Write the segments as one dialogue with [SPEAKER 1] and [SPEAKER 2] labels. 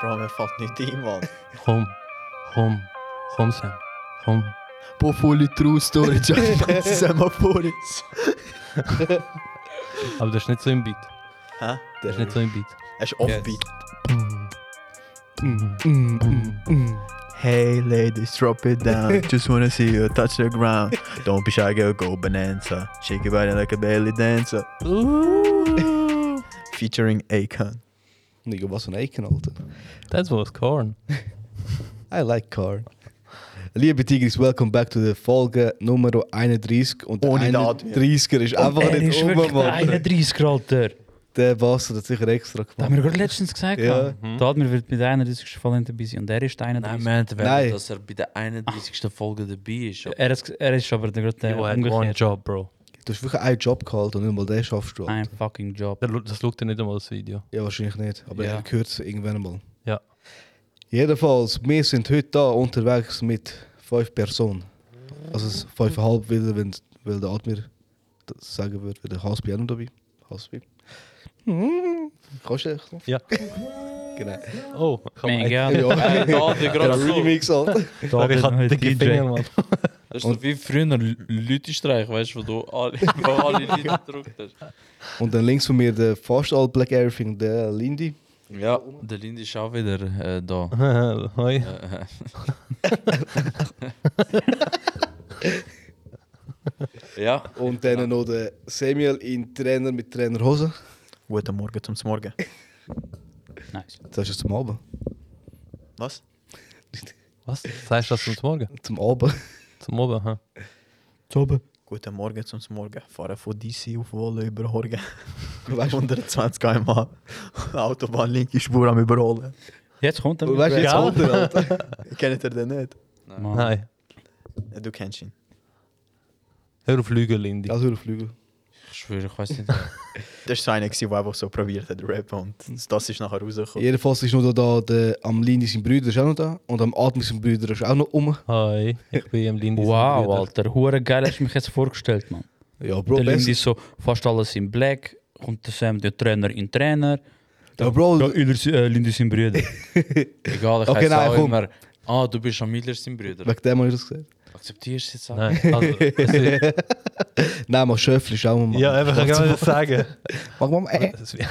[SPEAKER 1] Bra, men fatt nytt invan.
[SPEAKER 2] Kom, kom, kom sen. Kom.
[SPEAKER 3] På fully true story, John Semaforis.
[SPEAKER 2] Aber das ist nicht so im Beat.
[SPEAKER 1] Hä?
[SPEAKER 2] Das ist nicht so im Beat.
[SPEAKER 1] Er ist offbeat.
[SPEAKER 3] Hey ladies, drop it down. Just wanna see you touch the ground. Don't be shy, girl, go bonanza. Shake your body like a belly dancer. Featuring Akon.
[SPEAKER 4] Nigga, was een eiken, Alter.
[SPEAKER 2] That was corn.
[SPEAKER 4] I like car. Liebe Tigris, welcome back to the Folge Nummer 31. Und der
[SPEAKER 1] Ohne den Adrian.
[SPEAKER 4] 31er ist einfach nicht oben, Mann.
[SPEAKER 5] 31 Alter.
[SPEAKER 4] Der Bastard hat sicher extra
[SPEAKER 5] Das
[SPEAKER 4] gemacht.
[SPEAKER 5] haben wir gerade letztens gesagt.
[SPEAKER 4] Ja.
[SPEAKER 5] Ja.
[SPEAKER 2] Mhm.
[SPEAKER 5] Da hat mir wird mit der 31. Fall nicht dabei sein. Und er ist der 31.
[SPEAKER 6] Nein, wir haben
[SPEAKER 4] Nein.
[SPEAKER 6] erwähnt, dass er bei der 31. Folge dabei ist.
[SPEAKER 5] er, ist, er ist aber gerade der
[SPEAKER 2] You had one
[SPEAKER 5] umgekehrt.
[SPEAKER 2] job, bro.
[SPEAKER 4] Du hast wirklich einen Job gehalten und nicht mal den schaffst du.
[SPEAKER 5] Ein fucking Job.
[SPEAKER 2] Der lu- Das schaut dir nicht einmal das Video.
[SPEAKER 4] Ja, wahrscheinlich nicht. Aber
[SPEAKER 5] Ja.
[SPEAKER 4] er gehört es irgendwann mal.
[SPEAKER 2] Ja.
[SPEAKER 4] Jedenfalls, wir sind heute da unterwegs mit fünf Personen. Also es ist fünfeinhalb wieder, wenn, weil der Admir das sagen würde, weil der HSB auch noch dabei. HSB. Kannst du echt noch?
[SPEAKER 2] Ja.
[SPEAKER 4] Genau.
[SPEAKER 2] Oh, komm.
[SPEAKER 5] Mega.
[SPEAKER 4] Ja,
[SPEAKER 6] Äh, da hat er gerade
[SPEAKER 4] der
[SPEAKER 6] so.
[SPEAKER 4] Remix, Alter.
[SPEAKER 2] Sorry, ich hatte dicke Finger, Mann.
[SPEAKER 6] Das ist so wie früher Leute-Streich, weißt du, wo du alle, wo alle Leute gedruckt hast.
[SPEAKER 4] Und dann links von mir der fast all Black Everything, der Lindy.
[SPEAKER 6] Ja, der Lind ist auch wieder äh, da.
[SPEAKER 2] Hoi.
[SPEAKER 6] Äh, ja,
[SPEAKER 4] Und dann noch der Samuel in Trainer mit Trainerhose.
[SPEAKER 3] Guten Morgen zum Morgen.
[SPEAKER 5] Nice.
[SPEAKER 4] Das ist zum Abend.
[SPEAKER 1] Was?
[SPEAKER 2] Was? Sagst du das zum Morgen?
[SPEAKER 4] Zum Abend.
[SPEAKER 2] Zum Oben, hä?
[SPEAKER 1] Guten Morgen zum Morgen. Fahren von DC auf Wolle überholen.
[SPEAKER 4] Weißt du,
[SPEAKER 1] 120 km/h. Autobahn linke Spur am Überholen.
[SPEAKER 5] Jetzt kommt er.
[SPEAKER 4] weißt du, jetzt kommt er, Alter.
[SPEAKER 1] Kennt ihr den nicht?
[SPEAKER 5] Mann.
[SPEAKER 2] Nein.
[SPEAKER 1] Du kennst ihn.
[SPEAKER 2] Hör auf Lügen, Lindy.
[SPEAKER 4] Also der Flügel.
[SPEAKER 6] ich schwöre, ich weiß nicht.
[SPEAKER 1] Das war so einer, gewesen, der einfach so probiert hat, rappen. dus Und das ist nachher rausgekommen.
[SPEAKER 4] Jedenfalls ist noch da, der, am Lini sein Bruder ist auch noch da. Und am Admi sein Bruder ist auch noch um.
[SPEAKER 2] Hoi. Ich bin im Lindy.
[SPEAKER 5] Wow, Alter. Hure geil hast du mich jetzt vorgestellt, Mann.
[SPEAKER 4] Ja, Bro,
[SPEAKER 5] der Lindy
[SPEAKER 4] besser.
[SPEAKER 5] ist so fast alles in Black. Kommt der Sam, der Trainer in Trainer.
[SPEAKER 4] Ja, Bro,
[SPEAKER 5] Ja, Ülers, äh, Lindy ist sein Bruder.
[SPEAKER 6] Egal, ich
[SPEAKER 4] Okay,
[SPEAKER 6] okay,
[SPEAKER 4] nein,
[SPEAKER 6] auch
[SPEAKER 4] komm.
[SPEAKER 6] immer. Ah, du bist am Miller sein Bruder.
[SPEAKER 4] wegen dem habe ich das gesagt.
[SPEAKER 6] Akzeptierst du jetzt auch?
[SPEAKER 2] Nein, also, es ist,
[SPEAKER 4] Nein, mal Schöffel ist auch noch mal.
[SPEAKER 2] ja, einfach ich kann das sagen.
[SPEAKER 4] Mach mal, äh.
[SPEAKER 2] Es ist wie-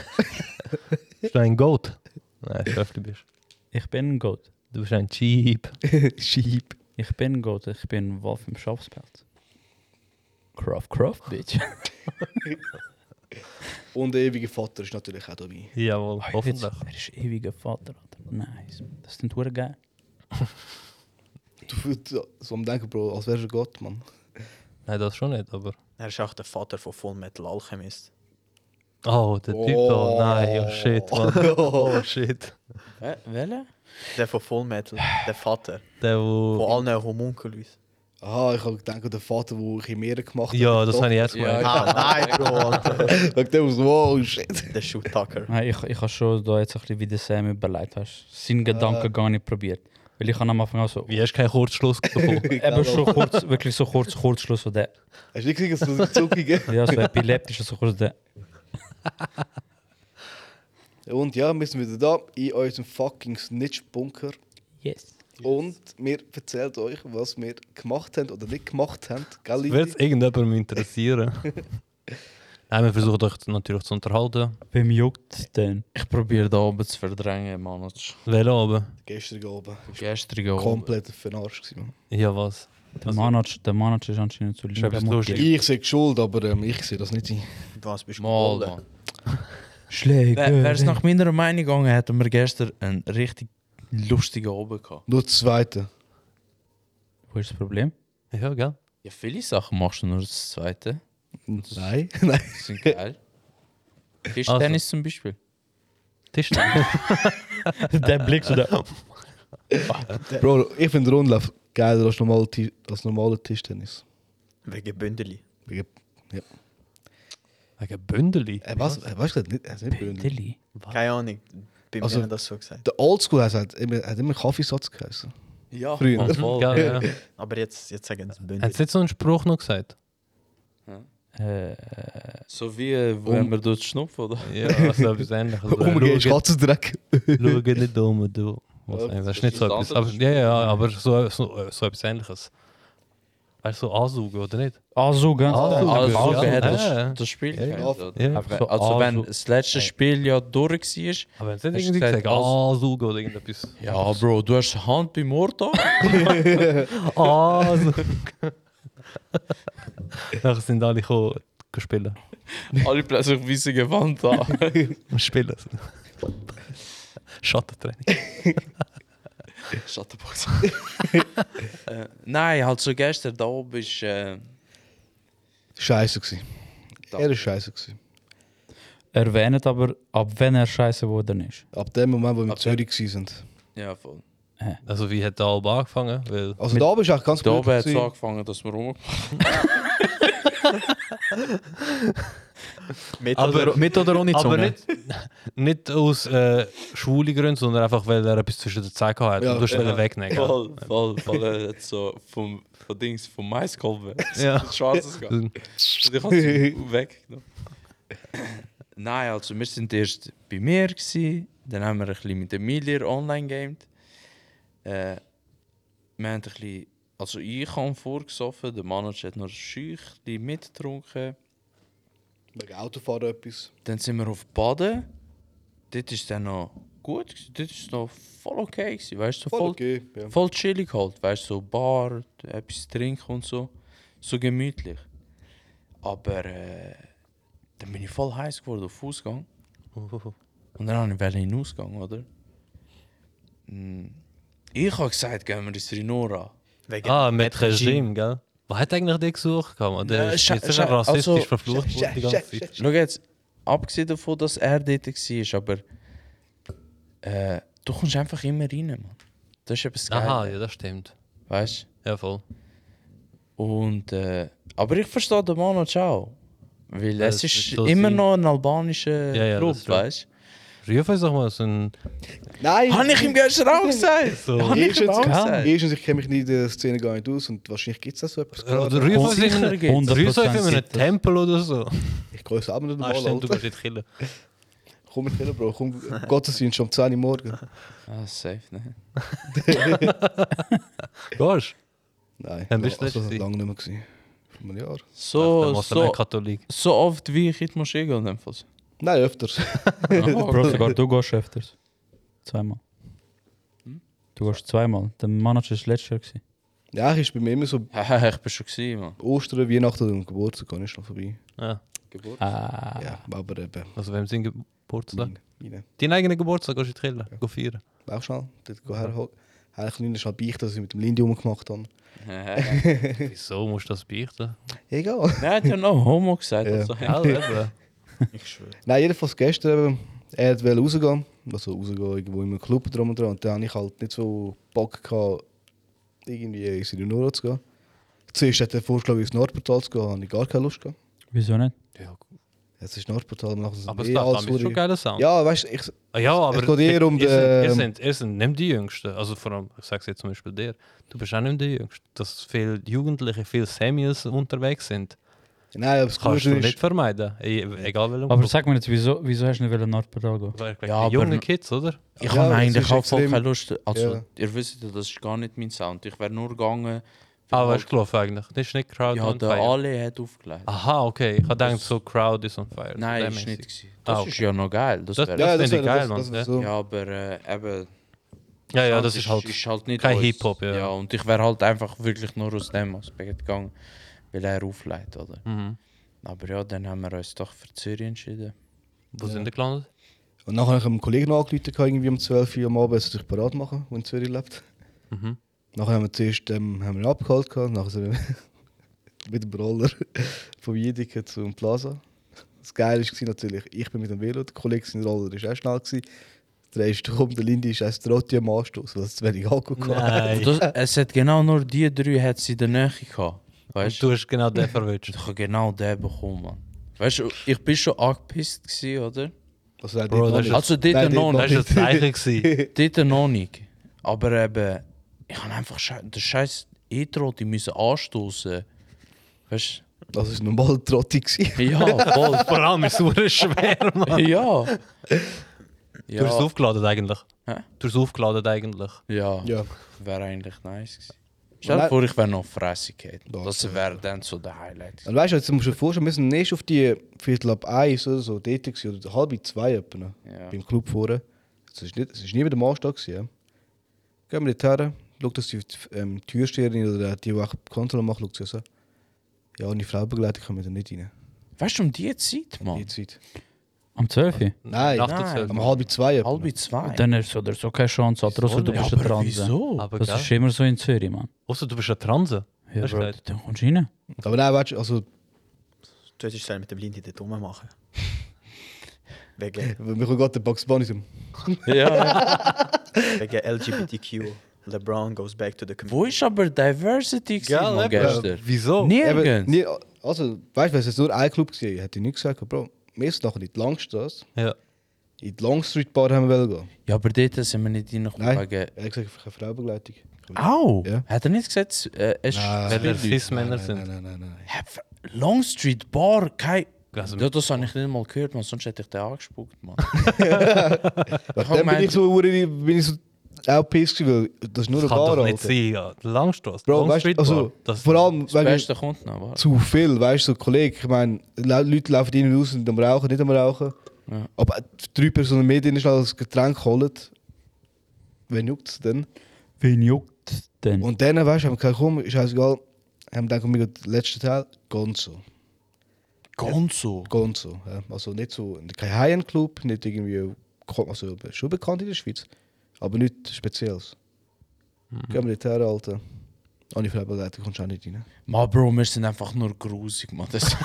[SPEAKER 2] Bist du ein Goat? Nein, Schöffli bist
[SPEAKER 5] Ich bin ein Goat.
[SPEAKER 2] du. bist ein Cheap.
[SPEAKER 4] Sheep.
[SPEAKER 5] Ich bin ein Goat. Ich bin ein Wolf im Schafspelz. Croft, Croft, Bitch.
[SPEAKER 4] Und der ewige Vater ist natürlich auch dabei.
[SPEAKER 2] Jawohl, hoffentlich.
[SPEAKER 5] Jetzt, Er ist ewiger Vater. Alter. Nice. Das klingt hure geil.
[SPEAKER 4] Du fühlst so- so am Denken, Bro, als wärst du Gott, Mann.
[SPEAKER 2] Nein, das schon nicht, aber.
[SPEAKER 1] Er ist auch der Vater von Fullmetal Alchemist.
[SPEAKER 2] Oh, der Typ
[SPEAKER 4] Oh.
[SPEAKER 2] da. Nein, oh shit, Mann. Oh shit.
[SPEAKER 6] Hä, Welche?
[SPEAKER 1] Der von Fullmetal. Der Vater.
[SPEAKER 2] Der,
[SPEAKER 1] Von
[SPEAKER 2] wo.
[SPEAKER 1] allen Homunculus.
[SPEAKER 4] Aha, ich habe gedacht, der Vater, der Chimäre gemacht hat.
[SPEAKER 2] Ja, das habe ich erst
[SPEAKER 6] Ja,
[SPEAKER 2] mal.
[SPEAKER 1] Ah, nein, Bro, Alter.
[SPEAKER 4] ich. Wegen dem, so, wow, shit.
[SPEAKER 1] Der Shoot-Tucker.
[SPEAKER 5] Nein, ich, ich habe schon da jetzt ein bisschen wie der Sam überlegt hast. Seinen Gedanken gar nicht probiert. Weil ich habe am Anfang auch so.
[SPEAKER 2] Wie hast du keinen Kurzschluss bekommen?
[SPEAKER 5] Eben schon kurz, wirklich so kurz, Kurzschluss. So der,
[SPEAKER 4] Hast du nicht gesehen, dass du das zugegeben
[SPEAKER 5] ja, so epileptisch, so kurz der.
[SPEAKER 4] Und ja, wir sind wieder da in unserem fucking Snitch-Bunker.
[SPEAKER 5] Yes.
[SPEAKER 4] Und wir erzählt euch, was wir gemacht haben oder nicht gemacht haben. Gell,
[SPEAKER 2] Wird
[SPEAKER 4] Leute?
[SPEAKER 2] es irgendjemandem interessieren? Nein, wir versuchen euch natürlich zu unterhalten.
[SPEAKER 5] Wem juckt es denn?
[SPEAKER 6] Ich probiere da oben zu verdrängen, Mann. Das ist
[SPEAKER 2] Wählen oben.
[SPEAKER 4] Gestern oben.
[SPEAKER 6] gestrige oben.
[SPEAKER 4] Komplett für den Arsch. gewesen, Mann.
[SPEAKER 2] Ja, was?
[SPEAKER 5] Der Manager, der Manager ist anscheinend zu
[SPEAKER 2] etwas lustig.
[SPEAKER 4] Ich sehe schuld, aber ähm, ich sehe das nicht ein.
[SPEAKER 1] Was bist du?
[SPEAKER 6] Mal,
[SPEAKER 1] gewollt?
[SPEAKER 6] Mann. Wäre es
[SPEAKER 5] Schläge.
[SPEAKER 6] nach meiner Meinung gegangen, hätten wir gestern einen richtig lustigen Oben gehabt.
[SPEAKER 4] Nur das Zweite.
[SPEAKER 5] Wo ist das Problem?
[SPEAKER 2] Ja, gell?
[SPEAKER 6] Ja, viele Sachen machst du nur das Zweite.
[SPEAKER 4] Nein, nein.
[SPEAKER 6] Die sind geil. Tischtennis zum Beispiel.
[SPEAKER 2] Tisch.
[SPEAKER 5] der Blick so der.
[SPEAKER 2] Äh,
[SPEAKER 4] Bro, ich finde Rundlauf geiler als, normal, Ti- als normale Tischtennis.
[SPEAKER 1] Wegen Bündeli.
[SPEAKER 4] Wegen-
[SPEAKER 2] Wegen Bündeli.
[SPEAKER 4] Äh, was? Äh, weißt du, nicht, äh, nicht Bündel.
[SPEAKER 5] Deli.
[SPEAKER 1] Keine Ahnung. Bei mir
[SPEAKER 4] Also-
[SPEAKER 1] hat das so gesagt.
[SPEAKER 4] Der Oldschool hat, hat, immer, hat immer Kaffeesatz geheißen.
[SPEAKER 6] Ja,
[SPEAKER 4] Früher.
[SPEAKER 6] Mann, voll.
[SPEAKER 2] Gell, ja.
[SPEAKER 1] Aber jetzt, jetzt sagen sie
[SPEAKER 2] Hat
[SPEAKER 1] Bündeli.
[SPEAKER 2] jetzt so einen Spruch noch gesagt?
[SPEAKER 5] Äh,
[SPEAKER 6] So wie äh, wenn wir dort schnupfen, oder?
[SPEAKER 2] Ja, also etwas ähnliches.
[SPEAKER 4] Umgehst Katzendreck.
[SPEAKER 2] Schau nicht dumm, du. Was
[SPEAKER 6] Ja,
[SPEAKER 2] eigentlich- das
[SPEAKER 6] das
[SPEAKER 2] ist nicht
[SPEAKER 6] ist
[SPEAKER 2] so
[SPEAKER 6] das
[SPEAKER 2] etwas. Aber,
[SPEAKER 6] andere
[SPEAKER 2] ja, ja, aber so, so, so etwas Ähnliches. Weißt du, so ansaugen, oder nicht?
[SPEAKER 7] Ansuchen.
[SPEAKER 2] Ansuchen.
[SPEAKER 7] Ah,
[SPEAKER 6] Also,
[SPEAKER 2] Ja,
[SPEAKER 6] also,
[SPEAKER 2] ja.
[SPEAKER 6] hat das, das Spiel
[SPEAKER 2] Ja, ja.
[SPEAKER 6] gehabt, oder?
[SPEAKER 2] Ja.
[SPEAKER 6] Einfach-
[SPEAKER 7] So,
[SPEAKER 6] Also, wenn
[SPEAKER 7] also-
[SPEAKER 6] das letzte Spiel ja durch war,
[SPEAKER 2] Aber wenn sie
[SPEAKER 6] Hast du
[SPEAKER 2] nicht irgendwie
[SPEAKER 6] gesagt,
[SPEAKER 2] gesagt, ansaugen oder irgendetwas.
[SPEAKER 6] ja, Bro, du hast Hand beim Ohr da.
[SPEAKER 2] Ansaugen. Nachher sind alle gekommen, spielen.
[SPEAKER 6] Alle plötzlich weiße Gewand an.
[SPEAKER 2] Spielen. Schattentraining.
[SPEAKER 6] Schattenbox. äh, nein, halt so gestern da oben ist. Äh,
[SPEAKER 4] Scheiße gewesen.
[SPEAKER 6] Da.
[SPEAKER 4] Er ist scheiße gewesen.
[SPEAKER 7] Erwähnt aber, ab wann er scheiße geworden ist.
[SPEAKER 4] Ab dem Moment, wo wir in
[SPEAKER 6] Ab dem-
[SPEAKER 4] Zürich gewesen sind.
[SPEAKER 6] ja, voll.
[SPEAKER 2] Also, wie hat der Alba angefangen? Weil
[SPEAKER 4] Also da oben ist auch ganz
[SPEAKER 6] Da
[SPEAKER 4] blöd
[SPEAKER 6] oben hat es
[SPEAKER 4] gewesen.
[SPEAKER 6] angefangen, dass wir rum.
[SPEAKER 1] Met,
[SPEAKER 2] Aber-
[SPEAKER 1] oder, met also oder ohne
[SPEAKER 2] Aber
[SPEAKER 1] Zunge?
[SPEAKER 2] nicht, nicht aus äh, schwulen Gründen, sondern einfach, weil er etwas zwischen den Zähnen hatte
[SPEAKER 4] Ja,
[SPEAKER 2] und du hast ja. wegnehmen. gell?
[SPEAKER 6] Voll, voll, voll. Er hat so vom, von Dings, vom Mais geholt.
[SPEAKER 2] Ja.
[SPEAKER 6] Schwarzes gehabt.
[SPEAKER 2] Also,
[SPEAKER 6] Und ich habe sie weggenommen. Nein, also wir sind erst bei mir, gewesen, dann haben wir ein bisschen mit Emilia online gamed. Äh, wir haben ein bisschen, also ich habe vorgesoffen, der Manager hat noch schüch mitgetrunken.
[SPEAKER 4] Wegen Autofahren etwas.
[SPEAKER 6] Dann sind wir auf Baden. Dort ist dann noch gut, gewesen. dort ist noch voll okay, gewesen, weißt du,
[SPEAKER 4] Voll
[SPEAKER 6] voll,
[SPEAKER 4] okay. Ja.
[SPEAKER 6] Voll chillig halt, weißt du, so Bar, etwas trinken und so. So gemütlich. Aber äh, dann bin ich voll heiß geworden auf Ausgang. Und dann habe ich wollte in den Ausgang, oder? Mm. Ich habe gesagt, gehen wir ins Rinora.
[SPEAKER 1] Wegen
[SPEAKER 2] ah, mit Regime, gell? Was hat eigentlich der gesucht? Kann man? Der
[SPEAKER 6] Äh,
[SPEAKER 2] ist
[SPEAKER 6] Sche-
[SPEAKER 2] jetzt
[SPEAKER 6] Sche-
[SPEAKER 2] schon rassistisch
[SPEAKER 6] also-
[SPEAKER 2] verflucht worden die ganze Zeit.
[SPEAKER 6] Schau jetzt, abgesehen davon, dass er dort war, aber äh, du kommst einfach immer rein, Mann. Das ist etwas
[SPEAKER 2] Aha,
[SPEAKER 6] geil,
[SPEAKER 2] ja, das stimmt.
[SPEAKER 6] weißt du?
[SPEAKER 2] Ja, voll.
[SPEAKER 6] Und, äh, aber ich verstehe den Mann auch, ciao. Weil
[SPEAKER 2] Ja,
[SPEAKER 6] es
[SPEAKER 2] das
[SPEAKER 6] ist
[SPEAKER 2] wird so
[SPEAKER 6] immer
[SPEAKER 2] sein.
[SPEAKER 6] noch ein albanischer
[SPEAKER 2] Ja, ja,
[SPEAKER 6] Club,
[SPEAKER 2] das ist so.
[SPEAKER 6] weißt du?
[SPEAKER 2] Ruf uns doch mal so ein.
[SPEAKER 4] Nein!
[SPEAKER 6] Habe ich ihm gestern auch gesagt?
[SPEAKER 2] So.
[SPEAKER 6] Habe ich ihm
[SPEAKER 4] Erstens,
[SPEAKER 6] auch gesagt?
[SPEAKER 4] erstens, ich kenne mich nicht in der Szene gar nicht aus und wahrscheinlich gibt es auch so etwas.
[SPEAKER 2] Äh, Oder ruf uns in
[SPEAKER 6] Sicher
[SPEAKER 2] einen-
[SPEAKER 6] geht's.
[SPEAKER 2] ruf uns in
[SPEAKER 7] 100%
[SPEAKER 2] einem
[SPEAKER 7] gibt es.
[SPEAKER 2] Tempel oder so.
[SPEAKER 4] Ich gehe es abends nicht
[SPEAKER 2] Ah,
[SPEAKER 4] mal,
[SPEAKER 2] stimmt, du
[SPEAKER 4] Alter.
[SPEAKER 2] kannst nicht killen.
[SPEAKER 4] Komm mit hin, Bro. Komm, Gottesdienst um 10 Uhr morgen.
[SPEAKER 6] Ah, safe, ne?
[SPEAKER 2] Gehst
[SPEAKER 4] Nein.
[SPEAKER 2] Wann bist du
[SPEAKER 4] also,
[SPEAKER 2] das gewesen?
[SPEAKER 4] lange nicht mehr gewesen. Vor einem Jahr.
[SPEAKER 2] du?
[SPEAKER 6] So,
[SPEAKER 2] Dann so.
[SPEAKER 6] so,
[SPEAKER 2] Katholik.
[SPEAKER 6] so oft wie ich in die Moschee gehe, in dem Fall.
[SPEAKER 4] Nein, öfters.
[SPEAKER 7] Bro, sogar du gehst öfters. Zweimal.
[SPEAKER 2] Hm?
[SPEAKER 7] Du gehst zweimal. Der Manager war letztes Jahr. Gewesen.
[SPEAKER 4] Ja, ich bin mir immer so
[SPEAKER 6] Haha, ich bin schon gewesen, Mann.
[SPEAKER 4] Ostern, Weihnachten und Geburtstag gar nicht noch vorbei.
[SPEAKER 2] Ja.
[SPEAKER 7] Ah,
[SPEAKER 4] Ja, aber eben.
[SPEAKER 2] Also, wem sind
[SPEAKER 4] Mhm.
[SPEAKER 2] Geburtstag?
[SPEAKER 4] Meine.
[SPEAKER 2] Deinen eigenen Geburtstag gehst du trillen, ja. feiern.
[SPEAKER 4] Auch schnell. Dort geh
[SPEAKER 2] Mhm.
[SPEAKER 4] herholen. Eigentlich nicht schnell beichten, dass ich mit dem Lindy rumgemacht habe.
[SPEAKER 2] Wieso musst du das beichten?
[SPEAKER 4] Egal.
[SPEAKER 6] Er hat ja noch Homo gesagt.
[SPEAKER 4] Ja.
[SPEAKER 6] Also.
[SPEAKER 2] Ja, eben.
[SPEAKER 4] Nein, jedenfalls gestern eben. Er wollte rausgehen. Also rausgehen irgendwo in einem Club drum und dran. Und dann hatte ich halt nicht so Bock, gehabt, irgendwie in Sinonora zu gehen. Zuerst hat er vorgeschlagen, ins Nordportal zu gehen. Da hatte ich gar keine Lust. Gehabt.
[SPEAKER 7] wieso nicht?
[SPEAKER 4] Jetzt ist Nordportal, nachher sind
[SPEAKER 2] Aber
[SPEAKER 4] eh
[SPEAKER 2] es darf
[SPEAKER 4] alles
[SPEAKER 2] damit schon
[SPEAKER 4] verdammt-
[SPEAKER 2] geiler Sound.
[SPEAKER 4] Ja, weißt du, ich,
[SPEAKER 2] Ah, ja, aber
[SPEAKER 4] geht eher um
[SPEAKER 2] ihr,
[SPEAKER 4] den-
[SPEAKER 2] sind, ihr, sind, ihr sind nicht die Jüngsten. Also vor allem, ich sage es jetzt zum Beispiel dir, du bist auch nicht der Jüngste. Dass viele Jugendliche, viele Samuels unterwegs sind,
[SPEAKER 4] nein, aber das
[SPEAKER 2] kannst du
[SPEAKER 4] Gute
[SPEAKER 2] nicht
[SPEAKER 4] ist,
[SPEAKER 2] vermeiden. E egal welchem
[SPEAKER 7] Aber sag mir jetzt, wieso, wieso hast du nicht wollen Nordportal gehen?
[SPEAKER 2] Weil- weil
[SPEAKER 6] Ja,
[SPEAKER 2] die
[SPEAKER 6] aber-
[SPEAKER 2] junge Kids, oder?
[SPEAKER 6] Ich
[SPEAKER 4] Ja,
[SPEAKER 6] habe
[SPEAKER 4] das
[SPEAKER 6] eigentlich
[SPEAKER 4] ist
[SPEAKER 6] auch voll
[SPEAKER 4] extrem-
[SPEAKER 6] keine Lust. Also,
[SPEAKER 4] Ja.
[SPEAKER 6] ihr wisst ja, das ist gar nicht mein Sound. Ich wäre nur gegangen.
[SPEAKER 2] Ah,
[SPEAKER 6] weil-
[SPEAKER 2] weißt du gelaufen eigentlich? Das ist nicht Crowd
[SPEAKER 6] Ja,
[SPEAKER 2] on
[SPEAKER 6] der
[SPEAKER 2] Fire.
[SPEAKER 6] Ale hat aufgelegt.
[SPEAKER 2] Aha, okay. Ich habe gedacht, so Crowd is on Fire.
[SPEAKER 6] Nein,
[SPEAKER 2] Der
[SPEAKER 6] ist
[SPEAKER 2] mäßig.
[SPEAKER 6] nicht. gewesen.
[SPEAKER 2] Ah,
[SPEAKER 6] Das ist
[SPEAKER 2] okay.
[SPEAKER 6] ja noch geil. Das
[SPEAKER 2] Das-
[SPEAKER 6] wäre
[SPEAKER 2] ja,
[SPEAKER 4] das
[SPEAKER 2] finde ich
[SPEAKER 4] wäre-
[SPEAKER 2] geil,
[SPEAKER 4] das-
[SPEAKER 2] Mann,
[SPEAKER 4] das ist
[SPEAKER 2] ja.
[SPEAKER 4] so.
[SPEAKER 6] Ja, aber äh, eben.
[SPEAKER 2] Ja, ja,
[SPEAKER 6] Sound
[SPEAKER 2] das ist halt.
[SPEAKER 6] ist halt nicht
[SPEAKER 2] kein
[SPEAKER 6] uns.
[SPEAKER 2] Hip-Hop, ja.
[SPEAKER 6] ja. Und ich wäre halt einfach wirklich nur aus dem Aspekt gegangen, weil er auflegt, oder?
[SPEAKER 2] Mhm.
[SPEAKER 6] Aber ja, dann haben wir uns doch für Zürich entschieden.
[SPEAKER 2] Wo sind die gelandet?
[SPEAKER 4] Und nachher habe ich einem Kollegen angerufen, gehabt, irgendwie um 12 Uhr am Abend, er soll sich parat machen, der in Zürich lebt.
[SPEAKER 2] Mhm.
[SPEAKER 4] Nachher haben wir zuerst ähm, haben wir ihn abgeholt, gehabt, nachher sind wir mit dem Roller von Jedike zum Plaza. Das Geile war natürlich, ich bin mit dem Velo, der Kollege sein Roller war auch schnell. Gewesen. Drehst du um, der Lindy ist als Trotti am Anstoß, weil es zu wenig Alkohol hatte.
[SPEAKER 2] Nein.
[SPEAKER 6] Das, es hat genau nur die drei hat sie in der Nähe gehabt. Weißt
[SPEAKER 2] Du hast genau den verwünscht.
[SPEAKER 6] Ich habe genau den bekommen, Mann. Weißt du, ich bin schon angepisst, gewesen, oder?
[SPEAKER 4] Also, nein,
[SPEAKER 2] Bro, das
[SPEAKER 4] dort noch
[SPEAKER 2] ist-
[SPEAKER 4] nicht.
[SPEAKER 6] Also dort
[SPEAKER 4] Nein,
[SPEAKER 6] noch
[SPEAKER 4] dort
[SPEAKER 2] Das
[SPEAKER 6] nicht.
[SPEAKER 2] war das Zeichen. gewesen.
[SPEAKER 6] Dort noch nicht. Aber eben, ich habe einfach sche den scheiß E-Tro, die müssen anstoßen. Weißt
[SPEAKER 4] Das war normal Trotti. gewesen.
[SPEAKER 6] du? Ja, voll.
[SPEAKER 2] Vor allem ist es schwer, Mann.
[SPEAKER 6] ja.
[SPEAKER 2] Du hast es
[SPEAKER 6] Ja,
[SPEAKER 2] aufgeladen eigentlich.
[SPEAKER 6] Hä?
[SPEAKER 2] Du hast es aufgeladen eigentlich.
[SPEAKER 6] ja,
[SPEAKER 4] Ja.
[SPEAKER 6] wäre eigentlich nice gewesen. Stell
[SPEAKER 4] Weil-
[SPEAKER 6] dir vor, ich wäre noch fressig.
[SPEAKER 4] Doch,
[SPEAKER 6] Das wäre dann so der Highlight. gewesen.
[SPEAKER 4] Und weißt du, jetzt musst du dir vorstellen, wir sind nicht auf die Viertel ab 1 oder so dort gewesen, oder halb zwei etwa,
[SPEAKER 6] Ja.
[SPEAKER 4] beim Club vorne. Es war nicht- es war nie mit dem Anstieg. Gewesen, ja. Gehen wir dort her, schau, dass die ähm, Türsteherin oder die, die auch die Kontrolle macht, schaut sie so. Ja, ohne Frauenbegleitung kommen wir da nicht rein.
[SPEAKER 6] Weißt du, um die Zeit, Mann?
[SPEAKER 4] Die Zeit.
[SPEAKER 7] Am 12.
[SPEAKER 2] Also,
[SPEAKER 7] Uhr?
[SPEAKER 4] Nein,
[SPEAKER 2] Nach der
[SPEAKER 6] nein,
[SPEAKER 2] Zwölf.
[SPEAKER 4] um halb zwei. etwa.
[SPEAKER 6] Halb zwei.
[SPEAKER 7] Dann hast du oder so keine Chance, oder so, du
[SPEAKER 2] nicht?
[SPEAKER 7] bist
[SPEAKER 6] ja,
[SPEAKER 7] ein
[SPEAKER 6] aber
[SPEAKER 7] Transe.
[SPEAKER 6] wieso?
[SPEAKER 2] Aber
[SPEAKER 7] Das
[SPEAKER 2] gell?
[SPEAKER 7] ist immer so in Zürich, Mann.
[SPEAKER 2] Außer du bist ein Transe.
[SPEAKER 7] Ja,
[SPEAKER 2] Hast du
[SPEAKER 7] Bro,
[SPEAKER 2] gesagt?
[SPEAKER 7] dann kommst du rein.
[SPEAKER 4] Aber nein, weißt du, also,
[SPEAKER 1] Du hättest es mit dem Lindy dort rummachen. Wegen,
[SPEAKER 4] wir kommen gerade den Box Bunny zum.
[SPEAKER 6] Ja.
[SPEAKER 1] wegen LGBTQ. LeBron goes back to the community.
[SPEAKER 6] Wo ist aber Diversity gewesen, Mann,
[SPEAKER 2] Äh,
[SPEAKER 6] gestern?
[SPEAKER 2] Wieso?
[SPEAKER 4] Eben,
[SPEAKER 6] Nirgends.
[SPEAKER 4] nie- Also, weißt du, wenn es jetzt nur ein Club gesehen hätte ich nicht gesagt, Bro, wir sind nachher in die Langstrasse,
[SPEAKER 2] Ja.
[SPEAKER 4] in die Longstreet Bar haben wir wollen gehen.
[SPEAKER 6] Ja, aber dort sind wir nicht hineingekommen.
[SPEAKER 4] Nein,
[SPEAKER 6] wegen-
[SPEAKER 4] er hat gesagt, keine Frauenbegleitung.
[SPEAKER 6] Au!
[SPEAKER 4] Ja.
[SPEAKER 6] Hat er nicht gesagt, äh, es
[SPEAKER 4] Nein.
[SPEAKER 2] Weil wir Cis-Männer
[SPEAKER 4] nein,
[SPEAKER 2] sind.
[SPEAKER 4] nein, nein, nein, nein.
[SPEAKER 6] Hä, ver- Longstreet Bar, kein.
[SPEAKER 2] Also-
[SPEAKER 6] ja, das habe ich nicht mal gehört, man, sonst hätte ich den angespuckt, man.
[SPEAKER 4] Dann bin
[SPEAKER 6] gemeint-
[SPEAKER 4] ich so, uri- bin ich so auch pissed gewesen, weil das ist nur
[SPEAKER 2] Das
[SPEAKER 4] eine
[SPEAKER 2] kann
[SPEAKER 4] Bar,
[SPEAKER 2] doch nicht
[SPEAKER 4] Alter.
[SPEAKER 2] sein. Ja. Langstrasse.
[SPEAKER 4] Bro, weißt
[SPEAKER 2] Longstreet
[SPEAKER 4] du, also,
[SPEAKER 2] Bar. Das-
[SPEAKER 4] vor allem,
[SPEAKER 6] Das
[SPEAKER 4] weil
[SPEAKER 6] Beste nou, kommt noch, warte.
[SPEAKER 4] zu viel, weißt du, so Kollege, ich meine, la- Leute laufen rein und raus und am Rauchen, nicht am Rauchen.
[SPEAKER 6] Ja.
[SPEAKER 4] Aber drei eh, Personen mehr drin ist, als das Getränk holen. Wen juckt es denn?
[SPEAKER 7] Wen juckt denn?
[SPEAKER 4] Und dann, weißt du, haben wir gesagt, komm, ist egal. Haben wir gedacht, komm, wir gehen den letzten Teil, Gonzo.
[SPEAKER 6] Gonzo.
[SPEAKER 4] Gonzo. Ja. Also nicht so, kein High-End-Club, nicht irgendwie, also schon bekannt in der Schweiz, aber nichts Spezielles.
[SPEAKER 6] Mhm.
[SPEAKER 4] Gehen wir dort her, Alter. Ohne Frauenbegleitung kommst du auch nicht rein.
[SPEAKER 6] Man, Bro, wir sind einfach nur grusig, man. Das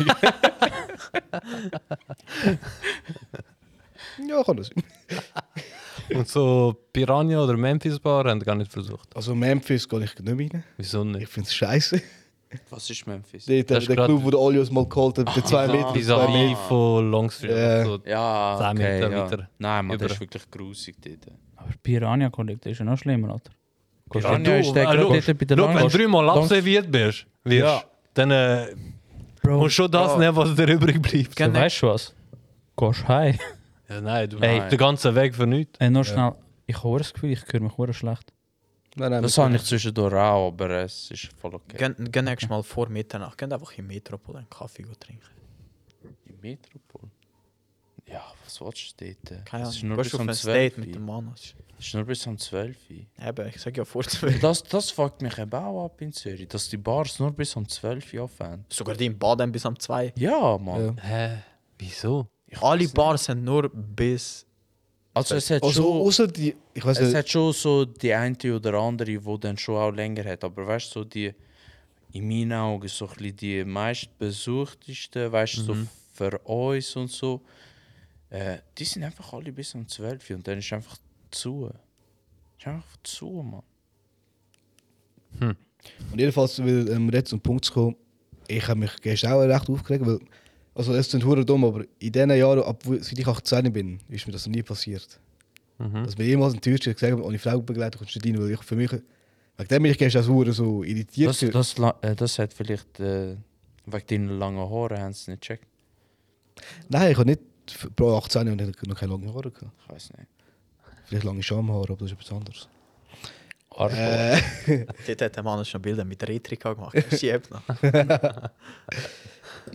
[SPEAKER 4] Ja, kann das sein.
[SPEAKER 2] Und so Piranha oder Memphis Bar haben gar nicht versucht.
[SPEAKER 4] Also Memphis gehe ich nicht rein.
[SPEAKER 2] Wieso
[SPEAKER 4] Ich
[SPEAKER 2] nicht?
[SPEAKER 4] finde es scheiße.
[SPEAKER 6] Was ist Memphis?
[SPEAKER 4] Dort, der
[SPEAKER 2] ist grad-
[SPEAKER 4] Club, wo der Olios mal geholt hat, der zwei
[SPEAKER 6] Ah,
[SPEAKER 4] Meter. zwei Meter.
[SPEAKER 2] Vis-à-vis von Longstreet.
[SPEAKER 4] Ja.
[SPEAKER 2] So.
[SPEAKER 6] Ja,
[SPEAKER 2] Zehn
[SPEAKER 6] okay,
[SPEAKER 2] Meter
[SPEAKER 6] ja.
[SPEAKER 2] weiter.
[SPEAKER 6] Nein, man, das
[SPEAKER 2] Über.
[SPEAKER 6] ist wirklich grusig dort.
[SPEAKER 7] Aber Piranha Kollektiv ist ja noch schlimmer, oder?
[SPEAKER 6] Piranha
[SPEAKER 2] du,
[SPEAKER 6] ist der
[SPEAKER 1] Ah,
[SPEAKER 2] äh,
[SPEAKER 6] gerade
[SPEAKER 2] schau,
[SPEAKER 6] dort bei der
[SPEAKER 2] schau, Wenn du
[SPEAKER 6] Langstrasse.
[SPEAKER 2] dreimal
[SPEAKER 6] Langs-
[SPEAKER 2] abserviert bist, wirst,
[SPEAKER 6] Ja.
[SPEAKER 2] dann äh, musst du schon das
[SPEAKER 6] Ja.
[SPEAKER 2] nehmen, was dir übrig bleibt.
[SPEAKER 7] So, weißt du was? Gehst heim.
[SPEAKER 2] Ja, nein, du
[SPEAKER 6] Nein.
[SPEAKER 2] den ganzen Weg für nichts.
[SPEAKER 7] Ey, nur schnell. Ich habe das Gefühl, ich höre mich hure schlecht.
[SPEAKER 4] Nein, nein,
[SPEAKER 6] Das
[SPEAKER 4] wir-
[SPEAKER 6] habe ich zwischendurch auch, aber es ist voll okay.
[SPEAKER 1] Geh, geh nächstes Mal vor Mitternacht, geh einfach in Metropol einen Kaffee gut trinken.
[SPEAKER 6] Im Metropol? Ja, was willst du dort?
[SPEAKER 1] Keine Ahnung,
[SPEAKER 6] Es ist
[SPEAKER 1] du
[SPEAKER 6] nur
[SPEAKER 1] gehst
[SPEAKER 6] bis
[SPEAKER 1] auf
[SPEAKER 6] um
[SPEAKER 1] ein Date mit
[SPEAKER 6] 12
[SPEAKER 1] dem
[SPEAKER 6] Uhr.
[SPEAKER 1] Mann. das ist-
[SPEAKER 6] Es ist nur bis um 12 Uhr.
[SPEAKER 1] Eben, ich sag ja vor zwölf.
[SPEAKER 6] Das, das fuckt mich eben auch ab in Zürich, dass die Bars nur bis um 12 Uhr anfangen.
[SPEAKER 1] Sogar die in Baden bis um zwei.
[SPEAKER 6] Ja, Mann.
[SPEAKER 4] Ja.
[SPEAKER 2] Hä? Wieso?
[SPEAKER 1] Alle Bars sind nur bis...
[SPEAKER 6] Also es hat,
[SPEAKER 4] Also,
[SPEAKER 6] schon,
[SPEAKER 4] außer die. Ich weiß
[SPEAKER 6] es
[SPEAKER 2] Also
[SPEAKER 4] nicht.
[SPEAKER 6] hat schon so die eine oder andere, die dann schon auch länger hat. Aber weißt du, so die, in meinen Augen, so ein bisschen die meistbesuchtesten, weißt du, so
[SPEAKER 2] Mhm.
[SPEAKER 6] für uns und so, äh, die sind einfach alle bis um 12 Uhr und dann ist einfach zu. Ist einfach zu, Mann.
[SPEAKER 4] Und jedenfalls, weil, ähm, jetzt zum Punkt zu kommen, ich habe mich gestern auch recht aufgeregt, weil, also es sind hure dumm, aber in diesen Jahren, obwohl, seit ich 18 bin, ist mir das noch nie passiert. Dass mir jemals ein Türsteher gesagt hat, ohne Frau begleitet kommst du nicht rein, weil ich für mich, wegen dem bin ich gestern als hure so irritiert.
[SPEAKER 6] Das,
[SPEAKER 4] gewesen.
[SPEAKER 6] das, la- äh, das hat vielleicht äh, wegen deinen langen Haaren haben sie nicht gecheckt.
[SPEAKER 4] Nein, ich habe nicht, pro 18 und ich hab noch keine langen Haare gehabt.
[SPEAKER 6] Ich weiß nicht.
[SPEAKER 4] Vielleicht lange Schamhaare, aber das ist etwas anderes.
[SPEAKER 1] Dort hat der Mann schon Bilder mit Retrika gemacht. Ich schieb noch.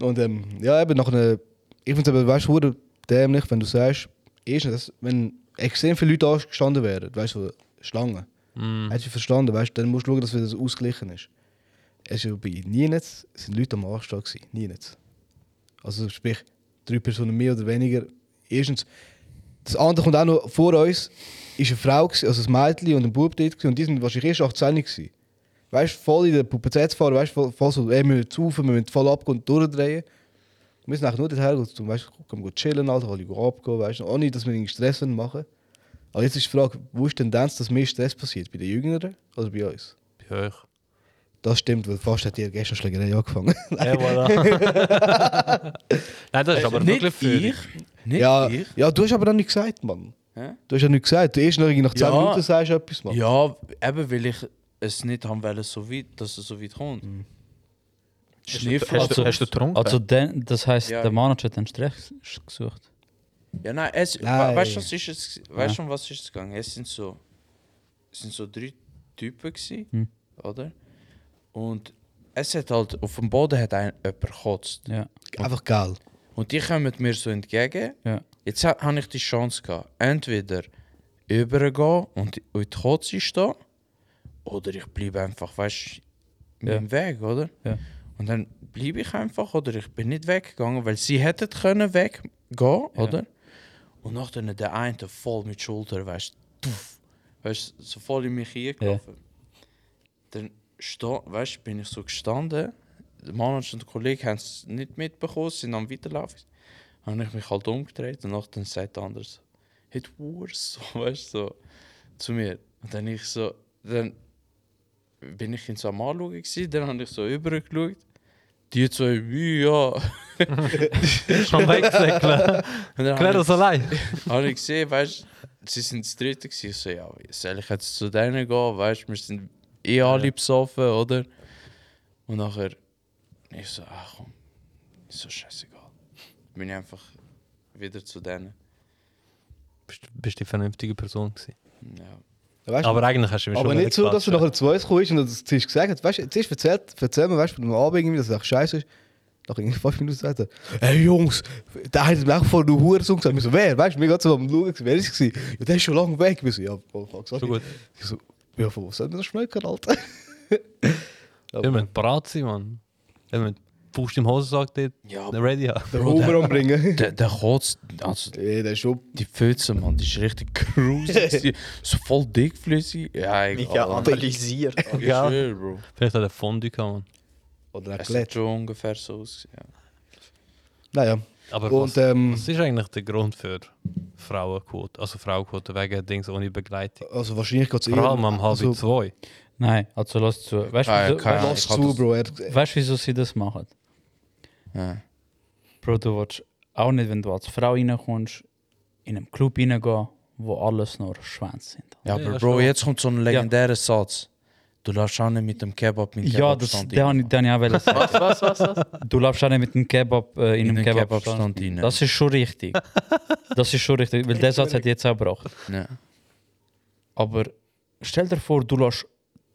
[SPEAKER 4] Und ähm, ja, eben noch eine. Ich finde es aber, weißt du, hure dämlich, wenn du sagst, erstens, wenn extrem viele Leute angestanden wären, weißt du, so Schlangen.
[SPEAKER 2] Hm, Mhm.
[SPEAKER 4] Hättest du verstanden, weißt du, dann musst du schauen, dass wieder das ausgeglichen ist. Es ist ja bei Nienetz sind Leute am Anstehen gewesen, Nienetz. Also sprich, drei Personen mehr oder weniger. Erstens, das andere kommt auch noch vor uns, ist eine Frau, gewesen, also ein Mädchen und ein Bub dort gewesen, und die sind wahrscheinlich erst 18 gewesen. Weißt du, voll in der Pubertätsphase, weißt du, voll, voll so, ey, wir müssen zu wir müssen voll abgehen und durchdrehen. Wir müssen nachher nur dorthin gehen, zum Beispiel, komm, gehen chillen, Alter, alle gehen abgehen, weißt du, ohne dass wir irgendwie Stress machen. Aber jetzt ist die Frage, wo ist die Tendenz, dass mehr Stress passiert? Bei den Jüngeren oder bei uns?
[SPEAKER 2] Bei euch.
[SPEAKER 4] Das stimmt, weil fast hat ihr gestern Schlägerei angefangen.
[SPEAKER 2] Ja, voilà. Nein, das ist
[SPEAKER 4] Äh,
[SPEAKER 2] aber
[SPEAKER 6] nicht
[SPEAKER 2] wirklich viel.
[SPEAKER 6] ich. Nicht
[SPEAKER 4] ja,
[SPEAKER 6] ich.
[SPEAKER 4] ja, du hast aber noch nicht gesagt, Mann.
[SPEAKER 6] Hä?
[SPEAKER 4] Du hast ja nicht gesagt. Du erst noch irgendwie nach 10
[SPEAKER 6] Ja.
[SPEAKER 4] Minuten sagst du etwas, Mann.
[SPEAKER 6] Ja, eben weil ich es nicht haben wollte, so weit, dass es so weit kommt. Mhm.
[SPEAKER 1] Hast du- Hast du getrunken?
[SPEAKER 7] Also, dann, das heisst,
[SPEAKER 6] Ja.
[SPEAKER 7] der Manager hat einen Stress gesucht.
[SPEAKER 6] Ja, nein, es, we-
[SPEAKER 4] Nein.
[SPEAKER 6] Weißt du, was ist es, weißt, du, um was ist es gegangen? Es sind so, es sind so drei Typen, gewesen,
[SPEAKER 5] Hm.
[SPEAKER 6] oder? Und es hat halt, auf dem Boden hat ein, jemand gekotzt.
[SPEAKER 5] Ja.
[SPEAKER 4] Einfach geil.
[SPEAKER 6] Und die kommen mir so entgegen.
[SPEAKER 5] Ja.
[SPEAKER 6] Jetzt ha- habe ich die Chance gehabt, entweder übergehen und in die Kotze stehen, oder ich bleibe einfach, weißt du,
[SPEAKER 5] Ja.
[SPEAKER 6] im Weg, oder?
[SPEAKER 5] Ja.
[SPEAKER 6] Und dann bleibe ich einfach, oder ich bin nicht weggegangen, weil sie hätten können weggehen, oder? Und nachdem der eine voll mit Schulter, weißt du, tuff, weißt du, so voll in mich hingelaufen. Dann sta, weißt, du, bin ich so gestanden, der Manager und der Kollege haben es nicht mitbekommen, sind am Weiterlaufen. Dann habe ich mich halt umgedreht und nachdem sagt der andere so, hey, du Wurst, so, weißt du, so, zu mir. Und dann ich so, dann bin ich ihn so am Anschauen, gewesen, dann habe ich so übergeschaut. Die zwei, ja. und
[SPEAKER 2] Schon wegsäckeln.
[SPEAKER 6] dann
[SPEAKER 2] Klär
[SPEAKER 6] habe
[SPEAKER 2] das allein.
[SPEAKER 6] ich, habe ich gesehen, weißt du, sie sind das Dritte gewesen. Ich so, ja, soll ich jetzt zu denen gehen, weißt du, wir sind eh alle besoffen, oder? Und nachher, ich so, ach komm, ist so scheißegal. Bin ich einfach wieder zu denen.
[SPEAKER 2] Bist, bist die vernünftige Person gewesen.
[SPEAKER 6] Ja.
[SPEAKER 4] Weißt,
[SPEAKER 2] Aber eigentlich hast du mich
[SPEAKER 4] Aber
[SPEAKER 2] schon
[SPEAKER 4] nicht so, dass du
[SPEAKER 2] weggeklatscht.
[SPEAKER 4] nachher zu uns kommst und das zuerst gesagt hast. Weißt du, zuerst erzählt, erzähl mir, weißt du, am Abend irgendwie, dass es echt scheiße ist. Nach irgendwie fünf Minuten sagt er, hey Jungs, der hat mir auch vor du Hurensohn gesagt. Ich so, wer? Weißt du, mir gerade so am Schauen, wer ist es? gewesen? Ja, der ist schon lange weg. Ich so, ja, oh, fuck,
[SPEAKER 2] Schon
[SPEAKER 4] sorry.
[SPEAKER 2] gut.
[SPEAKER 4] Ich so, ja, von was soll mir das schmecken, Alter?
[SPEAKER 2] Ihr müsst bereit sein, Mann. Ihr müsst Fuß im Hosensack dort
[SPEAKER 6] Ja,
[SPEAKER 2] ready haben.
[SPEAKER 4] Den Huber um- umbringen.
[SPEAKER 6] der, der kotzt, also
[SPEAKER 4] Ja, der ist schon.
[SPEAKER 6] die Pfütze, man, die ist richtig gruselig. so voll dickflüssig. Ja,
[SPEAKER 1] Ich
[SPEAKER 6] egal.
[SPEAKER 1] analysiere.
[SPEAKER 6] Ich
[SPEAKER 2] Ja.
[SPEAKER 6] schwöre, Bro.
[SPEAKER 2] Vielleicht hat er Fondue gehabt, Mann.
[SPEAKER 4] Oder ein
[SPEAKER 6] Es sieht
[SPEAKER 4] Klett.
[SPEAKER 6] schon ungefähr so aus. Ja.
[SPEAKER 4] Naja.
[SPEAKER 2] Aber
[SPEAKER 4] Und
[SPEAKER 2] was,
[SPEAKER 4] ähm,
[SPEAKER 2] was ist eigentlich der Grund für Frauenquote? Also Frauenquote wegen Dings ohne Begleitung.
[SPEAKER 4] also wahrscheinlich geht es
[SPEAKER 2] Vor allem am
[SPEAKER 4] also,
[SPEAKER 2] HB2.
[SPEAKER 5] Nein, also lass zu. Weißt
[SPEAKER 6] Keine-
[SPEAKER 5] du, wieso-
[SPEAKER 6] keine-
[SPEAKER 5] weißt-
[SPEAKER 4] Lass
[SPEAKER 6] Ich hab
[SPEAKER 4] zu,
[SPEAKER 6] das-
[SPEAKER 4] Bro. Er,
[SPEAKER 5] weißt du, wieso sie das machen?
[SPEAKER 6] Ja.
[SPEAKER 5] Bro, du willst auch nicht, wenn du als Frau reinkommst, in einem Club reingehen, wo alles nur Schwänze sind.
[SPEAKER 2] Ja,
[SPEAKER 6] ja, aber
[SPEAKER 2] das
[SPEAKER 6] Bro,
[SPEAKER 2] schon.
[SPEAKER 6] jetzt kommt so ein legendärer Satz. Du läufst auch nicht mit dem Kebab mit
[SPEAKER 5] Ja, das den habe ich den hab ich auch sagen.
[SPEAKER 1] Was, was, was, was?
[SPEAKER 5] Du läufst auch nicht mit einem Kebab äh, in,
[SPEAKER 6] in
[SPEAKER 5] einem
[SPEAKER 6] den
[SPEAKER 5] Kebab.
[SPEAKER 6] Kebabstand rein.
[SPEAKER 5] das ist schon richtig. Das ist schon richtig, weil der Satz hat jetzt auch gebracht.
[SPEAKER 6] ja.
[SPEAKER 5] Aber stell dir vor, du lässt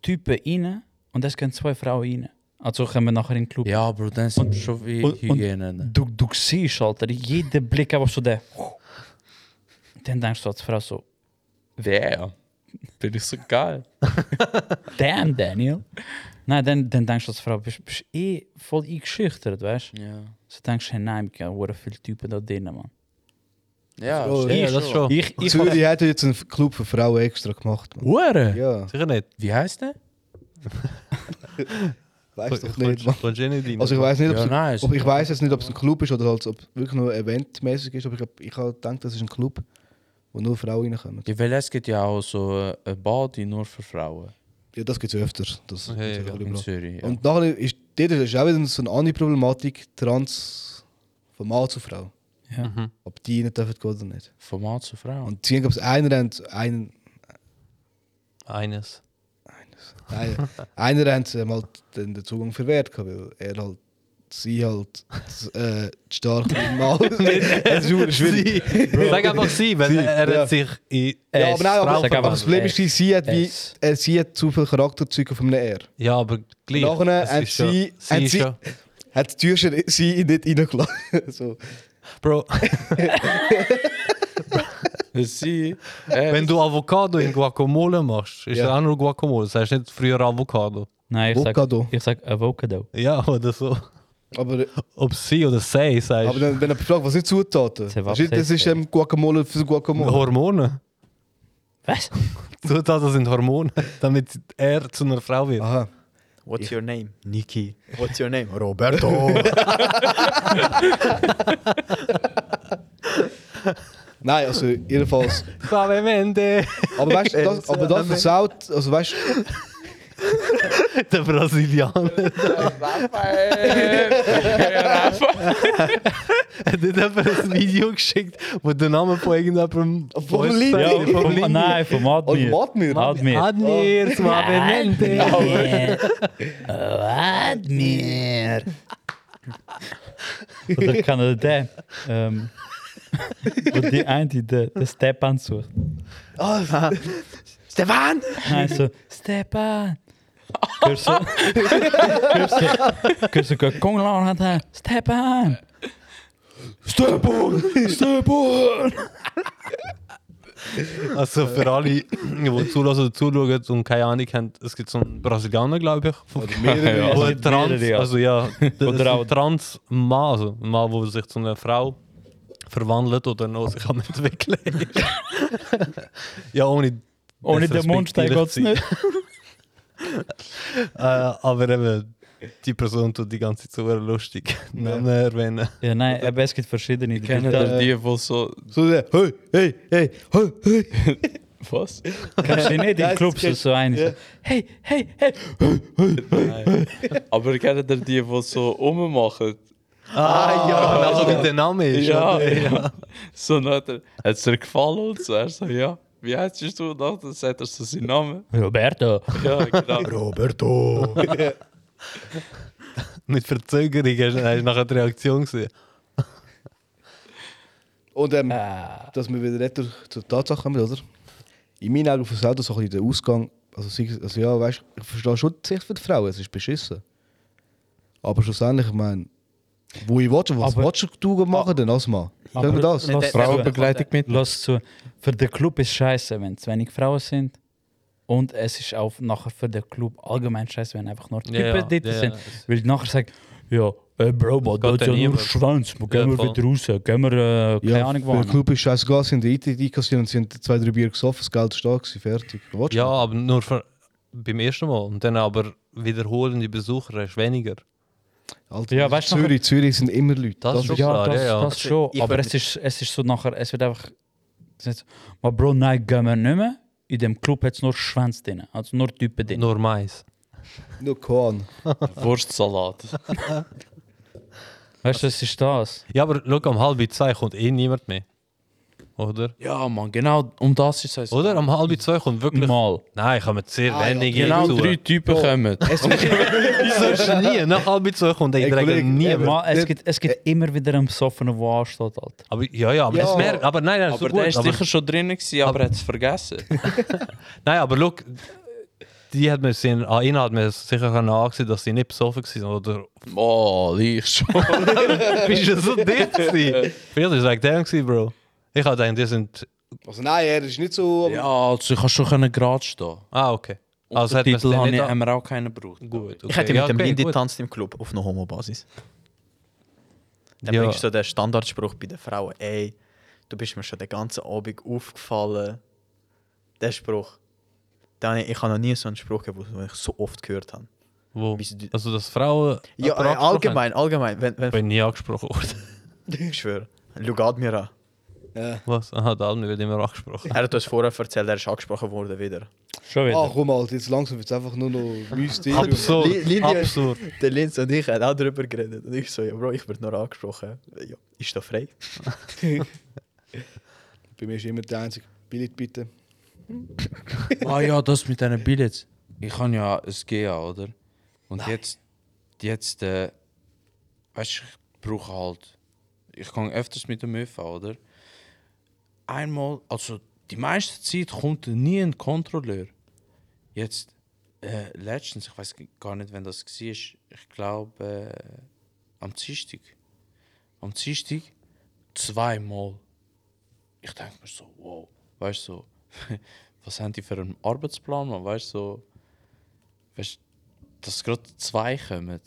[SPEAKER 5] Typen rein und es gehen zwei Frauen rein. Also kommen nachher in den Club.
[SPEAKER 6] ja, Bro, dann sind wir schon wie
[SPEAKER 5] und-
[SPEAKER 6] Hygiene. ne?
[SPEAKER 5] Du, du siehst, Alter, jeden Blick einfach so der. Dann denkst du als Frau so,
[SPEAKER 6] Wer? Bin ich so geil.
[SPEAKER 5] damn, Daniel. Nein, dann, dann denkst du als Frau, bist, bist eh voll eingeschüchtert, weißt du?
[SPEAKER 6] Ja.
[SPEAKER 5] So denkst du, hey, nein, ich habe viele Typen da drinnen, Mann.
[SPEAKER 6] Ja,
[SPEAKER 4] Oh,
[SPEAKER 6] stimmt
[SPEAKER 2] Ja, das schon.
[SPEAKER 5] Ich, ich hab-
[SPEAKER 4] Zürich hat jetzt einen Club für Frauen extra gemacht. Mann.
[SPEAKER 6] Hure?
[SPEAKER 4] Ja,
[SPEAKER 2] Sicher nicht.
[SPEAKER 6] Wie heißt der?
[SPEAKER 4] weiß doch nicht. Mann.
[SPEAKER 2] Kommst- kommst eh nicht rein.
[SPEAKER 4] Also ich weiß nicht, ob
[SPEAKER 6] Ja,
[SPEAKER 4] es
[SPEAKER 6] nice.
[SPEAKER 4] ob ich weiß jetzt nicht, ob es ein Club ist oder halt, ob es wirklich nur eventmäßig ist, aber ich, glaub, ich habe gedacht, das ist ein Club, wo nur Frauen reinkommen.
[SPEAKER 6] Ja, weil es gibt ja auch so äh, eine Bar, die nur für Frauen
[SPEAKER 4] Ja, das gibt es öfters. Das
[SPEAKER 2] Okay,
[SPEAKER 4] gibt's
[SPEAKER 2] ja,
[SPEAKER 4] auch
[SPEAKER 6] in
[SPEAKER 4] überall.
[SPEAKER 6] Zürich. Ja.
[SPEAKER 4] Und nachher ist, dort ist auch wieder so eine andere Problematik, Trans von Mann zu Frau.
[SPEAKER 5] Ja.
[SPEAKER 2] Mhm.
[SPEAKER 4] Ob die rein dürfen gehen oder nicht.
[SPEAKER 6] Von Mann zu Frau.
[SPEAKER 4] Und sie haben, glaube ich, einer hat, einen,
[SPEAKER 2] Eines.
[SPEAKER 4] einen, einer hat ähm, halt den den Zugang verwehrt, gehabt, weil er halt sie halt äh, stark mal. Es ist super schwierig.
[SPEAKER 2] Sag einfach sie, weil
[SPEAKER 4] Sie,
[SPEAKER 2] er
[SPEAKER 4] ja.
[SPEAKER 2] hat sich in
[SPEAKER 4] Ja, aber, nein,
[SPEAKER 2] Frau
[SPEAKER 4] aber, aber, das
[SPEAKER 2] verwandelt.
[SPEAKER 4] Problem ist, sie hat, wie,
[SPEAKER 5] Es-
[SPEAKER 4] äh, sie hat zu viel Charakterzüge von einem R.
[SPEAKER 2] Ja, aber gleich.
[SPEAKER 4] Nachher
[SPEAKER 2] es
[SPEAKER 4] hat
[SPEAKER 2] ist
[SPEAKER 4] sie-
[SPEAKER 2] ja,
[SPEAKER 4] hat
[SPEAKER 2] ist
[SPEAKER 4] sie-
[SPEAKER 2] ja-
[SPEAKER 4] Hat die Türscher sie nicht reingelassen. so.
[SPEAKER 2] Bro,
[SPEAKER 6] Sie, äh,
[SPEAKER 2] wenn du Avocado in Guacamole machst, ist
[SPEAKER 4] dus- Ja.
[SPEAKER 2] ja auch nur Guacamole. Das heißt nicht früher Avocado.
[SPEAKER 5] Nein, ich sag,
[SPEAKER 4] Avocado.
[SPEAKER 5] ich sag Avocado.
[SPEAKER 2] Ja, oder so.
[SPEAKER 4] Aber,
[SPEAKER 2] Ob sie oder sie, sagst
[SPEAKER 4] aber
[SPEAKER 2] du.
[SPEAKER 4] dann, wenn er fragt, was sind Zutaten?
[SPEAKER 5] Sie
[SPEAKER 4] Das ist, das ist
[SPEAKER 5] absetzen.
[SPEAKER 4] ähm, Guacamole für Guacamole.
[SPEAKER 2] Hormone.
[SPEAKER 5] Was?
[SPEAKER 2] Zutaten sind Hormone, damit er zu einer Frau wird.
[SPEAKER 4] Aha.
[SPEAKER 1] What's your name? Niki. What's your name? Roberto.
[SPEAKER 4] Nein, also jedenfalls.
[SPEAKER 2] Suavemente.
[SPEAKER 4] Aber weißt du, das, aber das versaut, also weißt du,
[SPEAKER 2] Der Brasilianer. Hat nicht einfach ein Video geschickt, wo der Name von irgendjemandem.
[SPEAKER 4] Vom Lindy.
[SPEAKER 2] Ja, vom Lindy.
[SPEAKER 5] Nein, vom Admir.
[SPEAKER 4] oh, Admir.
[SPEAKER 5] Admir.
[SPEAKER 2] Admir, Suavemente.
[SPEAKER 5] Admir. Oder kann er den? Ähm, Wo die eine den, den Stepan sucht.
[SPEAKER 1] Oh,
[SPEAKER 4] Ah,
[SPEAKER 8] Stefan!
[SPEAKER 5] Nein, so, Stepan! Hörst du? Hörst du? Hörst du? Kong Lao hat er, Stepan!
[SPEAKER 8] Stefan! Stefan!
[SPEAKER 2] Also für alle, die zulassen oder zuschauen und keine Ahnung haben, es gibt so einen Brasilianer, glaube ich, von
[SPEAKER 5] mehrere, ja.
[SPEAKER 2] wo ein
[SPEAKER 5] Es gibt
[SPEAKER 2] Trans,
[SPEAKER 5] mehrere, ja.
[SPEAKER 2] also ja, das ist
[SPEAKER 5] Oder auch-
[SPEAKER 2] ein Trans-Mann, also ein Mann, der sich zu einer Frau verwandelt oder noch sich am entwickeln ist. ja, ohne
[SPEAKER 5] Ohne den
[SPEAKER 2] despektierlich
[SPEAKER 5] Mundstein
[SPEAKER 2] zu
[SPEAKER 5] geht es
[SPEAKER 2] sein.
[SPEAKER 5] nicht.
[SPEAKER 2] Äh, aber eben, die Person tut die ganze Zeit so lustig Namen erwähnen.
[SPEAKER 5] Ja, nein, aber es gibt verschiedene. Ich
[SPEAKER 6] Kennen da die, die so.
[SPEAKER 4] so der, hey, hey, hey, hey, hey.
[SPEAKER 6] Was?
[SPEAKER 5] Kennst du die nicht
[SPEAKER 4] Ja,
[SPEAKER 5] im
[SPEAKER 4] es
[SPEAKER 5] Club so,
[SPEAKER 4] gibt-
[SPEAKER 5] so einen?
[SPEAKER 4] ja.
[SPEAKER 5] So, hey, hey, hey!
[SPEAKER 6] Aber kennen da die, die so rummachen?
[SPEAKER 2] Ah ja, also wie der Name ist.
[SPEAKER 6] Ja,
[SPEAKER 2] oder?
[SPEAKER 6] ja. So, dann hat er, hat's dir gefallen und so. Er so, ja. Wie heißt du? Und dann sagt er so seinen Namen.
[SPEAKER 5] Roberto!
[SPEAKER 6] Ja, genau.
[SPEAKER 8] Roberto!
[SPEAKER 2] Mit Verzögerung hast du nachher die Reaktion gesehen.
[SPEAKER 4] Und ähm,
[SPEAKER 5] Ah.
[SPEAKER 4] dass wir wieder nicht durch- zur Tatsache kommen, oder? In meinen Augen versaut das so ein bisschen den Ausgang. Also, sei es- also ja, weißt du, ich verstehe schon die Sicht von der Frau, es ist beschissen. Aber schlussendlich, ich meine, wo ich will, was
[SPEAKER 5] Aber-
[SPEAKER 4] willst du machen denn als Mann? Können wir das?
[SPEAKER 5] Lass zu.
[SPEAKER 6] Frauenbegleitung mit.
[SPEAKER 5] Lass zu. Für den Club ist scheiße, wenn zu wenig Frauen sind. Und es ist auch nachher für den Club allgemein scheiße, wenn einfach nur Typen
[SPEAKER 2] ja,
[SPEAKER 5] dort
[SPEAKER 2] ja, ja.
[SPEAKER 5] sind. Weil nachher sagt, ja, ey Bro, man, da
[SPEAKER 2] geht
[SPEAKER 5] ist
[SPEAKER 2] ja
[SPEAKER 5] ja nur
[SPEAKER 2] niemand.
[SPEAKER 5] Schwanz, man, gehen
[SPEAKER 2] Ja,
[SPEAKER 5] wir
[SPEAKER 2] voll.
[SPEAKER 5] wieder raus, gehen wir, äh, keine Ahnung,
[SPEAKER 4] Der
[SPEAKER 5] wohin.
[SPEAKER 4] Club ist scheißegal, sind die IT einkassiert und sind zwei, drei Bier gesoffen, das Geld ist da, gewesen, fertig. Was willst du?
[SPEAKER 2] Ja, aber nur für, beim ersten Mal. Und dann aber wiederholende Besucher hast du weniger.
[SPEAKER 4] Alter,
[SPEAKER 5] Ja, weißt du noch-
[SPEAKER 4] Zürich, Zürich sind immer Leute.
[SPEAKER 2] Das ist schon
[SPEAKER 5] Ja,
[SPEAKER 2] klar,
[SPEAKER 5] das,
[SPEAKER 2] ja, ja.
[SPEAKER 5] das schon.
[SPEAKER 6] Ich
[SPEAKER 5] aber
[SPEAKER 6] bin-
[SPEAKER 5] es ist, es ist so nachher, es wird einfach gesagt, mal Bro, nein, gehen wir nicht mehr. In dem Club hat es nur Schwanz drin, also nur Typen drin.
[SPEAKER 2] Nur Mais.
[SPEAKER 4] Nur Korn.
[SPEAKER 6] Wurstsalat.
[SPEAKER 5] Weißt du, das ist das.
[SPEAKER 2] Ja, aber schau, um halb zwei kommt eh niemand mehr. Oder?
[SPEAKER 6] Ja, Mann, genau um das ist es.
[SPEAKER 2] Oder? Um halb zwei kommt wirklich.
[SPEAKER 5] Mal.
[SPEAKER 2] Nein, kommen sehr
[SPEAKER 4] Ah, ja,
[SPEAKER 2] wenige
[SPEAKER 6] Genau
[SPEAKER 2] zu.
[SPEAKER 6] drei Typen kommen.
[SPEAKER 4] Also,
[SPEAKER 2] Wieso ist nie? Nach halb zwei kommt in der Regel
[SPEAKER 4] Kollege,
[SPEAKER 2] niemand.
[SPEAKER 5] Mal, es, gibt, es gibt immer wieder einen Besoffenen, der ansteht, Alter.
[SPEAKER 2] Aber ja, ja, aber
[SPEAKER 4] Ja.
[SPEAKER 2] das merkt. Aber nein, nein,
[SPEAKER 6] Aber
[SPEAKER 2] so
[SPEAKER 6] der
[SPEAKER 2] gut.
[SPEAKER 6] ist
[SPEAKER 2] Aber,
[SPEAKER 6] sicher schon drinnen gewesen, aber er hat es vergessen.
[SPEAKER 2] nein, aber schau, die hat man sehen, an ihnen hat man sicher können angesehen, dass sie nicht besoffen waren. Oder
[SPEAKER 6] Oh, ich schon.
[SPEAKER 2] bist du so dicht gewesen? Vielleicht ist es wegen dem gewesen, Bro. Ich habe gedacht, die sind.
[SPEAKER 4] Also nein, er ist nicht so... aber-
[SPEAKER 6] Ja, also ich kann schon können gerade stehen.
[SPEAKER 2] Ah, okay. Also hat man es
[SPEAKER 6] Titel
[SPEAKER 2] dann
[SPEAKER 6] haben
[SPEAKER 2] nicht
[SPEAKER 6] wir auch keinen gebraucht.
[SPEAKER 2] Gut,
[SPEAKER 1] Ich hätte mit dem Lindy
[SPEAKER 2] gut.
[SPEAKER 1] tanzt im Club auf einer Homo-Basis. Dann
[SPEAKER 2] Ja.
[SPEAKER 1] bringst du so den Standardspruch bei den Frauen. Ey, du bist mir schon den ganzen Abend aufgefallen. Der Spruch. Dann, ich habe noch nie so einen Spruch gehabt, den ich so oft gehört habe.
[SPEAKER 2] Wo?
[SPEAKER 1] Wieso die-
[SPEAKER 2] Also, dass Frauen.
[SPEAKER 1] Ja,
[SPEAKER 2] jemanden
[SPEAKER 1] äh,
[SPEAKER 2] angesprochen
[SPEAKER 1] allgemein, allgemein. Wenn,
[SPEAKER 2] haben? Ich
[SPEAKER 1] wenn,
[SPEAKER 2] bin nie angesprochen worden.
[SPEAKER 1] ich schwöre. Schau mir an.
[SPEAKER 2] Was? Ah, Aha, der Almi wird immer angesprochen.
[SPEAKER 1] Er hat uns vorher erzählt, er ist angesprochen worden wieder.
[SPEAKER 5] Schon
[SPEAKER 2] Oh,
[SPEAKER 5] wieder.
[SPEAKER 4] Ach komm, Alter, jetzt langsam wird es einfach nur noch mystisch.
[SPEAKER 2] Absurd.
[SPEAKER 1] Li- Lydia-
[SPEAKER 2] Absurd.
[SPEAKER 1] Der Linz und ich haben auch darüber geredet. Und ich so, ja Bro, ich werde nur angesprochen. Ja, ist da frei?
[SPEAKER 4] äh, Bei mir ist immer der einzige Billett bitte.
[SPEAKER 6] Ah ja, das mit diesen Billets. Ich habe ja ein GA, oder? Und jetzt, jetzt, äh, weißt du, ich brauche halt, ich gehe öfters mit dem ÖV, oder? Einmal, also die meiste Zeit kommt nie ein Kontrolleur. Jetzt, äh, letztens, ich weiß gar nicht, wenn das war, ich glaube, äh, am Dienstag. Am Dienstag zweimal. Ich denke mir so, wow, weißt du, so, was haben die für einen Arbeitsplan, man, weißt du, so, weißt, dass gerade zwei kommen.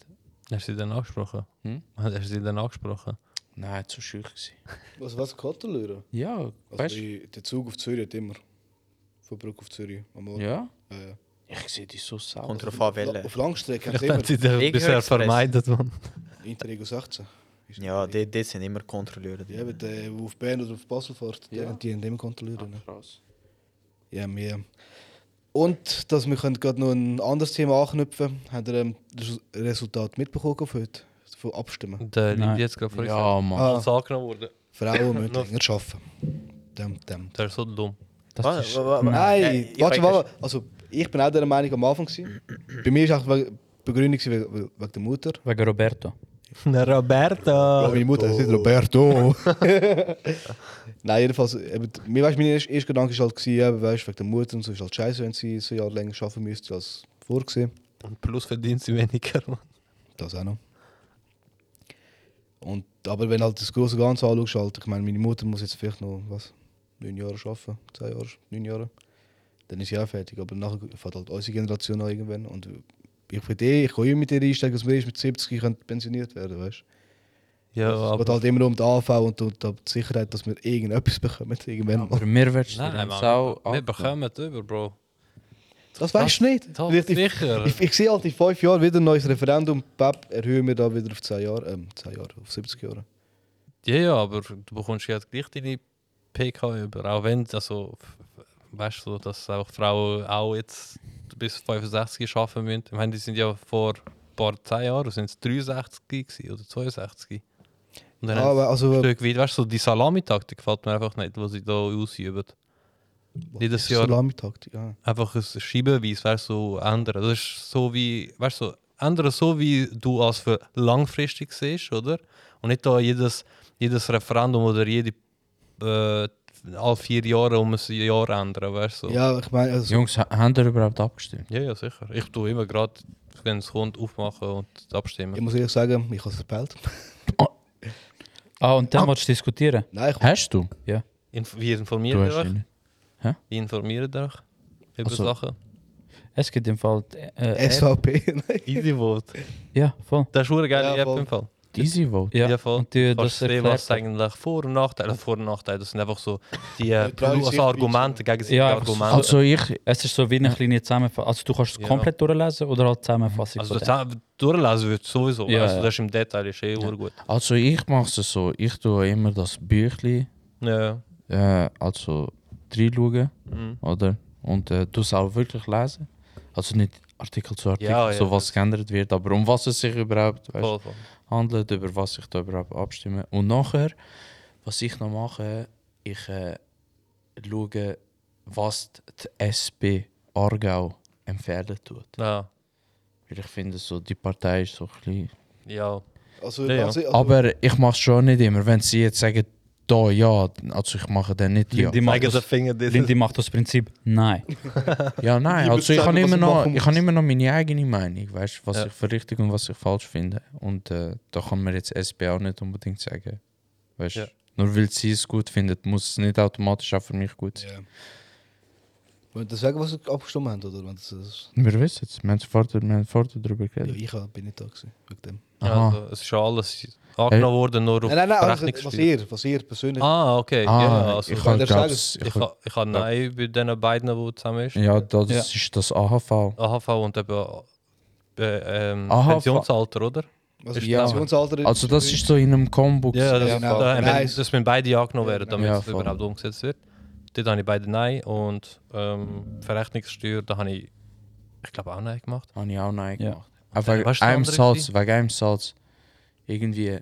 [SPEAKER 2] Hast du sie dann angesprochen?
[SPEAKER 6] Hm?
[SPEAKER 2] Hast du sie dann angesprochen?
[SPEAKER 6] Nein, zu schüch gewesen.
[SPEAKER 4] Was, was, Kontrolleure?
[SPEAKER 6] Ja, weißt
[SPEAKER 4] Also
[SPEAKER 6] du?
[SPEAKER 4] ich, der Zug auf Zürich hat immer. Von Brück auf Zürich. Am Morgen.
[SPEAKER 6] Ja?
[SPEAKER 4] Ja, ja.
[SPEAKER 6] Ich sehe die so sauer.
[SPEAKER 1] Kommt drauf an,
[SPEAKER 4] La-
[SPEAKER 1] welche.
[SPEAKER 4] Auf Langstrecke
[SPEAKER 2] Ich
[SPEAKER 4] hat
[SPEAKER 2] hätte
[SPEAKER 4] es
[SPEAKER 2] sie dann
[SPEAKER 1] Ego
[SPEAKER 2] bisher
[SPEAKER 1] Express.
[SPEAKER 2] vermeidet, man.
[SPEAKER 4] immer Interego 16. Ist
[SPEAKER 1] Ja,
[SPEAKER 4] der.
[SPEAKER 1] die, die sind immer Kontrolleure.
[SPEAKER 4] Ja, aber der, der äh, auf Bern oder auf Basel fährt,
[SPEAKER 6] Ja.
[SPEAKER 4] der, die haben immer Kontrolleure. Ne?
[SPEAKER 6] Krass.
[SPEAKER 4] Ja, mir. Und dass wir können gerade noch ein anderes Thema anknüpfen, haben wir ähm, das Resultat mitbekommen von heute, von Abstimmen.
[SPEAKER 2] Der
[SPEAKER 5] Nein.
[SPEAKER 2] liegt jetzt gerade vor
[SPEAKER 6] Ja, Mann.
[SPEAKER 2] Als angenommen wurde.
[SPEAKER 4] Frauen müssen länger arbeiten. Dem, dem.
[SPEAKER 2] Der ist so dumm. ah,
[SPEAKER 5] Das ist,
[SPEAKER 4] Nein,
[SPEAKER 1] Äh, ich
[SPEAKER 4] warte,
[SPEAKER 1] weiß
[SPEAKER 4] warte, also ich bin auch der Meinung am Anfang. Gewesen. Bei mir war auch die Begründung gewesen wegen, wegen der Mutter.
[SPEAKER 5] wegen Roberto.
[SPEAKER 2] Roberto!
[SPEAKER 4] Ja, meine Mutter heißt nicht Roberto. Nou, Nein, jedenfalls, eben, mir weißt, mein erster erster Gedanke war halt, gewesen, eben, weißt, wegen der Mutter und so ist halt scheiße, wenn sie so ein Jahr länger arbeiten müsste als vorgesehen.
[SPEAKER 2] Und plus verdient sie weniger. Mann.
[SPEAKER 4] Das auch noch. Und, aber wenn du halt das große Ganze anschaust, halt, ich meine, meine Mutter muss jetzt vielleicht noch, was, neun Jahre arbeiten, zehn Jahre, neun Jahre. Dann ist sie auch fertig. Aber nachher fährt halt unsere Generation an irgendwann. Und ich bin eh, ich kann immer mit ihr einsteigen, dass wir erst mit 70 könnte pensioniert werden, weißt du.
[SPEAKER 2] Ja,
[SPEAKER 4] es
[SPEAKER 2] aber
[SPEAKER 4] geht halt immer um die AV und, und die Sicherheit, dass wir irgendetwas bekommen, irgendwann mal.
[SPEAKER 6] Aber Mehrwertsteuer
[SPEAKER 2] Nein,
[SPEAKER 6] haben
[SPEAKER 2] Mann,
[SPEAKER 6] sie auch
[SPEAKER 2] wir
[SPEAKER 6] abgenommen.
[SPEAKER 2] bekommen es über, Bro.
[SPEAKER 4] Das weißt du nicht.
[SPEAKER 2] Das
[SPEAKER 4] ich, ich,
[SPEAKER 2] sicher.
[SPEAKER 4] ich, ich sehe halt in fünf Jahren wieder ein neues Referendum, Pep, erhöhen wir da wieder auf 10 Jahre, ähm, 10 Jahre, auf 70 Jahre.
[SPEAKER 2] ja, ja, aber du bekommst ja gleich deine PK über. Auch wenn, also, f- f- weißt du, dass auch Frauen auch jetzt bis 65 arbeiten müssen. Ich meine, die sind ja vor ein paar zehn Jahren sind es 63 gewesen oder 62. Und dann haben
[SPEAKER 4] Aber
[SPEAKER 2] sie ein
[SPEAKER 4] also,
[SPEAKER 2] Stück weit, weißt du, so die Salamitaktik gefällt mir einfach nicht, die sie da ausüben. Jedes Jahr.
[SPEAKER 4] Salamitaktik, ja.
[SPEAKER 2] einfach es schiebenweise, weißt du, so ändern. Das ist so wie, weißt du, ändern so wie du als für langfristig siehst, oder? Und nicht da jedes, jedes Referendum oder jede äh, alle vier Jahre um ein Jahr ändern, weißt du?
[SPEAKER 4] Ja, ich meine, also,
[SPEAKER 6] Jungs, ha- haben da überhaupt abgestimmt?
[SPEAKER 2] ja, ja, sicher. Ich tue immer gerade, wenn es kommt, aufmachen und abstimmen.
[SPEAKER 4] ich muss ehrlich sagen, ich habe es verpeilt.
[SPEAKER 6] Ah, und dann wolltest du diskutieren?
[SPEAKER 4] Nein, ich,
[SPEAKER 6] Hast du? Ja.
[SPEAKER 2] Inf wir
[SPEAKER 6] Du
[SPEAKER 2] informieren
[SPEAKER 6] hast ihn
[SPEAKER 2] dich.
[SPEAKER 6] nicht.
[SPEAKER 2] Wir informieren dich über
[SPEAKER 6] Also-
[SPEAKER 2] Sachen.
[SPEAKER 6] Es gibt im Fall.
[SPEAKER 5] eh,
[SPEAKER 6] Äh, äh,
[SPEAKER 4] SVP, nein.
[SPEAKER 2] Easy Vote.
[SPEAKER 6] ja, voll.
[SPEAKER 2] Das ist eine geile
[SPEAKER 4] Ja,
[SPEAKER 2] App
[SPEAKER 4] voll.
[SPEAKER 2] im Fall.
[SPEAKER 6] Easy Vote.
[SPEAKER 2] Ja, voll.
[SPEAKER 6] Und
[SPEAKER 5] eh,
[SPEAKER 6] die,
[SPEAKER 2] Kannst
[SPEAKER 6] das
[SPEAKER 2] du sehen, was
[SPEAKER 6] erklärt.
[SPEAKER 2] eigentlich Vor- und Nachteile, Vor- und Nachteile, das sind einfach so die äh,
[SPEAKER 4] Neutrale
[SPEAKER 2] Plus-
[SPEAKER 4] Sichtweise.
[SPEAKER 2] Argumente,
[SPEAKER 5] eh,
[SPEAKER 2] gegenseitige
[SPEAKER 6] Ja, einfach so-
[SPEAKER 2] Argumente. Also,
[SPEAKER 6] also ich, es ist so wie eine kleine Zusammenfassung. Also du kannst es
[SPEAKER 2] Ja.
[SPEAKER 6] komplett durchlesen oder halt Zusammenfassung.
[SPEAKER 2] also
[SPEAKER 6] von
[SPEAKER 2] das
[SPEAKER 6] dem.
[SPEAKER 2] haben- durchlesen wird sowieso,
[SPEAKER 6] Ja,
[SPEAKER 2] also
[SPEAKER 6] ja.
[SPEAKER 2] das ist im Detail ist eh urgut.
[SPEAKER 6] also ich mache es so, ich tue immer das Büchlein,
[SPEAKER 2] Ja.
[SPEAKER 6] äh, also reinschauen,
[SPEAKER 2] Mhm.
[SPEAKER 6] oder? Und äh, du es auch wirklich lesen. Also nicht Artikel zu Artikel,
[SPEAKER 2] Ja, ja,
[SPEAKER 6] so was geändert wird, aber um was es sich überhaupt weißt,
[SPEAKER 2] Voll, voll.
[SPEAKER 6] handelt, über was ich da überhaupt abstimme. Und nachher, was ich noch mache, ich äh, schaue, was die SP Aargau empfehlen tut.
[SPEAKER 2] Ja.
[SPEAKER 6] Weil ich finde, so, die Partei ist so klein.
[SPEAKER 2] ja.
[SPEAKER 4] Also,
[SPEAKER 2] Ja, ja.
[SPEAKER 4] also, also,
[SPEAKER 6] Aber ich mache es schon nicht immer. Wenn sie jetzt sagen, da ja, also ich mache dann nicht ja.
[SPEAKER 2] Die machen den Finger
[SPEAKER 6] Lindy macht das Prinzip nein. ja, nein.
[SPEAKER 4] Die
[SPEAKER 6] Also ich
[SPEAKER 4] bezahlen,
[SPEAKER 6] habe
[SPEAKER 4] was
[SPEAKER 6] immer,
[SPEAKER 4] sie
[SPEAKER 6] noch-
[SPEAKER 4] machen
[SPEAKER 6] ich habe immer noch meine eigene Meinung, weißt, was
[SPEAKER 2] Ja.
[SPEAKER 6] ich für richtig und was ich falsch finde. Und äh, da kann man jetzt SP auch nicht unbedingt sagen. Weißt,
[SPEAKER 2] Ja.
[SPEAKER 6] Nur weil sie es gut findet, muss es nicht automatisch auch für mich gut sein.
[SPEAKER 4] ja. Wollt ihr das sagen, was wir abgestimmt haben, oder? Wenn das, das,
[SPEAKER 6] Wir wissen es, wir haben vorher, wir haben vorher darüber
[SPEAKER 4] ja,
[SPEAKER 6] geredet.
[SPEAKER 4] ich hab- bin nicht da gewesen, wegen dem.
[SPEAKER 6] Aha.
[SPEAKER 2] Also, es ist schon alles angenommen worden, nur auf
[SPEAKER 4] Nein, nein, nein, also, was
[SPEAKER 2] Rechnungsspiel.
[SPEAKER 4] ihr, was ihr persönlich.
[SPEAKER 2] Ah, okay.
[SPEAKER 6] ah,
[SPEAKER 2] ja, also,
[SPEAKER 6] ich
[SPEAKER 2] ich,
[SPEAKER 4] kann dir
[SPEAKER 6] habe glaub's, ich,
[SPEAKER 2] ich, ha- ich habe Nein bei den beiden, die zusammen ist.
[SPEAKER 6] ja, das ist das AHV.
[SPEAKER 2] AHV und eben äh, ähm,
[SPEAKER 6] AHV.
[SPEAKER 2] Pensionsalter, oder?
[SPEAKER 4] Also,
[SPEAKER 6] ja.
[SPEAKER 4] Pensionsalter
[SPEAKER 6] Also das ist so in einem Combo.
[SPEAKER 2] Ja,
[SPEAKER 6] gewesen.
[SPEAKER 2] das,
[SPEAKER 4] Ja, genau.
[SPEAKER 2] da, wenn,
[SPEAKER 4] Nein, es-
[SPEAKER 2] dass wir beide ja angenommen werden, damit
[SPEAKER 6] Ja,
[SPEAKER 2] es
[SPEAKER 6] voll.
[SPEAKER 2] überhaupt umgesetzt wird. Dort habe ich beide Nein und ähm, Verrechnungssteuer, da habe ich, ich glaube, auch Nein gemacht.
[SPEAKER 6] Habe ich auch nein
[SPEAKER 5] Ja.
[SPEAKER 6] gemacht. Aber
[SPEAKER 2] dann,
[SPEAKER 6] wegen
[SPEAKER 2] was war das
[SPEAKER 6] einem
[SPEAKER 2] andere
[SPEAKER 6] Salz,
[SPEAKER 2] gewesen?
[SPEAKER 6] wegen einem Salz. Irgendwie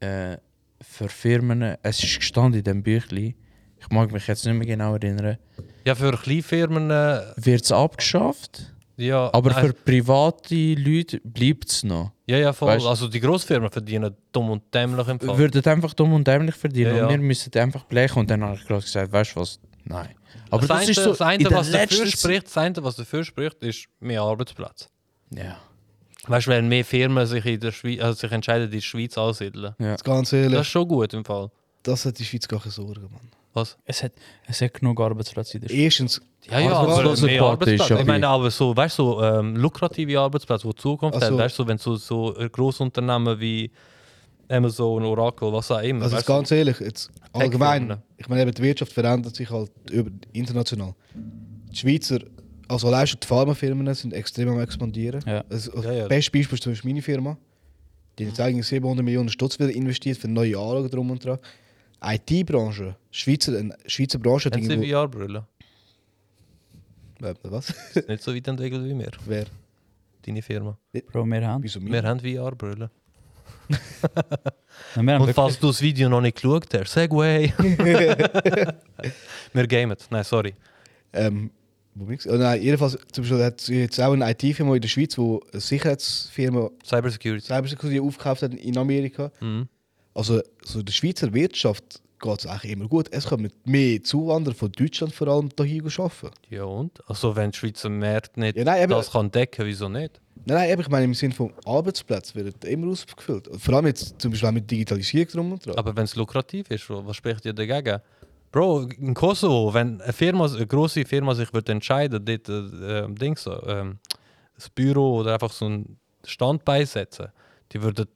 [SPEAKER 6] äh, für Firmen, es ist gestanden in dem Büchlein, ich mag mich jetzt nicht mehr genau erinnern,
[SPEAKER 2] Ja, für Kleinfirmen, äh,
[SPEAKER 6] wird es abgeschafft,
[SPEAKER 2] ja.
[SPEAKER 6] aber
[SPEAKER 2] nein,
[SPEAKER 6] für private Leute bleibt es noch.
[SPEAKER 2] ja, ja, voll.
[SPEAKER 6] Weißt-
[SPEAKER 2] Also die Großfirmen verdienen dumm und dämlich im Fall.
[SPEAKER 6] Würdet einfach dumm und dämlich verdienen
[SPEAKER 2] Ja, ja.
[SPEAKER 6] und wir müssen einfach blechen. Und dann habe ich gerade gesagt, weißt du was, nein. Aber das,
[SPEAKER 2] eine,
[SPEAKER 6] ist so
[SPEAKER 2] das eine,
[SPEAKER 6] in der
[SPEAKER 2] was dafür
[SPEAKER 6] letzten Zeit-
[SPEAKER 2] spricht, das eine, was dafür spricht, ist mehr Arbeitsplätze.
[SPEAKER 6] Ja,
[SPEAKER 2] Weißt du, wenn mehr Firmen sich in der Schweiz, also sich entscheiden, in der Schweiz anzusiedeln.
[SPEAKER 4] Ganz
[SPEAKER 2] Das
[SPEAKER 4] ehrlich,
[SPEAKER 2] ist schon gut im Fall.
[SPEAKER 4] das hat die Schweiz gar keine Sorgen, Mann.
[SPEAKER 2] Was?
[SPEAKER 6] es hat, es hat genug Arbeitsplätze in
[SPEAKER 5] Dus
[SPEAKER 6] der
[SPEAKER 4] Erstens,
[SPEAKER 2] Ja, ja, aber
[SPEAKER 6] Arbeitslose
[SPEAKER 2] Also, mehr
[SPEAKER 6] Quote ist
[SPEAKER 2] Arbeitsplätze.
[SPEAKER 6] ja
[SPEAKER 2] Ich meine,
[SPEAKER 6] viel.
[SPEAKER 2] aber so, weißt du, so, ähm, lukrative Arbeitsplätze, die Zukunft
[SPEAKER 4] Also-
[SPEAKER 2] haben, weißt du, wenn so, so Großunternehmen wie Amazon, Oracle, was auch immer.
[SPEAKER 4] Also
[SPEAKER 2] weißt
[SPEAKER 4] jetzt
[SPEAKER 2] du.
[SPEAKER 4] ganz ehrlich, jetzt allgemein,
[SPEAKER 2] Eckfirmen.
[SPEAKER 4] ich meine, eben, die Wirtschaft verändert sich halt über, international. Die Schweizer, also allein schon die Pharmafirmen sind extrem am expandieren.
[SPEAKER 6] Ja.
[SPEAKER 4] Also, also
[SPEAKER 2] Ja, ja.
[SPEAKER 4] Das beste Beispiel ist zum Beispiel meine Firma. Die hat jetzt eigentlich 700 Millionen Stutz wieder investiert für neue Anlagen drum und dran. IT-Branche, Schweizer, eine Schweizer Branche hat
[SPEAKER 2] Haben sie
[SPEAKER 4] irgendwo...
[SPEAKER 2] VR-Brille?
[SPEAKER 4] Äh, Was?
[SPEAKER 2] Nicht so weit entwickelt wie wir,
[SPEAKER 4] Wer?
[SPEAKER 2] deine Firma.
[SPEAKER 6] Bro, wir haben.
[SPEAKER 4] Wieso
[SPEAKER 2] Wir
[SPEAKER 4] mir?
[SPEAKER 2] haben VR-Brille.
[SPEAKER 6] Nein, wir haben
[SPEAKER 2] Und falls
[SPEAKER 6] wirklich,
[SPEAKER 2] du das Video noch nicht geschaut hast, Segway! wir gamen. Nein, sorry.
[SPEAKER 4] Ähm, Wo bin ich? Oh, nein, jedenfalls, zum Beispiel hat es jetzt auch eine IT-Firma in der Schweiz, die eine Sicherheitsfirma
[SPEAKER 2] Cybersecurity.
[SPEAKER 4] Cybersecurity aufgekauft hat in Amerika.
[SPEAKER 2] Mhm.
[SPEAKER 4] Also so der Schweizer Wirtschaft geht es eigentlich immer gut. Es kommen mehr Zuwanderer von Deutschland vor allem hier arbeiten.
[SPEAKER 2] Ja und? Also wenn der Schweizer Markt nicht
[SPEAKER 4] Ja, nein, eben-
[SPEAKER 2] das kann decken, wieso nicht?
[SPEAKER 4] Nein, nein, eben, ich meine im Sinne von Arbeitsplätzen werden immer ausgefüllt. Und Vor allem jetzt zum Beispiel auch mit Digitalisierung drum und dran.
[SPEAKER 2] Aber wenn es lukrativ ist, wa- was spricht dir dagegen? Bro, in Kosovo, wenn eine, Firma, eine grosse Firma sich wird entscheiden, dort äh, äh, Dings, äh, das Büro oder einfach so einen Stand beisetzen, die, würde,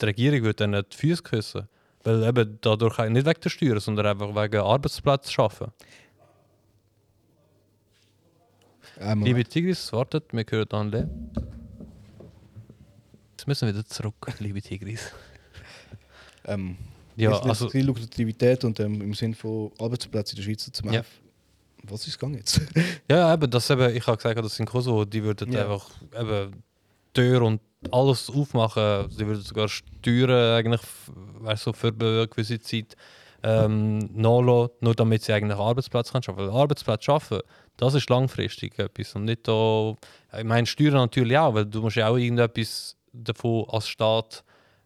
[SPEAKER 2] die Regierung würde dann die Füße küssen. Weil eben dadurch auch nicht wegen der Steuern, sondern einfach wegen Arbeitsplatz schaffen.
[SPEAKER 4] Einmal.
[SPEAKER 2] Liebe Tigris, wartet, wir hören dann Le. Jetzt müssen wir wieder zurück, liebe Tigris.
[SPEAKER 4] Ähm,
[SPEAKER 2] Ja,
[SPEAKER 4] jetzt nicht
[SPEAKER 2] also-
[SPEAKER 4] die Lukrativität und ähm, im Sinne von Arbeitsplätzen in der Schweiz zu machen.
[SPEAKER 2] Ja.
[SPEAKER 4] Was ist gegangen jetzt?
[SPEAKER 2] Ja, eben, das eben, ich habe gesagt, dass in Kosovo, die würden
[SPEAKER 4] Ja.
[SPEAKER 2] einfach eben Tür und alles aufmachen. Sie würden sogar Steuern eigentlich, f- weißt du, für eine gewisse Zeit ähm, nachlassen, nur damit sie eigentlich Arbeitsplätze können schaffen. Weil Arbeitsplätze schaffen, das ist langfristig etwas. Und nicht da, ich meine, Steuern natürlich auch, weil du musst ja auch irgendetwas davon als Staat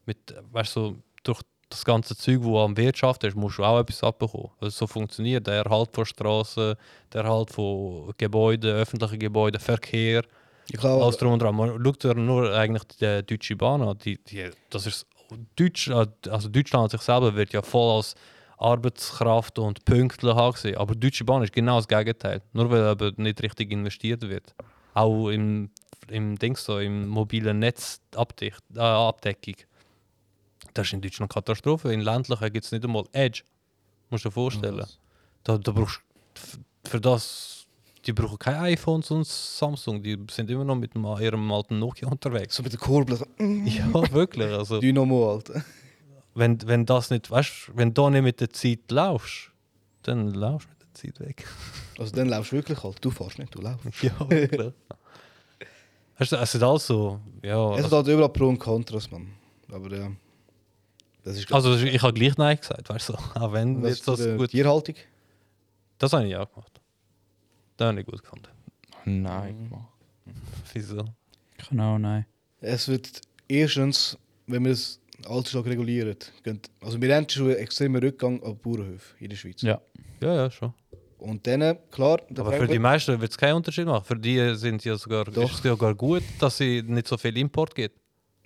[SPEAKER 2] mit, weißt du, durch das ganze Zeug, wo am Wirtschaft ist, musst du auch etwas abbekommen. Also so funktioniert der Erhalt von Straßen, der Erhalt von Gebäuden, öffentlichen Gebäuden, Verkehr,
[SPEAKER 4] Ich glaube,
[SPEAKER 2] alles drum und dran. Man schaut dir nur eigentlich die äh, Deutsche Bahn an. Die, die, das ist Deutsch, also Deutschland an sich selber wird ja voll als Arbeitskraft und pünktlich angesehen. Aber die Deutsche Bahn ist genau das Gegenteil. Nur weil aber nicht richtig investiert wird. Auch im, im, Dings so, im mobilen Netz Abdicht, äh, Abdeckung. Das ist in Deutschland Katastrophe. In ländlichen gibt es nicht einmal Edge. Musst du dir vorstellen. Da, da brauchst f- für das. Die brauchen kein iPhone und Samsung. Die sind immer noch mit dem- ihrem alten Nokia unterwegs.
[SPEAKER 4] so mit der Kurbel, so, mm,
[SPEAKER 2] Ja, wirklich. Also,
[SPEAKER 4] Dynamo, Alter.
[SPEAKER 2] wenn, wenn das nicht, weißt du, wenn du nicht mit der Zeit laufst, dann laufst du mit der Zeit weg.
[SPEAKER 4] Also dann laufst du wirklich halt. Du fährst nicht, du laufst.
[SPEAKER 2] ja, wirklich. Weißt du, es ist also, ja. Also,
[SPEAKER 4] Es hat halt überall Pro und Kontras, Mann. Aber ja. Das ist
[SPEAKER 2] also ich habe gleich Nein gesagt, weißt du. Auch wenn
[SPEAKER 4] das ist
[SPEAKER 2] jetzt das
[SPEAKER 4] der
[SPEAKER 2] gut.
[SPEAKER 4] Tierhaltung.
[SPEAKER 2] Das habe ich auch gemacht. Das habe ich gut gefunden.
[SPEAKER 7] Nein, gemacht.
[SPEAKER 2] Wieso?
[SPEAKER 5] nou,
[SPEAKER 7] Genau, nein.
[SPEAKER 4] Es wird erstens, wenn wir es allzu stark regulieren, gehen- also wir haben schon einen extremen Rückgang an Bauernhöfen in der Schweiz.
[SPEAKER 7] Ja.
[SPEAKER 2] Ja, ja, schon.
[SPEAKER 4] Und dann, klar, der
[SPEAKER 2] Aber für die meisten wird es keinen Unterschied machen. Für die sind ja sogar,
[SPEAKER 4] Doch.
[SPEAKER 2] ist es ja sogar gut, dass sie nicht so viel Import gibt.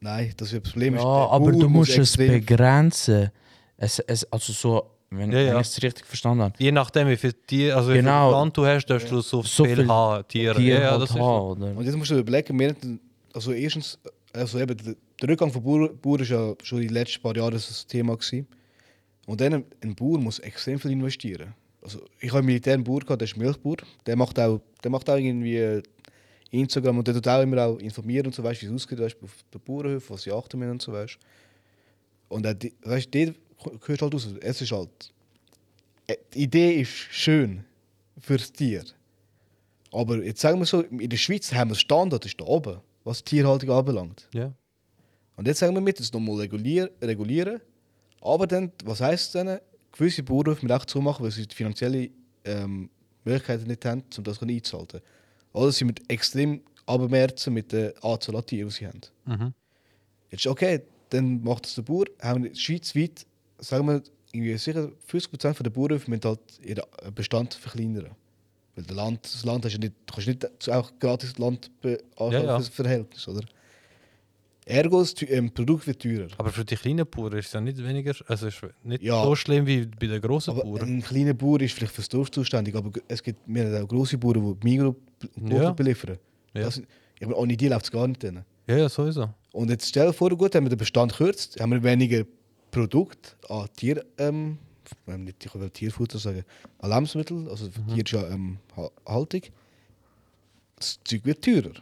[SPEAKER 4] Nein, das wird das Problem.
[SPEAKER 7] Ja,
[SPEAKER 4] ist, der
[SPEAKER 7] aber
[SPEAKER 4] Bauer
[SPEAKER 7] du
[SPEAKER 4] muss
[SPEAKER 7] musst es
[SPEAKER 4] extrem-
[SPEAKER 7] begrenzen. Es, es, also so, wenn,
[SPEAKER 2] Ja, ja.
[SPEAKER 7] wenn ich es richtig verstanden habe.
[SPEAKER 2] Je nachdem, wie viel Tier, also wie
[SPEAKER 7] Genau.
[SPEAKER 2] viel Land du hast, darfst du so,
[SPEAKER 7] So
[SPEAKER 2] viel,
[SPEAKER 7] viel
[SPEAKER 2] haben, Tiere.
[SPEAKER 7] Tier
[SPEAKER 2] ja, ja,
[SPEAKER 7] halt
[SPEAKER 2] das
[SPEAKER 7] haben,
[SPEAKER 2] ist so.
[SPEAKER 7] oder?
[SPEAKER 4] Und jetzt musst du überlegen, wir haben, also erstens, also eben, der- der Rückgang von Bauern, Bauern ist ja schon in den letzten paar Jahren das ein Thema gewesen. Und dann, ein Bauer muss extrem viel investieren. Also ich habe einen militären Bauer gehabt, der ist Milchbauer. Der macht auch, der macht auch irgendwie äh, Instagram und der tut auch immer auch informieren und so, weißt, wie es ausgeht, weißt, auf den Bauernhöfen, was sie achten müssen und so, weißt. Und dann, die- weißt, der hörst halt aus, es ist halt, äh, die Idee ist schön fürs Tier. Aber jetzt sagen wir so, in der Schweiz haben wir Standard ist da oben, was die Tierhaltung anbelangt.
[SPEAKER 2] Ja.
[SPEAKER 4] Und jetzt sagen wir, wir müssen es nochmal regulieren, regulieren. Aber dann, was heisst es dann? Gewisse Bauern dürfen wir auch zumachen, weil sie die finanzielle ähm, Möglichkeiten nicht haben, um das einzuhalten. Oder sie mit extrem abmerzen mit der Anzahl an Tieren, die sie haben.
[SPEAKER 2] Mhm.
[SPEAKER 4] Jetzt ist okay, dann macht es der Bauer. Haben wir schweizweit, sagen wir, irgendwie sicher 50% von der Bauern müssen halt ihren Bestand verkleinern. Weil der Land, das Land hast du nicht, du kannst nicht zu- auch gratis Land beantragen
[SPEAKER 2] Ja, ja.
[SPEAKER 4] für das Verhältnis, oder? Ergo, das Teu- ähm, Produkt wird teurer.
[SPEAKER 2] Aber für die kleinen Bauern ist es ja nicht weniger, also ist nicht
[SPEAKER 4] Ja.
[SPEAKER 2] so schlimm wie bei den grossen
[SPEAKER 4] Aber äh,
[SPEAKER 2] Bauern.
[SPEAKER 4] ein kleiner Bauer ist vielleicht fürs Dorf zuständig, aber g- es gibt mehr auch grosse Bauern, die Migros und
[SPEAKER 2] Ja.
[SPEAKER 4] Bauern beliefern.
[SPEAKER 2] Ja.
[SPEAKER 4] Das, ich meine, ohne die läuft es gar nicht. Drin.
[SPEAKER 2] Ja, ja, sowieso.
[SPEAKER 4] Und jetzt stell dir vor, gut, haben wir den Bestand gekürzt, haben wir weniger Produkt an Tier, ähm, ähm, nicht, ich will Tierfutter sagen, an Lebensmittel, also
[SPEAKER 2] Mhm.
[SPEAKER 4] für Tier ist ja ähm, Ha- Haltung. Das Zeug wird teurer.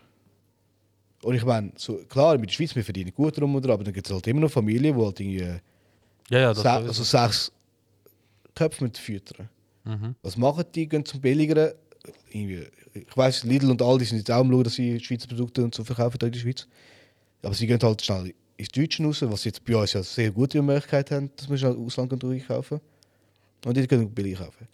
[SPEAKER 4] Und ich meine, so, klar, mit der Schweiz, wir verdienen gut rum oder aber dann gibt es halt immer noch Familien, die halt irgendwie äh,
[SPEAKER 2] Ja, ja, das
[SPEAKER 4] se also
[SPEAKER 2] sowieso.
[SPEAKER 4] sechs Köpfe mit füttern.
[SPEAKER 2] Mhm.
[SPEAKER 4] Was machen die? Gehen zum billigeren. Irgendwie, ich weiß, Lidl und Aldi sind jetzt auch am schauen, dass sie Schweizer Produkte und so verkaufen hier in der Schweiz. Aber sie gehen halt schnell ins Deutsche raus, was jetzt bei uns ja sehr gute Möglichkeit haben, dass wir schnell ins Ausland einkaufen können. Und die können billig kaufen.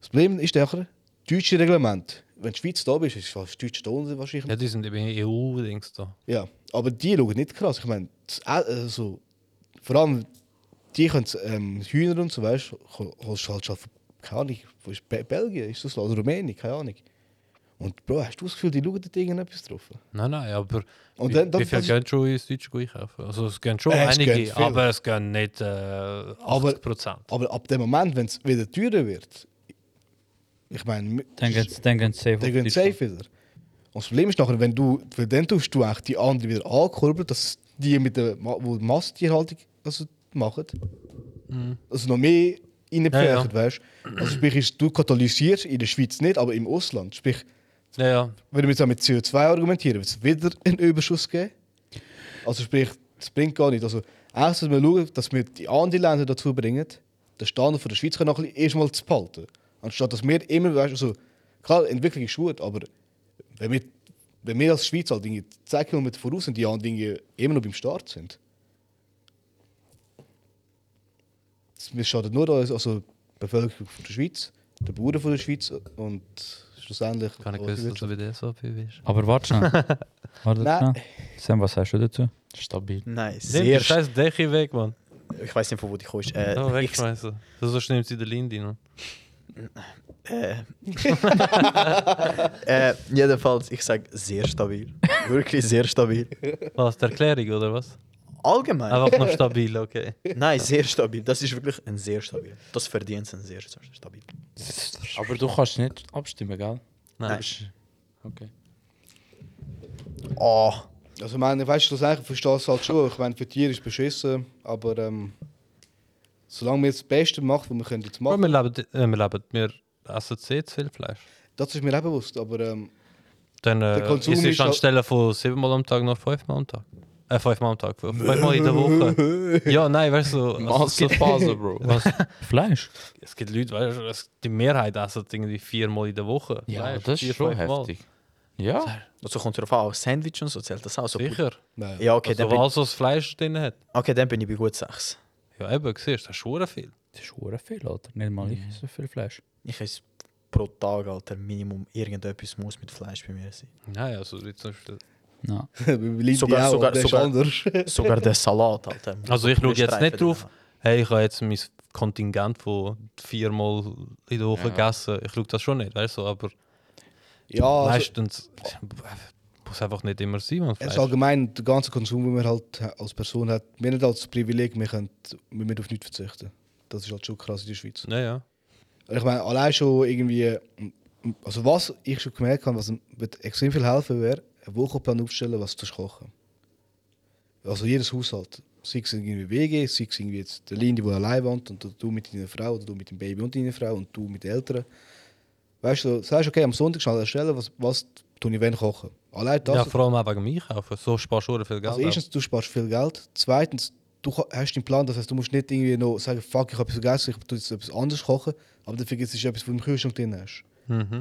[SPEAKER 4] Das Problem ist nachher, deutsche Reglement. Wenn die Schweiz da bist, ist das Deutsche da unten wahrscheinlich.
[SPEAKER 2] Ja, die sind eben EU-Dings da.
[SPEAKER 4] Ja, aber die schauen nicht krass. Ich meine, das Ä- also, vor allem die können ähm, Hühner und so, weißt du, hol- holst du halt schon, von- keine Ahnung, wo ist Be Belgien, ist das, oder Rumänien, keine Ahnung. Und Bro, hast du das Gefühl, die schauen dort irgendetwas drauf?
[SPEAKER 2] Nein, nein, aber
[SPEAKER 4] Und
[SPEAKER 2] wie,
[SPEAKER 4] dann- dann-
[SPEAKER 2] wie viel
[SPEAKER 4] das-
[SPEAKER 2] gehen schon ins Deutsche einkaufen? Also es gehen schon
[SPEAKER 4] Äh, es gehen
[SPEAKER 2] einige,
[SPEAKER 4] viele.
[SPEAKER 2] aber es gehen nicht äh, 80 Prozent.
[SPEAKER 4] Aber ab dem Moment, wenn es wieder teurer wird, ich meine,
[SPEAKER 5] Dann geht's, dann geht's safe.
[SPEAKER 4] dann
[SPEAKER 5] auf
[SPEAKER 4] gehen sie
[SPEAKER 5] Deutschland.
[SPEAKER 4] safe wieder. Und das Problem ist nachher, wenn du, weil dann tust du eigentlich die anderen wieder ankurbeln, dass die mit der Ma- wo die Masttierhaltung also machen, also noch mehr reinpferchen, weißt du? Also sprich, ist, du katalysierst in der Schweiz nicht, aber im Ausland. Sprich,
[SPEAKER 2] Ja, ja.
[SPEAKER 4] wenn wir jetzt auch mit CO2 argumentieren, wird es wieder einen Überschuss geben. Also sprich, das bringt gar nicht. Also erst müssen wir schauen, dass wir die anderen Länder dazu bringen, den Standard von der Schweiz noch ein bisschen erstmal zu behalten. Anstatt dass wir immer, weißt, also klar, Entwicklung ist gut, aber wenn wir, wenn wir als Schweiz halt Dinge 10 Kilometer voraus sind, die anderen Dinge immer noch beim Start sind. Das- Wir schaden nur uns, also die Bevölkerung von der Schweiz, der Bauern von der Schweiz und schlussendlich
[SPEAKER 2] Kann ich
[SPEAKER 4] unsere
[SPEAKER 2] wissen, dass du bei der SAP bist?
[SPEAKER 5] Aber warte schnell. Warte
[SPEAKER 4] Nein.
[SPEAKER 5] schnell. Sam, was sagst du dazu?
[SPEAKER 7] Stabil.
[SPEAKER 1] Nein,
[SPEAKER 2] Nimm die
[SPEAKER 1] sehr sch-
[SPEAKER 2] scheiß Dächer weg, Mann.
[SPEAKER 1] Ich weiß nicht, von wo die kommst. Äh,
[SPEAKER 2] Ja,
[SPEAKER 1] ich,
[SPEAKER 2] wegschmeißen. Sonst nimmt sie der Lindy noch.
[SPEAKER 1] eh, äh, jedenfalls, ich sage sehr stabil. Wirklich sehr stabil.
[SPEAKER 2] Was, die Erklärung oder was?
[SPEAKER 1] Allgemein.
[SPEAKER 2] Einfach nur stabil, okay.
[SPEAKER 1] Nein, sehr stabil. Das ist wirklich ein sehr stabil. Das verdient ein sehr stabil.
[SPEAKER 7] Aber du kannst nicht abstimmen, gell?
[SPEAKER 2] Nein.
[SPEAKER 7] Okay.
[SPEAKER 1] Oh,
[SPEAKER 4] Also, ich meine, weißt du, schlussendlich verstehe ich es halt schon. Ich meine, für Tiere ist es beschissen, aber ähm, solange wir jetzt das Beste machen, was wir können jetzt
[SPEAKER 2] Bro,
[SPEAKER 4] machen
[SPEAKER 2] wir leben, äh, wir leben, wir essen sehr zu viel Fleisch.
[SPEAKER 4] das ist mir auch bewusst. Aber ähm,
[SPEAKER 2] Dann äh,
[SPEAKER 4] Der Konsum
[SPEAKER 2] ist
[SPEAKER 4] ist
[SPEAKER 2] es
[SPEAKER 4] halt-
[SPEAKER 2] anstelle von siebenmal am Tag noch fünfmal am Tag. Äh, fünfmal am Tag, fünfmal in der Woche. Ja, nein, weißt du, also, es, gibt,
[SPEAKER 7] Phase, Bro.
[SPEAKER 5] Was? Fleisch?
[SPEAKER 2] es gibt Leute, weißt du, es- die Mehrheit essen irgendwie viermal in der Woche.
[SPEAKER 7] Ja,
[SPEAKER 2] Weißt du,
[SPEAKER 7] das
[SPEAKER 2] vier,
[SPEAKER 7] ist schon
[SPEAKER 2] fünfmal.
[SPEAKER 7] heftig. Ja,
[SPEAKER 1] also kommt drauf an, auch Sandwich und so zählt das auch. So
[SPEAKER 2] Sicher.
[SPEAKER 4] nein.
[SPEAKER 1] Ja, okay,
[SPEAKER 2] also,
[SPEAKER 1] dann bin,
[SPEAKER 2] was das Fleisch drin hat.
[SPEAKER 1] okay, dann bin ich bei gut 6.
[SPEAKER 2] Ja, eben, siehst du, das ist schon viel.
[SPEAKER 5] Das ist hure viel, Alter. Nicht mal ich so viel Fleisch.
[SPEAKER 1] Ich esse pro Tag, Alter, Minimum irgendetwas muss mit Fleisch bei mir sein.
[SPEAKER 2] Nein, also, wie zum Beispiel-
[SPEAKER 5] Nein.
[SPEAKER 4] Bei Lindy
[SPEAKER 1] Sogar-
[SPEAKER 4] auch,
[SPEAKER 1] sogar-
[SPEAKER 4] aber das ist
[SPEAKER 1] sogar-
[SPEAKER 4] anders.
[SPEAKER 1] Sogar der Salat, Alter. muss
[SPEAKER 2] also ich schaue jetzt
[SPEAKER 1] Streifen
[SPEAKER 2] nicht drauf,
[SPEAKER 1] drin haben.
[SPEAKER 2] hey, ich habe jetzt mein Kontingent von viermal in der
[SPEAKER 7] Ja.
[SPEAKER 2] Woche gegessen. Ich schaue das schon nicht, weißt du, aber
[SPEAKER 4] Ja, also,
[SPEAKER 2] meistens muss einfach nicht immer sein, man
[SPEAKER 4] es
[SPEAKER 2] Fleisch.
[SPEAKER 4] ist allgemein der ganze Konsum, den wir halt als Person hat. Wir nicht als Privileg, wir können wir müssen auf nichts verzichten. Das ist halt schon krass in der Schweiz.
[SPEAKER 2] Ja, ja.
[SPEAKER 4] Ich meine, allein schon irgendwie. Also, was ich schon gemerkt habe, was wird extrem viel helfen wäre, einen Wochenplan aufstellen, was du kochen Also, jedes Haushalt. Sei es irgendwie WG, sei es irgendwie jetzt der Linde, die allein wohnt, und du mit deiner Frau, oder du mit dem Baby und deiner Frau, und du mit den Eltern. Weißt du, sagst, okay, am Sonntag schnell erstellen, was, was tue ich wann kochen. Allein das.
[SPEAKER 2] ja, vor allem auch wegen dem Einkaufen. So sparst du schon viel Geld.
[SPEAKER 4] Also
[SPEAKER 2] ab.
[SPEAKER 4] erstens, du sparst viel Geld. Zweitens, du ka- hast einen Plan, das heißt, du musst nicht irgendwie noch sagen, fuck, ich habe etwas vergessen, ich tu jetzt etwas anderes kochen, aber dann vergisst du etwas, was du im Kühlschrank drin hast.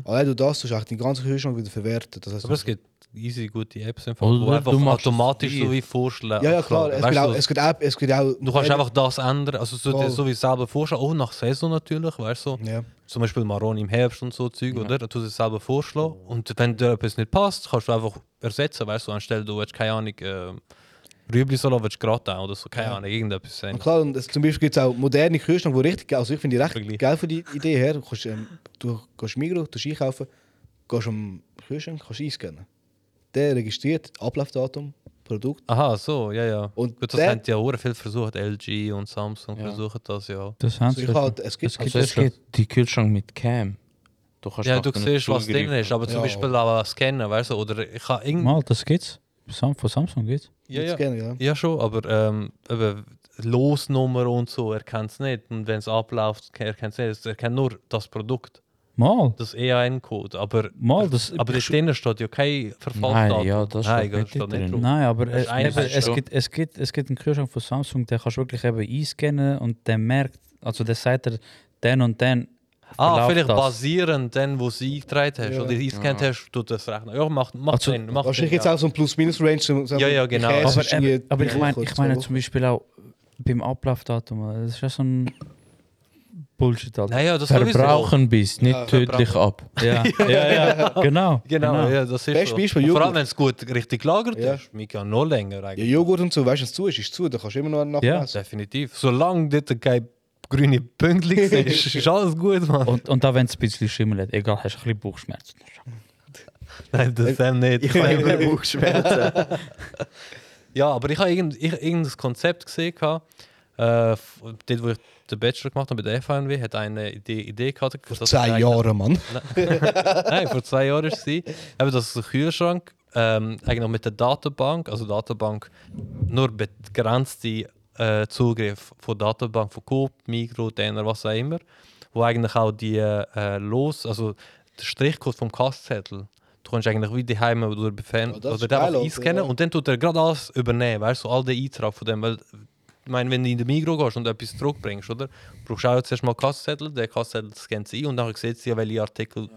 [SPEAKER 4] Allein du das, tust du auch den ganzen Kühlschrank wieder verwerten. Das heißt,
[SPEAKER 2] Mhm. aber es
[SPEAKER 4] du-
[SPEAKER 2] gibt easy gute Apps, einfach,
[SPEAKER 7] Oder
[SPEAKER 2] wo
[SPEAKER 7] du
[SPEAKER 2] einfach
[SPEAKER 7] machst es
[SPEAKER 2] automatisch
[SPEAKER 7] dir.
[SPEAKER 2] so wie vorschlagen.
[SPEAKER 4] ja, ja, klar, es
[SPEAKER 2] Weißt
[SPEAKER 4] gibt,
[SPEAKER 2] du,
[SPEAKER 4] auch, es gibt auch... Es gibt auch
[SPEAKER 2] Du kannst einfach das ändern. Also, so,
[SPEAKER 4] Voll.
[SPEAKER 2] so wie selber vorschlagen. Auch nach Saison natürlich, weißt du.
[SPEAKER 4] Ja.
[SPEAKER 2] Zum Beispiel Maroni im Herbst und so Zeug, oder? Du es selber vorschlagen.
[SPEAKER 4] Oh.
[SPEAKER 2] Und wenn dir etwas nicht passt, kannst du einfach ersetzen, weißt du. Anstelle, du willst, keine Ahnung, äh, Rüblisalat willst gerade oder so. Keine Ahnung, irgendetwas sein.
[SPEAKER 4] Und klar, und es, zum Beispiel gibt es auch moderne Kühlschrank, die richtig geil Also ich finde die recht
[SPEAKER 2] Wirklich.
[SPEAKER 4] geil von die Idee her. Du, kannst, ähm, du gehst Migros, du einkaufen, gehst am Kühlschrank, kannst einscannen. Der registriert Ablaufdatum, Produkt,
[SPEAKER 2] Aha, so, ja, ja.
[SPEAKER 4] Und
[SPEAKER 2] Gut, das
[SPEAKER 4] der-
[SPEAKER 2] haben die ja auch viel versucht. LG und Samsung versuchen das ja.
[SPEAKER 5] Das haben
[SPEAKER 4] Also
[SPEAKER 5] sie.
[SPEAKER 4] ich halt, es gibt
[SPEAKER 5] Es
[SPEAKER 7] also es
[SPEAKER 5] schon.
[SPEAKER 7] geht die Kühlschrank mit Cam. Du kannst
[SPEAKER 2] Ja,
[SPEAKER 7] nach
[SPEAKER 2] du
[SPEAKER 7] denen
[SPEAKER 2] siehst, was drin
[SPEAKER 7] zugreifen.
[SPEAKER 2] ist, aber zum
[SPEAKER 4] Ja.
[SPEAKER 2] Beispiel auch scannen, weißt du, oder ich habe irgend...
[SPEAKER 5] Mal, das geht's. Sam, von Samsung geht's.
[SPEAKER 2] Ja,
[SPEAKER 4] Jetzt
[SPEAKER 2] ja.
[SPEAKER 4] gerne, ja.
[SPEAKER 2] ja, schon, aber ähm, eben, Losnummer und so, er kennt es nicht. Und wenn es abläuft, er kennt es nicht. Er kennt nur das Produkt,
[SPEAKER 5] Mal.
[SPEAKER 2] das EAN-Code, aber...
[SPEAKER 5] Mal, das-
[SPEAKER 2] aber dort drinnen steht ja kein Verfallsdatum.
[SPEAKER 7] Nein, ja, das
[SPEAKER 2] Nein,
[SPEAKER 7] steht nicht
[SPEAKER 2] steht
[SPEAKER 7] drin.
[SPEAKER 2] nicht drauf.
[SPEAKER 5] Nein, aber
[SPEAKER 2] ist
[SPEAKER 5] es,
[SPEAKER 2] eine
[SPEAKER 5] eben,
[SPEAKER 2] Seite,
[SPEAKER 5] es,
[SPEAKER 2] ja.
[SPEAKER 5] gibt, es, gibt, es gibt einen Kühlschrank von Samsung, den kannst du wirklich eben einscannen und der merkt, also der sagt dir, dann und dann.
[SPEAKER 2] Ah,
[SPEAKER 5] verläuft
[SPEAKER 2] vielleicht
[SPEAKER 5] das.
[SPEAKER 2] basierend dann, wo sie eingetragen hast
[SPEAKER 4] Ja.
[SPEAKER 2] oder eingescannt hast, tut das rechnen. Ja, macht, macht
[SPEAKER 5] Also,
[SPEAKER 2] Sinn. Macht
[SPEAKER 4] Wahrscheinlich
[SPEAKER 2] Sinn,
[SPEAKER 4] jetzt
[SPEAKER 2] ja.
[SPEAKER 4] auch so ein Plus-Minus-Range. um so- so-
[SPEAKER 2] Ja, ja, genau.
[SPEAKER 4] ich esse
[SPEAKER 5] Aber,
[SPEAKER 4] irgendwie
[SPEAKER 5] eben, aber ich
[SPEAKER 4] drei
[SPEAKER 5] meine,
[SPEAKER 4] Wochen,
[SPEAKER 5] ich meine
[SPEAKER 4] zwei
[SPEAKER 5] also zum Beispiel auch beim Ablaufdatum, das ist ja so ein Bullshit, Alter.
[SPEAKER 2] Naja, das sowieso.
[SPEAKER 7] Verbrauchen bis nicht
[SPEAKER 4] Ja,
[SPEAKER 7] tödlich
[SPEAKER 2] verbrauchen.
[SPEAKER 7] ab.
[SPEAKER 5] Ja, ja, ja, genau.
[SPEAKER 2] Genau, ja, das ist
[SPEAKER 4] Bestes
[SPEAKER 2] so.
[SPEAKER 4] Beispiel,
[SPEAKER 2] Und Vor allem,
[SPEAKER 4] Joghurt.
[SPEAKER 2] wenn es gut richtig gelagert
[SPEAKER 4] Ja.
[SPEAKER 2] ist. Mich kann noch länger
[SPEAKER 4] Ja,
[SPEAKER 2] eigentlich.
[SPEAKER 4] Joghurt und so, weißt du, wenn es zu ist, ist es zu, dann kannst du immer noch einen
[SPEAKER 5] Ja.
[SPEAKER 4] nachmessen.
[SPEAKER 2] Definitiv. Solange dort keine grüne Pünktchen ist, ist alles gut, Mann.
[SPEAKER 5] Und, und auch wenn es ein bisschen schimmelt, egal, hast du ein bisschen Bauchschmerzen.
[SPEAKER 2] Nein, das haben nicht.
[SPEAKER 1] Ich habe immer Bauchschmerzen.
[SPEAKER 2] Ja, aber ich habe irgend, ich, irgendein Konzept gesehen. gehabt, Äh, f- dort, wo ich den Bachelor gemacht habe bei der FNW, hat eine Idee, Idee gehabt. dass
[SPEAKER 4] Vor
[SPEAKER 2] das
[SPEAKER 4] zehn
[SPEAKER 2] eigentlich-
[SPEAKER 4] Jahren, Mann.
[SPEAKER 2] Nein, vor zwei Jahren war es. Eben, dass der Kühlschrank ähm, eigentlich mit der Datenbank, also Datenbank, nur begrenzte äh, Zugriff von Datenbank, von Coop, Migro, Denner, was auch immer, wo eigentlich auch die äh, Los, also der Strichcode vom Kastzettel, du kannst eigentlich wie die Heime oder befinden
[SPEAKER 4] Oh, das
[SPEAKER 2] oder
[SPEAKER 4] ist
[SPEAKER 2] den
[SPEAKER 4] geil,
[SPEAKER 2] einfach
[SPEAKER 4] Alter,
[SPEAKER 2] einscannen
[SPEAKER 4] ja.
[SPEAKER 2] und dann tut er gerade alles übernehmen, weißt du, so all den Eintrag von dem, weil ich meine, wenn du in den Migro gehst und etwas zurückbringst, oder? Brauchst du auch zuerst mal Kassenzettel, der Kassenzettel scannt sie ein und dann sieht sie ja, welche Artikel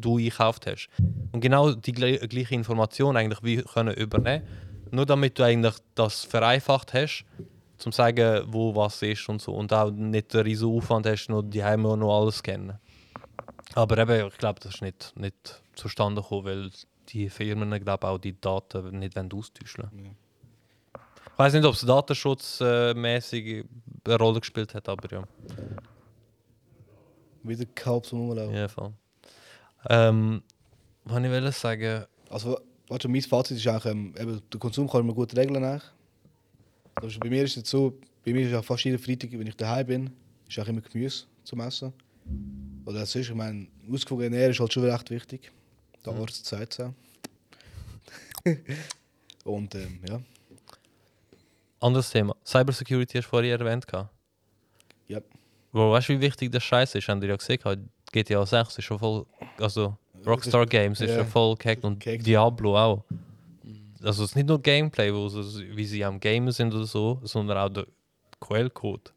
[SPEAKER 2] du einkauft hast. Und genau die gle- gleiche Information eigentlich wie können übernehmen. Nur damit du eigentlich das vereinfacht hast, zum sagen, wo was ist und so. Und auch nicht den riesen Aufwand hast, nur die Heime auch noch alles kennen. Aber eben, ich glaube, das ist nicht, nicht zustande gekommen, weil die Firmen, glaube auch die Daten nicht wollen austauschen ich weiß nicht, ob es datenschutzmäßig eine Rolle gespielt hat, aber ja.
[SPEAKER 4] Wieder gehabt zum
[SPEAKER 2] In
[SPEAKER 4] Umlaufen.
[SPEAKER 2] jedem Fall. Ähm, was ich will sagen,
[SPEAKER 4] Also, warte, mein Fazit ist eigentlich, ähm, eben, der Konsum kann man gut regeln. eigentlich. Also, bei mir ist es so, bei mir ist auch fast jeden Freitag, wenn ich daheim bin, ist auch immer Gemüse zum Essen. Oder das ist, ich meine, ausgewogen ernähren ist halt schon recht wichtig. Der
[SPEAKER 5] Mhm.
[SPEAKER 4] Arzt sagt es auch. Und ähm, ja.
[SPEAKER 2] anderes Thema. Cybersecurity hast du vorher erwähnt. gehabt.
[SPEAKER 4] Ja.
[SPEAKER 2] Bro, weißt du, wie wichtig der Scheiß ist? Haben die ja gesehen, gehabt. GTA 6 ist schon voll. Also, Rockstar Games ist
[SPEAKER 4] Ja.
[SPEAKER 2] schon voll gehackt und
[SPEAKER 4] Gehackt.
[SPEAKER 2] Diablo auch. Also, es ist nicht nur Gameplay, wo sie, wie sie am Gamen sind oder so, sondern auch der Quellcode.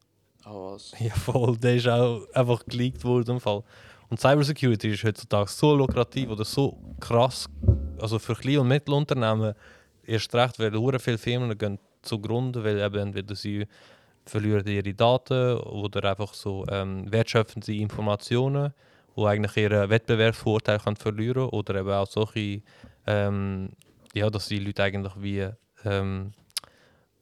[SPEAKER 7] Oh, was?
[SPEAKER 2] Ja, voll. Der ist auch einfach geleakt worden im Fall. Und Cybersecurity ist heutzutage so lukrativ oder so krass. Also für Klein- und Mittelunternehmen erst recht, weil hure viele Firmen gehen zugrunde, weil eben entweder sie verlieren ihre Daten oder einfach so ähm, wertschöpfende Informationen, wo eigentlich ihren Wettbewerbsvorteil können verlieren oder eben auch solche, ähm, ja, dass die Leute eigentlich wie ähm,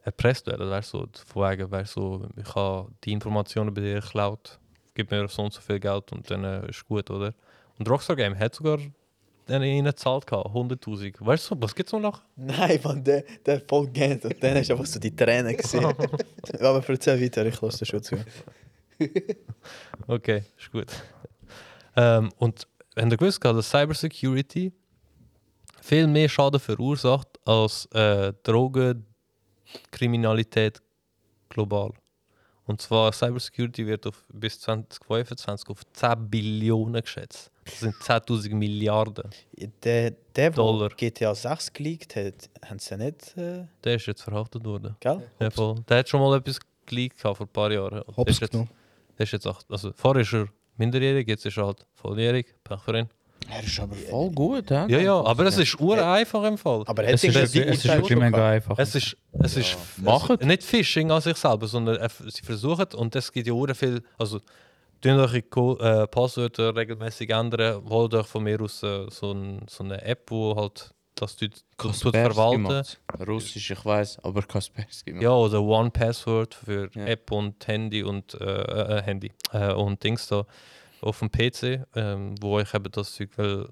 [SPEAKER 2] erpresst werden. Weißt du, von wegen, weißt du, ich habe die Informationen bei dir geklaut, gib mir so und so viel Geld und dann äh, ist gut, oder? Und Rockstar Game hat sogar dann ihnen gezahlt, gehabt, 100.000. Weißt du, was gibt's noch? Lachen?
[SPEAKER 1] Nein, man, der, der voll gähnt und dann hast du einfach so die Tränen gesehen. Aber erzähl weiter, ich lasse dir schon zu.
[SPEAKER 2] Okay, ist gut. Ähm, und wenn du gewusst gehabt, dass Cybersecurity viel mehr Schaden verursacht als äh, Drogenkriminalität global. Und zwar Cybersecurity wird auf bis 2025 auf 10 Billionen geschätzt. Das sind 10.000 Milliarden.
[SPEAKER 1] Der, der, der
[SPEAKER 2] Dollar.
[SPEAKER 1] GTA 6 geleakt hat, haben sie ja nicht, äh,
[SPEAKER 2] Der ist jetzt verhaftet worden.
[SPEAKER 1] gell?
[SPEAKER 2] Ja, voll. Der hat schon mal etwas geleakt gehabt vor ein paar Jahren. Und Der
[SPEAKER 4] Hops
[SPEAKER 2] ist jetzt,
[SPEAKER 4] genommen.
[SPEAKER 2] der ist jetzt acht, also vorher ist er minderjährig, jetzt ist er halt volljährig. Pech für ihn.
[SPEAKER 7] Er ist aber voll gut, hä?
[SPEAKER 2] Ja, ja, aber es ist ureinfach im Fall.
[SPEAKER 1] Aber
[SPEAKER 5] Es
[SPEAKER 1] hätte
[SPEAKER 5] ist,
[SPEAKER 1] ich
[SPEAKER 5] wirklich- es ist wirklich mega einfach.
[SPEAKER 2] es ist, es ist
[SPEAKER 7] Machet.
[SPEAKER 2] es, nicht Phishing an sich selber, sondern eff- sie versuchen und es gibt ja auch viel, also tun euch Co- äh, Passwörter regelmäßig ändern, holt euch von mir aus äh, so, ein, so eine App, wo halt das tut, tut tut verwalten.
[SPEAKER 7] macht's. Russisch, ich weiß, aber Kaspersky. macht's.
[SPEAKER 2] Ja, oder One Password für App und Handy und äh, äh, Handy äh, und Dings da auf dem PC, ähm, wo ich eben das Zeug will.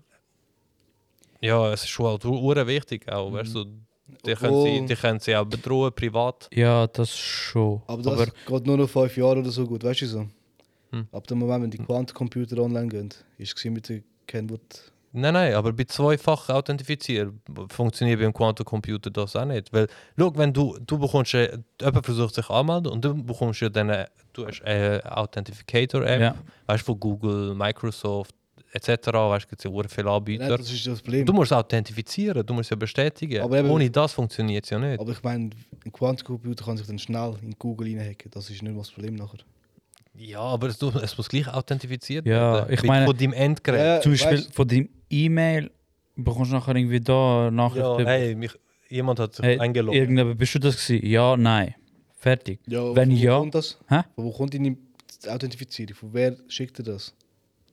[SPEAKER 2] Ja, es ist schon halt u- ure wichtig auch, weißt du. Die können, sie,
[SPEAKER 4] Obwohl-
[SPEAKER 2] die können sie auch bedrohen, privat.
[SPEAKER 5] Ja, das schon.
[SPEAKER 4] Aber
[SPEAKER 5] Aber, Hm.
[SPEAKER 4] das geht nur noch fünf Jahre oder so gut, weißt du so? Ab dem Moment, wenn die Quantencomputer online gehen, ist es mit der Kenwood.
[SPEAKER 2] Nein, nein, aber bei zweifach authentifizieren funktioniert beim Quantencomputer das auch nicht. Weil, schau, wenn du, du bekommst, äh, jemand versucht sich anmelden und du bekommst ja dann, äh, du hast eine Authentificator-App,
[SPEAKER 5] Ja.
[SPEAKER 2] weißt du, von Google, Microsoft, etc., weißt du, gibt es ja hure viele
[SPEAKER 4] Nein,
[SPEAKER 2] Anbieter.
[SPEAKER 4] das ist das Problem.
[SPEAKER 2] Du musst authentifizieren, du musst ja bestätigen.
[SPEAKER 4] Aber eben-
[SPEAKER 2] Ohne das funktioniert es ja nicht.
[SPEAKER 4] Aber ich meine, ein Quantencomputer kann sich dann schnell in Google reinhacken. Das ist nicht mal das Problem nachher.
[SPEAKER 2] Ja, aber es, es muss gleich authentifiziert
[SPEAKER 5] Ja,
[SPEAKER 2] werden.
[SPEAKER 5] ich
[SPEAKER 2] Mit-
[SPEAKER 5] meine-
[SPEAKER 2] Von deinem Endgerät.
[SPEAKER 5] zum Beispiel von deinem E-Mail bekommst du nachher irgendwie da
[SPEAKER 2] Ja,
[SPEAKER 5] Nachrichten.
[SPEAKER 2] hey, mich, jemand hat sich
[SPEAKER 5] Hey,
[SPEAKER 2] eingeloggt.
[SPEAKER 5] irgendjemand, bist du das gewesen? Ja, nein. Fertig.
[SPEAKER 4] ja,
[SPEAKER 5] Wenn
[SPEAKER 4] von wo
[SPEAKER 5] ja,
[SPEAKER 4] Kommt das?
[SPEAKER 5] Hä?
[SPEAKER 4] Von Wo kommt deine die Authentifizierung, von wer schickt dir das?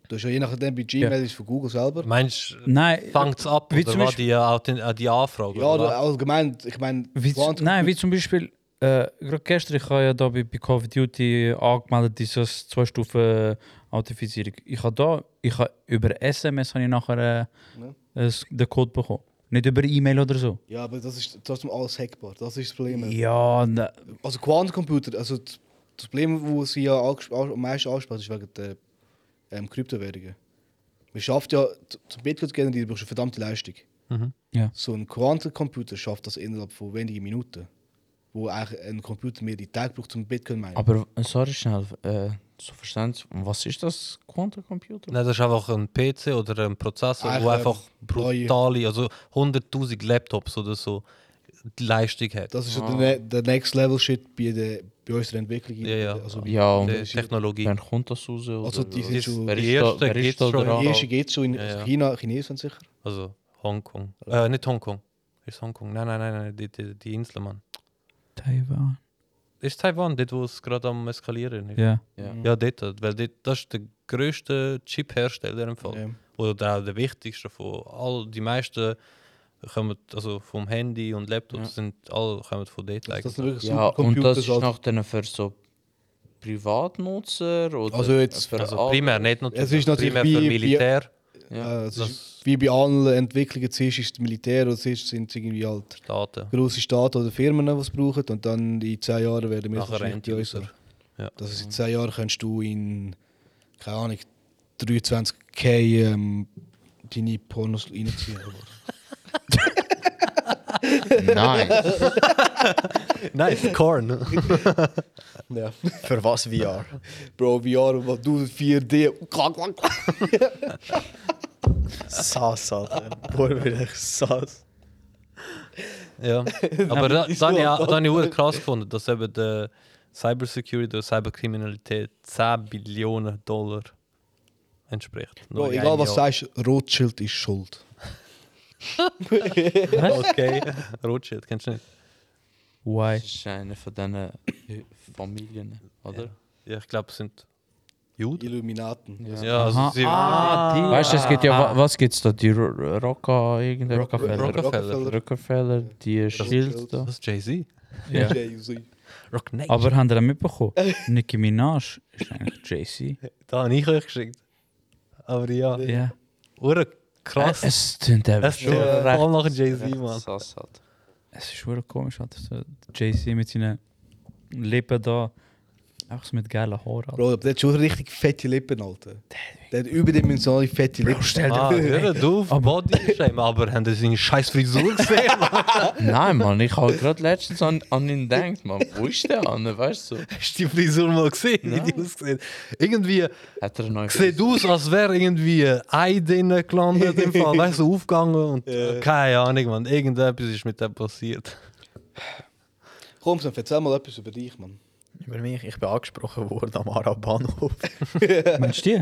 [SPEAKER 4] Du hast ja je nachdem bei Gmail ist es von Google selber.
[SPEAKER 2] Meinst du,
[SPEAKER 5] Nein, äh,
[SPEAKER 2] fängt es ab
[SPEAKER 5] Wie
[SPEAKER 2] oder
[SPEAKER 5] zum
[SPEAKER 2] was, die, Authent- äh, die Anfrage?
[SPEAKER 4] Ja,
[SPEAKER 2] oder
[SPEAKER 4] oder
[SPEAKER 2] was?
[SPEAKER 4] allgemein, ich meine,
[SPEAKER 5] Wie, zu-
[SPEAKER 4] Quantum-
[SPEAKER 5] nein, wie zum Beispiel, äh, gerade gestern, ich habe ja da bei, bei Call of Duty angemeldet, dieses zwei Stufen äh, Authentifizierung. Ich habe da, ich habe über SMS habe ich nachher äh, es- den Code bekommen. Nicht über E-Mail oder so.
[SPEAKER 4] Ja, aber das ist trotzdem alles hackbar. Das ist das Problem.
[SPEAKER 5] Ja, ne- na,
[SPEAKER 4] Also Quantencomputer, also d- das Problem, wo sie ja anges- an- am meisten anspricht, ist wegen der ähm, Kryptowährungen. Man schafft ja, t- zum Bitcoin zu generieren, brauchst du eine verdammte Leistung.
[SPEAKER 6] Mhm.
[SPEAKER 5] Ja.
[SPEAKER 4] So ein Quantencomputer schafft das innerhalb von wenigen Minuten. Wo eigentlich ein Computer mehrere Tage braucht, um Bitcoin zu meinen.
[SPEAKER 6] Aber äh, sorry schnell, äh, so verständlich, was ist das Quantencomputer?
[SPEAKER 2] Nein, das ist einfach ein PC oder ein Prozessor,
[SPEAKER 4] Eigentlich
[SPEAKER 2] wo einfach
[SPEAKER 4] ein
[SPEAKER 2] brutale, also 100.000 Laptops oder so, die Leistung hat.
[SPEAKER 4] das ist ja der, ne- der Next Level Shit bei, der, bei unserer Entwicklung.
[SPEAKER 2] Ja, ja.
[SPEAKER 4] Also, bei-
[SPEAKER 6] Ja, und
[SPEAKER 2] Die Technologie.
[SPEAKER 6] wann kommt das raus? Oder
[SPEAKER 4] also die sind
[SPEAKER 2] Das-
[SPEAKER 4] schon.
[SPEAKER 6] wer
[SPEAKER 2] Die
[SPEAKER 6] ist da-
[SPEAKER 2] erste
[SPEAKER 6] wer ist
[SPEAKER 2] gibt's
[SPEAKER 6] da
[SPEAKER 2] schon
[SPEAKER 6] dran?
[SPEAKER 4] Die
[SPEAKER 2] in-
[SPEAKER 4] erste geht so in
[SPEAKER 2] Ja, ja.
[SPEAKER 4] China, Chinesen sicher.
[SPEAKER 2] Also Hongkong. Äh, nicht Hongkong. Ist Hongkong. Nein, nein, nein, nein, die, die, die Insel, Mann.
[SPEAKER 5] Taiwan.
[SPEAKER 2] Ist Taiwan, dort, wo es gerade am Eskalieren ist? Ja, eh,
[SPEAKER 5] Ja.
[SPEAKER 2] dort. Weil dort, das ist der grösste Chip-Hersteller im Fall.
[SPEAKER 4] Ja.
[SPEAKER 2] Oder auch der wichtigste von all die meisten kommen also vom Handy und Laptop
[SPEAKER 6] Ja.
[SPEAKER 2] sind alle kommen von dort
[SPEAKER 4] Das
[SPEAKER 2] eigentlich.
[SPEAKER 4] sind wirklich
[SPEAKER 6] Ja, und das ist
[SPEAKER 4] Supercomputer,
[SPEAKER 6] nach denen für so Privatnutzer oder
[SPEAKER 4] Also jetzt-
[SPEAKER 6] für
[SPEAKER 2] Also
[SPEAKER 6] alle?
[SPEAKER 2] primär nicht
[SPEAKER 4] Es
[SPEAKER 2] natürlich,
[SPEAKER 4] ist natürlich
[SPEAKER 2] primär
[SPEAKER 4] wie-
[SPEAKER 2] für
[SPEAKER 4] wie-
[SPEAKER 2] Militär.
[SPEAKER 4] Äh, es
[SPEAKER 2] Das-
[SPEAKER 4] ist, wie bei allen Entwicklungen, zuerst ist das Militär und zuerst sind es irgendwie halt
[SPEAKER 2] Daten.
[SPEAKER 4] grosse Staaten oder Firmen, die es brauchen. Und dann in zehn Jahren werden wir es
[SPEAKER 2] Nachher
[SPEAKER 4] wahrscheinlich bei uns
[SPEAKER 2] Enduser.
[SPEAKER 4] haben.
[SPEAKER 2] Ja.
[SPEAKER 4] Das ist in zehn Jahren kannst du in, keine Ahnung, 23k ähm, deine Pornos reinziehen.
[SPEAKER 6] Nein.
[SPEAKER 2] Nice, Korn.
[SPEAKER 4] ja.
[SPEAKER 1] Für was VR?
[SPEAKER 4] Bro, VR, was du 4D. klack, klack, klack.
[SPEAKER 1] Sass, Alter. Boah, bin ich sass.
[SPEAKER 2] Ja, aber da, da, habe ich, auch- da habe ich auch krass gefunden, dass eben der Cybersecurity oder Cyberkriminalität 10 Billionen Dollar entspricht. Nur
[SPEAKER 4] Bro,
[SPEAKER 2] in
[SPEAKER 4] egal
[SPEAKER 2] einem
[SPEAKER 4] was du
[SPEAKER 2] Jahr.
[SPEAKER 4] sagst, Rothschild ist schuld.
[SPEAKER 2] Okay, Rothschild, kennst du nicht?
[SPEAKER 5] Why?
[SPEAKER 6] Das ist eine von diesen Familien, oder?
[SPEAKER 2] Ja, ich glaube, es sind Juden.
[SPEAKER 4] Illuminaten.
[SPEAKER 2] Ja, also
[SPEAKER 5] Aha.
[SPEAKER 2] sie
[SPEAKER 5] Ah, die.
[SPEAKER 6] Weißt du, es gibt ja, wa- was gibt's da? Die Ro- Rocca, irgendein
[SPEAKER 5] Rockefeller.
[SPEAKER 2] Rockefeller.
[SPEAKER 6] Rockefeller, die Schild da.
[SPEAKER 2] Das ist Jay-Z.
[SPEAKER 5] Ja.
[SPEAKER 4] Jay-Z.
[SPEAKER 2] Rock Nation.
[SPEAKER 5] Aber haben ihr mitbekommen? Nicki Minaj ist eigentlich JC.
[SPEAKER 2] Da habe ich euch geschickt. Aber ja,
[SPEAKER 5] Ja.
[SPEAKER 2] ur krass.
[SPEAKER 6] Äh, Es tönt eben
[SPEAKER 2] Es
[SPEAKER 6] schon
[SPEAKER 2] stimmt voll
[SPEAKER 6] recht.
[SPEAKER 2] nach Jay-Z, Mann.
[SPEAKER 6] sass halt.
[SPEAKER 5] Es ist wirklich komisch, Alter. So, JC mit seinen Lippen da. Einfach so mit geilen Haaren. Alter.
[SPEAKER 4] Bro, der hat schon richtig fette Lippen, Alter. Der hat überdimensionale fette Lippen.
[SPEAKER 5] stell
[SPEAKER 2] Ah, hör auf, Body-Shame, aber haben sie seine scheiß Frisur gesehen?
[SPEAKER 6] Nein, Mann, ich habe gerade letztens an, an ihn gedacht, Mann. Wo ist der an? Weißt du?
[SPEAKER 2] Hast du die Frisur mal gesehen, wie die aussieht? Irgendwie
[SPEAKER 6] Hat er neu
[SPEAKER 2] sieht aus, als wäre irgendwie ein Ei drinnen gelandet im Fall. Weißt du, aufgegangen und keine Ahnung, man. Irgendetwas ist mit dem passiert.
[SPEAKER 4] Komm, Sam, erzähl mal etwas über dich, Mann.
[SPEAKER 1] Über mich, ich bin angesprochen worden am Arabahnhof.
[SPEAKER 5] Meinst du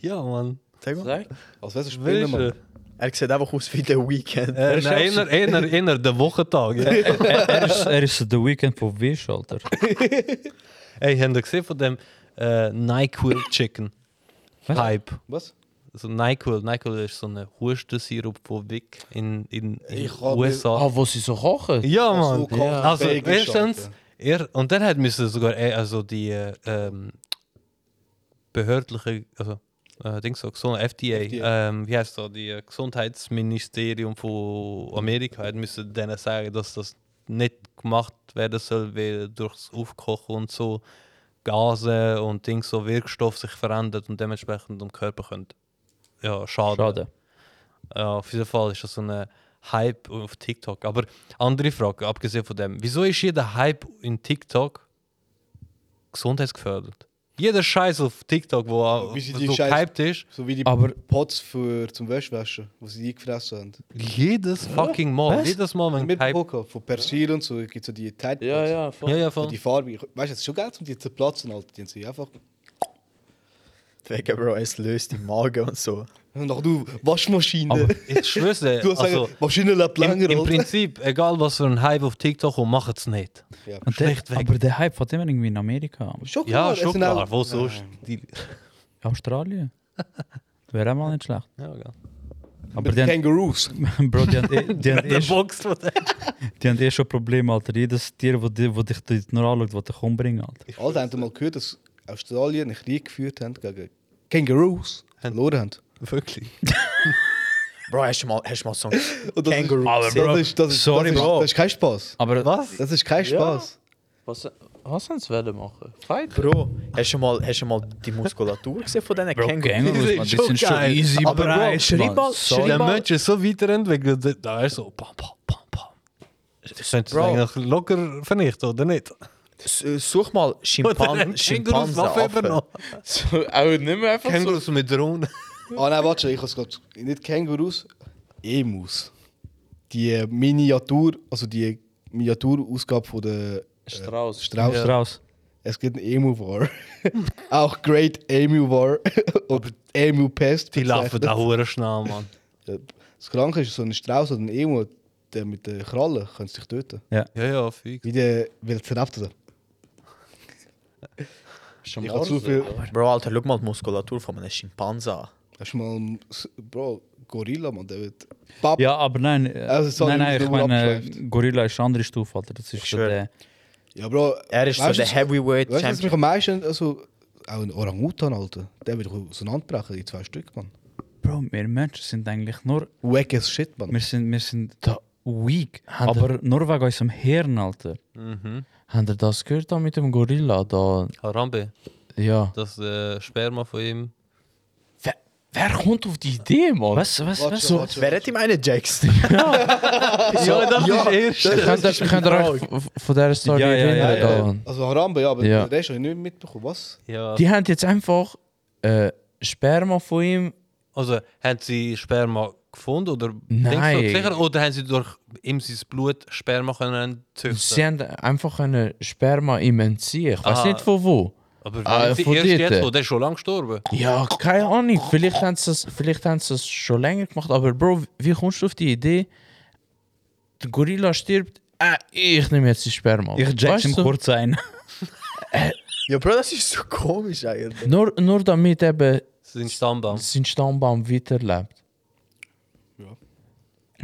[SPEAKER 5] die?
[SPEAKER 2] Ja, Mann.
[SPEAKER 1] Sag mal.
[SPEAKER 6] Sag,
[SPEAKER 4] Als wärst Also, du Spinner,
[SPEAKER 2] Willst
[SPEAKER 4] Mann.
[SPEAKER 2] du?
[SPEAKER 1] Er sieht einfach aus wie der Weekend.
[SPEAKER 2] Äh, nein, eher, eher, eher der Wochentag. Ja.
[SPEAKER 5] er, er ist, er ist so The Weekend von Wish, Alter.
[SPEAKER 2] Ey, habt ihr gesehen von dem äh, Nyquil Chicken
[SPEAKER 5] Was?
[SPEAKER 2] Hype?
[SPEAKER 4] Was?
[SPEAKER 2] Also Nyquil, Nyquil ist so ein Hustensirup von Vic in in, in
[SPEAKER 4] Ich hab
[SPEAKER 2] USA.
[SPEAKER 6] ah, wo sie so kochen?
[SPEAKER 2] Ja,
[SPEAKER 4] so
[SPEAKER 2] Mann.
[SPEAKER 4] kochen,
[SPEAKER 2] ja. Also
[SPEAKER 4] Bagels
[SPEAKER 2] erstens,
[SPEAKER 4] schaffen.
[SPEAKER 2] er, und dann hat müssen sogar äh, also die äh, ähm, behördliche, also äh, Dings so, so FDA,
[SPEAKER 4] FDA.
[SPEAKER 2] Ähm, wie heißt das, die äh, Gesundheitsministerium von Amerika hat müssen denen sagen, dass das nicht gemacht werden soll, weil durchs Aufkochen und so Gase und Dings so Wirkstoff sich verändert und dementsprechend dem Körper könnte ja, schaden.
[SPEAKER 5] Schade.
[SPEAKER 2] Ja, auf jeden Fall ist das so ein Hype auf TikTok. Aber andere Frage, abgesehen von dem. Wieso ist jeder Hype in TikTok gesundheitsgefördert? Jeder Scheiß auf TikTok, wo
[SPEAKER 4] Wie sie
[SPEAKER 2] so
[SPEAKER 4] die Scheiß-
[SPEAKER 2] gehypt ist,
[SPEAKER 4] So wie die
[SPEAKER 5] Aber-
[SPEAKER 4] Pots für, zum Wäschwaschen, die sie eingefressen haben.
[SPEAKER 2] jedes fucking Mal, jedes Mal, wenn
[SPEAKER 4] Mit
[SPEAKER 2] Hype...
[SPEAKER 4] Poco, von Persil und so, gibt es so die Tide
[SPEAKER 6] Ja, ja,
[SPEAKER 2] Ja,
[SPEAKER 6] voll.
[SPEAKER 2] ja,
[SPEAKER 4] Pods.
[SPEAKER 2] voll.
[SPEAKER 4] Die Farbe. Weißt du, es ist schon geil, um die zu platzen, Alter. Die haben sie einfach.
[SPEAKER 1] Wegen, Bro, es löst im Magen und so.
[SPEAKER 4] Und auch du, Waschmaschine.
[SPEAKER 2] Aber ich schwör's dir,
[SPEAKER 4] du hast
[SPEAKER 2] also,
[SPEAKER 4] gesagt, Maschine lebt
[SPEAKER 2] im,
[SPEAKER 4] länger.
[SPEAKER 2] im
[SPEAKER 4] oder?
[SPEAKER 2] Prinzip, egal was für ein Hype auf TikTok kommt, macht es nicht.
[SPEAKER 5] Und der,
[SPEAKER 2] Schlecht weg.
[SPEAKER 5] Aber der Hype fährt immer irgendwie in Amerika an.
[SPEAKER 4] Schon
[SPEAKER 2] Ja,
[SPEAKER 4] es
[SPEAKER 2] schon
[SPEAKER 4] sind auch-
[SPEAKER 2] klar, wo sonst? Die-
[SPEAKER 5] Australien. Wäre auch mal nicht schlecht.
[SPEAKER 2] Ja, egal.
[SPEAKER 5] Aber
[SPEAKER 4] Mit
[SPEAKER 5] die haben,
[SPEAKER 4] Kangaroos.
[SPEAKER 5] Bro, die haben, eh- die haben, eh,
[SPEAKER 2] Der
[SPEAKER 5] schon-
[SPEAKER 2] Box von der.
[SPEAKER 5] die haben eh schon Probleme, Alter. Jedes Tier, das dich dort nur anschaut, will dich umbringen, Alter.
[SPEAKER 4] Alter, habt ihr mal gehört, dass Australien einen Krieg geführt haben gegen Kangaroos? Verloren haben.
[SPEAKER 2] Wirklich.
[SPEAKER 1] Bro, hast du mal, hast du mal so ein
[SPEAKER 4] Und das ist-
[SPEAKER 1] Kangaroo
[SPEAKER 4] Das
[SPEAKER 1] gesehen?
[SPEAKER 4] ist, das ist,
[SPEAKER 5] Sorry,
[SPEAKER 4] das ist,
[SPEAKER 5] Bro.
[SPEAKER 4] Das ist kein Spaß.
[SPEAKER 5] Aber
[SPEAKER 2] Was?
[SPEAKER 4] Das ist kein Spaß.
[SPEAKER 6] Was, was haben sie wollen machen? Fight?
[SPEAKER 1] Bro, hast du mal, hast du mal die Muskulatur gesehen von diesen
[SPEAKER 5] Bro,
[SPEAKER 1] Kängurus?
[SPEAKER 5] Kängurus, man, die sind schon easy
[SPEAKER 1] Aber Bro,
[SPEAKER 5] breit,
[SPEAKER 1] schreib
[SPEAKER 5] man.
[SPEAKER 1] mal-
[SPEAKER 5] Sorry.
[SPEAKER 2] Der Mensch ist so weiterentwickelt, da- da ist so pam, pam, pam, pam. Das könnte
[SPEAKER 1] Bro.
[SPEAKER 2] eigentlich locker vernichten, oder nicht?
[SPEAKER 1] S- äh, Such mal Schimpan Schimpansen.
[SPEAKER 2] Kängurus
[SPEAKER 6] So, Also, auch nicht mehr einfach so.
[SPEAKER 2] Kängurus mit Drohnen.
[SPEAKER 4] Ah nein, warte, ich hab's grad. Nicht Kängurus, Emus. Die Miniatur, also die Miniaturausgabe von der
[SPEAKER 6] Strauß.
[SPEAKER 4] Strauß.
[SPEAKER 5] Strauß.
[SPEAKER 4] Es gibt einen Emu War. Auch Great Emu War. Und Emu Pest.
[SPEAKER 2] Die laufen
[SPEAKER 4] bezeichnet.
[SPEAKER 2] da hure schnell, Mann.
[SPEAKER 4] Das Kranke ist, so ein Strauß oder ein Emu, der mit den Krallen können sich töten.
[SPEAKER 2] Ja, ja, fix.
[SPEAKER 4] Wie der Velociraptor.
[SPEAKER 6] Schon
[SPEAKER 4] Ich
[SPEAKER 6] mal
[SPEAKER 4] hab zu
[SPEAKER 6] so
[SPEAKER 4] viel.
[SPEAKER 1] Bro, Alter, schau mal die Muskulatur von einem Schimpansen an.
[SPEAKER 4] Hast du mal. Bro, Gorilla, man, der wird. Bab.
[SPEAKER 5] Ja, aber nein, äh,
[SPEAKER 4] Also, sorry,
[SPEAKER 5] nein, nein,
[SPEAKER 4] dass
[SPEAKER 5] ich
[SPEAKER 4] du nur
[SPEAKER 5] meine,
[SPEAKER 4] abschweifst.
[SPEAKER 5] eh, Gorilla ist eine andere Stufe, Alter. Das ist so
[SPEAKER 1] schwör.
[SPEAKER 5] der.
[SPEAKER 4] Ja, Bro.
[SPEAKER 1] Er ist
[SPEAKER 4] weißt
[SPEAKER 1] so
[SPEAKER 4] du,
[SPEAKER 1] der Heavyweight
[SPEAKER 4] Weißt du, was
[SPEAKER 1] Champion.
[SPEAKER 4] mich am meisten. Also, auch ein Orang-Utan, Alter. Der wird doch auseinanderbrechen in zwei Stück, man.
[SPEAKER 5] Bro, wir Menschen sind eigentlich nur.
[SPEAKER 4] Wack as shit, man.
[SPEAKER 5] Wir sind, wir sind da weak. aber nur wegen unserem Hirn, Alter.
[SPEAKER 6] Habt ihr das gehört da mit dem Gorilla da?
[SPEAKER 2] Harambe,
[SPEAKER 6] Ja.
[SPEAKER 2] das äh, Sperma von ihm.
[SPEAKER 6] Wer, wer kommt auf die Idee, Mann?
[SPEAKER 5] Was, was,
[SPEAKER 4] Warte,
[SPEAKER 5] was?
[SPEAKER 4] warte.
[SPEAKER 1] Wer hat ihm einen Jacks?
[SPEAKER 2] Ja, das
[SPEAKER 4] ja,
[SPEAKER 2] ist erst.
[SPEAKER 6] Könnt ihr, könnt ihr euch v- von dieser Story
[SPEAKER 5] Ja, ja, ja,
[SPEAKER 6] erinnern?
[SPEAKER 5] ja.
[SPEAKER 6] da?
[SPEAKER 4] Also, Harambe, ja, aber
[SPEAKER 6] Ja.
[SPEAKER 4] der ist schon nicht mitbekommen. Was?
[SPEAKER 2] Ja,
[SPEAKER 6] Die haben jetzt einfach äh, Sperma von ihm.
[SPEAKER 2] also haben sie Sperma gefunden oder
[SPEAKER 6] Nein.
[SPEAKER 2] denkst du sicher? Oder haben sie durch ihm sein Blut Sperma können züchten?
[SPEAKER 6] Sie haben einfach eine Sperma ihm entziehen. Ich weiß
[SPEAKER 2] Ah.
[SPEAKER 6] nicht von wo.
[SPEAKER 2] Aber
[SPEAKER 6] Ah,
[SPEAKER 2] wenn sie
[SPEAKER 6] von
[SPEAKER 2] erst
[SPEAKER 6] dort.
[SPEAKER 2] jetzt, wo der ist schon lange gestorben.
[SPEAKER 6] Ja, keine Ahnung. Vielleicht haben sie es, vielleicht haben sie es schon länger gemacht. Aber Bro, wie kommst du auf die Idee, der Gorilla stirbt, äh, ich nehme jetzt die Sperma.
[SPEAKER 5] Ich jack's
[SPEAKER 6] Weißt
[SPEAKER 5] ihm
[SPEAKER 6] du?
[SPEAKER 5] kurz ein.
[SPEAKER 1] Ja, Bro, das ist so komisch eigentlich.
[SPEAKER 6] Nur, nur damit eben
[SPEAKER 2] Sie sind Stammbaum.
[SPEAKER 6] sein Stammbaum weiterlebt.